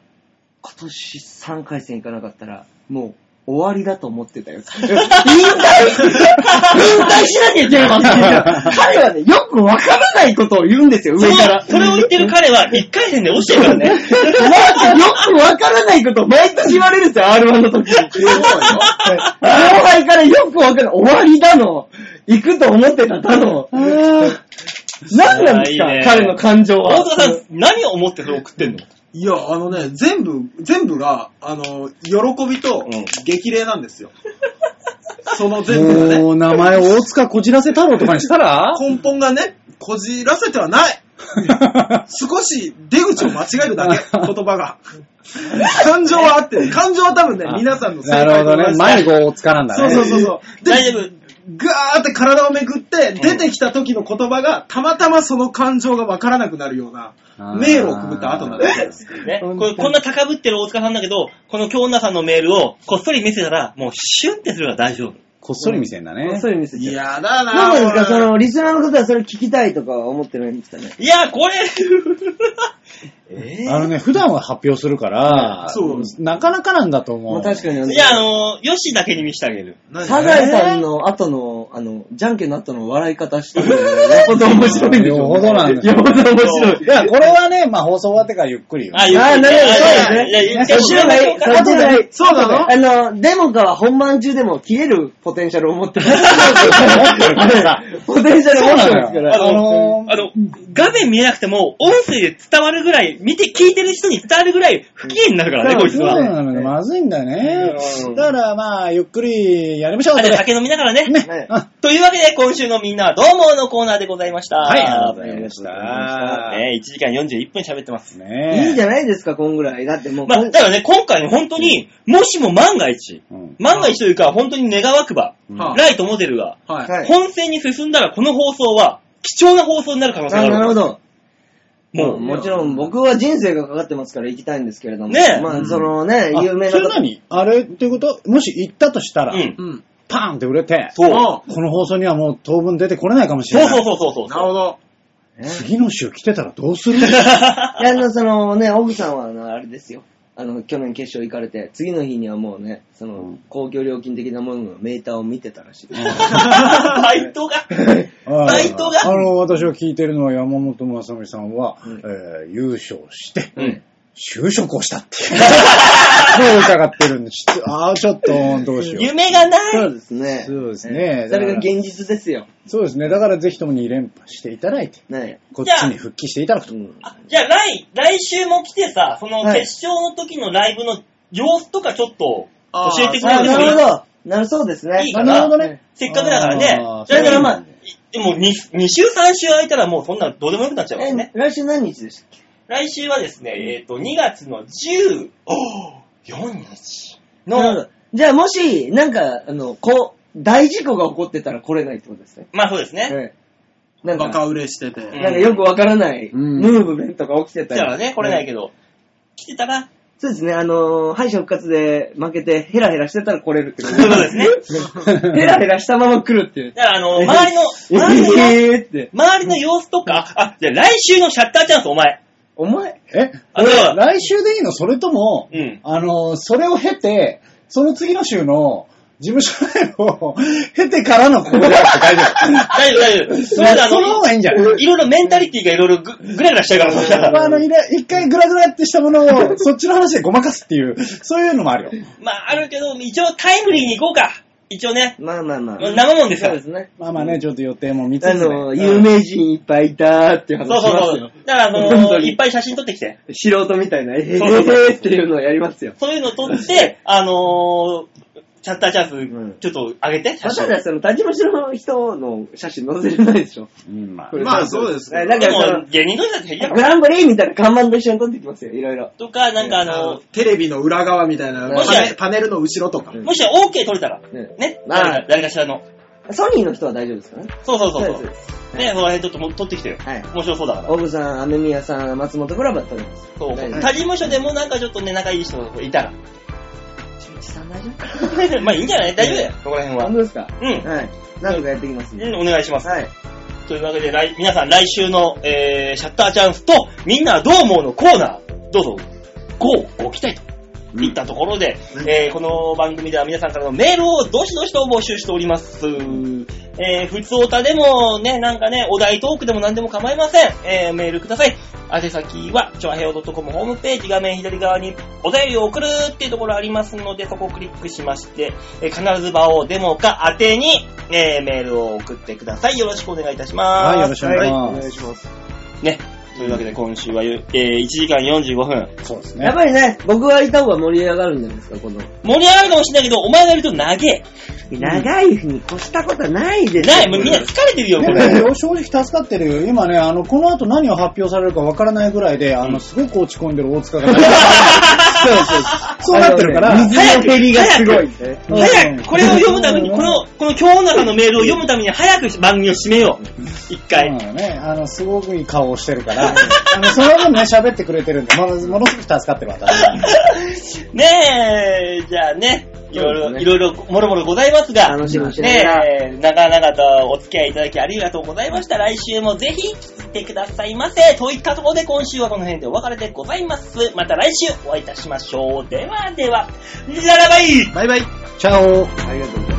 今年3回戦行かなかったら、もう終わりだと思ってたよ。引退引退しなきゃいけなかったんだよ。彼はね、よくわからないことを言うんですよ、そ上から。のそれを言ってる彼は、1回戦で落ちてるからね。 なんかよくわからないことを毎年言われるんですよ、R1 の時に。後輩からよくわからない。終わりだの。行くと思ってただの。何なんですかいいね、彼の感情は大。塚さん、何を思ってそれ送ってんのいや、あのね、全部、全部が、あの、喜びとうん激励なんですよ。その全部がね、もう、名前大塚こじらせ太郎とかにしたら根本がね、こじらせてはない少し出口を間違えるだ け、言葉が。感情はあってる。感情は多分ね、皆さんの正解 なるほとど同ね。 じ前にこう、大塚なんだそうね。そうそうそう。で大丈夫。ガーって体をめくって、出てきた時の言葉が、たまたまその感情がわからなくなるようなあー、迷路をくぐった後なんです。ね、これこんな高ぶってる大塚さんだけど、この京女さんのメールをこっそり見せたら、もうシュンってするから大丈夫。こっそり見せんだね。そういうミスいやだなどうなんですかそ俺の、リスナーの方はそれ聞きたいとかは思ってないんですかねいや、これ、えあのね、普段は発表するから、そうなかなかなんだと思う。まあ確かにあーのじゃあ、あの、ヨシだけに見せてあげる。何サザエさんの後の、あの、じゃんけんの後の笑い方してるのが よほど面白いんでしょうねよほどなんですよよほど面白いい。や、これはね、まあ放送終わってからゆっくりよ。あ、ゆっくりあーなるほどそうですねいやいや、一そ回っちの方がいい。後でそっちの方がいい。そうなのあの、デモカは本番中でも切れるポテンシャルを持 ってる。あのさポテンシャルを持ってますかあら。のーあの、画面見えなくても、音声で伝わるぐらい、見て、聞いてる人に伝わるぐらい、不機嫌になるからね、こいつそうは。なのよまずいんだよねうん。だからまあ、ゆっくりやりましょう。あれ、酒飲みながらね。ねあというわけで、今週のみんなはどうものコーナーでございました。はい、ありがとうごねざいまし1時間41分喋ってます。た。いいじゃゃないですか、こんぐらい。だってもう、まあ、だからね、今回ね、本当に、もしも万が一、ん。万が一というか、本当に願わくば、うんはあライトモデルが、はい。はい本戦に進んだら、この放送は、貴重な放送になる可能性があある。なるほ。ど。もう、もちろん僕は人生がかかってますから行きたいんですけれども。ねえまあ、そのね、有名あそなれ方。何あれっていうこともし行ったとしたら、うん。うん。パーンって売れて、そう。あこの放送にはもう当分出てこれないかもしれそうない。そうそうそうそう。なるほど。ね次の週来てたらどうするいやあの、そのね、奥さんはあの、あれですよ。あの、去年決勝行かれて、次の日にはもうね、その、うん公共料金的なもののメーターを見てたらしいです。バイトが。バイトがあの、私が聞いてるのは山本正美さんは、うんえー優勝して、うん。就職をしたっ ていう。そう疑ってるんです。ああ、ちょっと、どうしよう。夢がな そい。うですね。そうですね。それがだから現実ですよ。そうですね。だからぜひとも2連覇していただいて、ねこっちに復帰していただくうと。ん。あじゃあ、来、来週も来てさ、そのはい決勝の時のライブの様子とかちょっとあー教えてくれあ、るなとるいほいど。なるそうですね。いいかななるほどね。せっかくだからねあ。ーだからまそあ、いもう 2, 2週3週空いたらもうそんなどうでもよくなっちゃうからねえ。、来週何日でしたっけ来週はですね、えっ、と、2月の14日なるほの、ど。じゃあもし、なんか、あの、こう、大事故が起こってたら来れないってことですね。まあそうですね。ええなんバか、カ売れしてて。なんかよくわからない、うんムーブメントが起きてただり。からね、来れないど。けど、来てたら、そうですね、あのー、敗者復活で負けてヘラヘラしてたら来れるってこそとういうことですね。ヘラヘラしたまま来るっていう。だからあの、周りの、周りの様子えーって。周りの様子とか、あ、じゃあ来週のシャッターチャンスお前。お前、えあだから俺来週でいいのそれとも、うんあの、それを経て、その次の週の事務所内を経てからのここだ って大丈夫。大丈夫、大丈夫。それであその方がいいんじゃないいろいろメンタリティがいろいろぐぐらぐらしちゃうから、そしたまあ、らあの、いれ一回グラグラってしたものを、そっちの話でごまかすっていう、そういうのもあるよ。まあ、あるけど、一応タイムリーに行こうか。一応ね、まあまあまあ。生もんですかそうら。ですね。まあまあね、ちょっと予定も見つつ、あね。の、有名人いっぱいいたーっていうそう話しそうまそすうよ。。だから、あ本の当ー、にいっぱい写真撮ってきて。素人みたいな、えー、えそうそうーっていうのをやりますよ。そういうの撮って、あのー、チャッターチャンんス、ちょっと上げて、写た真。だね、その、立ち虫の人の写真載せれないでしょ。うん、まあこ。れまあそうですえなんでかも、そ芸人の人たち減りだかの、グら。ランプリみたいな看板と一緒に撮ってきますよ、いろいろ。とか、なんかあのテレビの裏側みたいな、もしパネパネルの後ろとか。うー、んもし OK 撮れたら、ねね、まあ誰か誰かしらの。ソニーの人は大丈夫ですかねそうそうそう。そうそでうすそうですね、その辺ちょっとも撮ってきてよ。はい面白そうだから。オブさん、アメミヤさん、松本クラブは撮れます。そう。はい他事務所でもなんかちょっとね、仲いい人がいたら。中一さん大丈夫 まあいいんじゃない大丈夫だよ。そこら辺は本。当ですかうん。はい。なんとかやっていきますんでうん、お願いします。はい。というわけで、来皆さん来週の、えー、シャッターチャンスと、みんなはどう思うのコーナー、どうぞ、こうご期待といったところで、えー、この番組では皆さんからのメールをどしどしと募集しております。えー、普通おたでもね、なんかね、お題トークでも何でも構いません。えー、メールください。宛先は、ちょあへお .com ホームページ画面左側にお便りを送るっていうところありますので、そこをクリックしまして、えー必ず場をデモか宛てに、えー、メールを送ってください。よろしくお願いいたします。はい、よろしくお願いしおます。願いします。ね。というわけで今週は、え1時間45分。そうですやねっ。ぱりね、僕がいた方が盛り上がるんじゃないですか、この。盛り上がるかもしれないけど、お前がいると長え。長い日に越したことはないですない、もうみんな疲れてるよ、これ。でも正直助かってるよ。今ね、あの、この後何を発表されるかわからないぐらいで、あの、すごく落ち込んでる大 塚が。そうそう。そうなってるから。水の減りがすごい。早く、これを読むために、この、この今日の中のメールを読むために、早く番組を締めよう。一そう回。なのね。あの、すごくいい顔をしてるから、あの、その分ね、喋ってくれてるんで、ものものすごく助かってる私。ねえ、じゃあね、いろそういろ、いですねろいろ、もろもろございますが、楽しみにしながらねえ、長々とお付き合いいただきありがとうございました。来週もぜひ聞いてくださいませ。といったところで今週はこの辺でお別れでございます。また来週お会いいたしましょう。ではでは、ララバイバイバイ。チャオありがとうございます。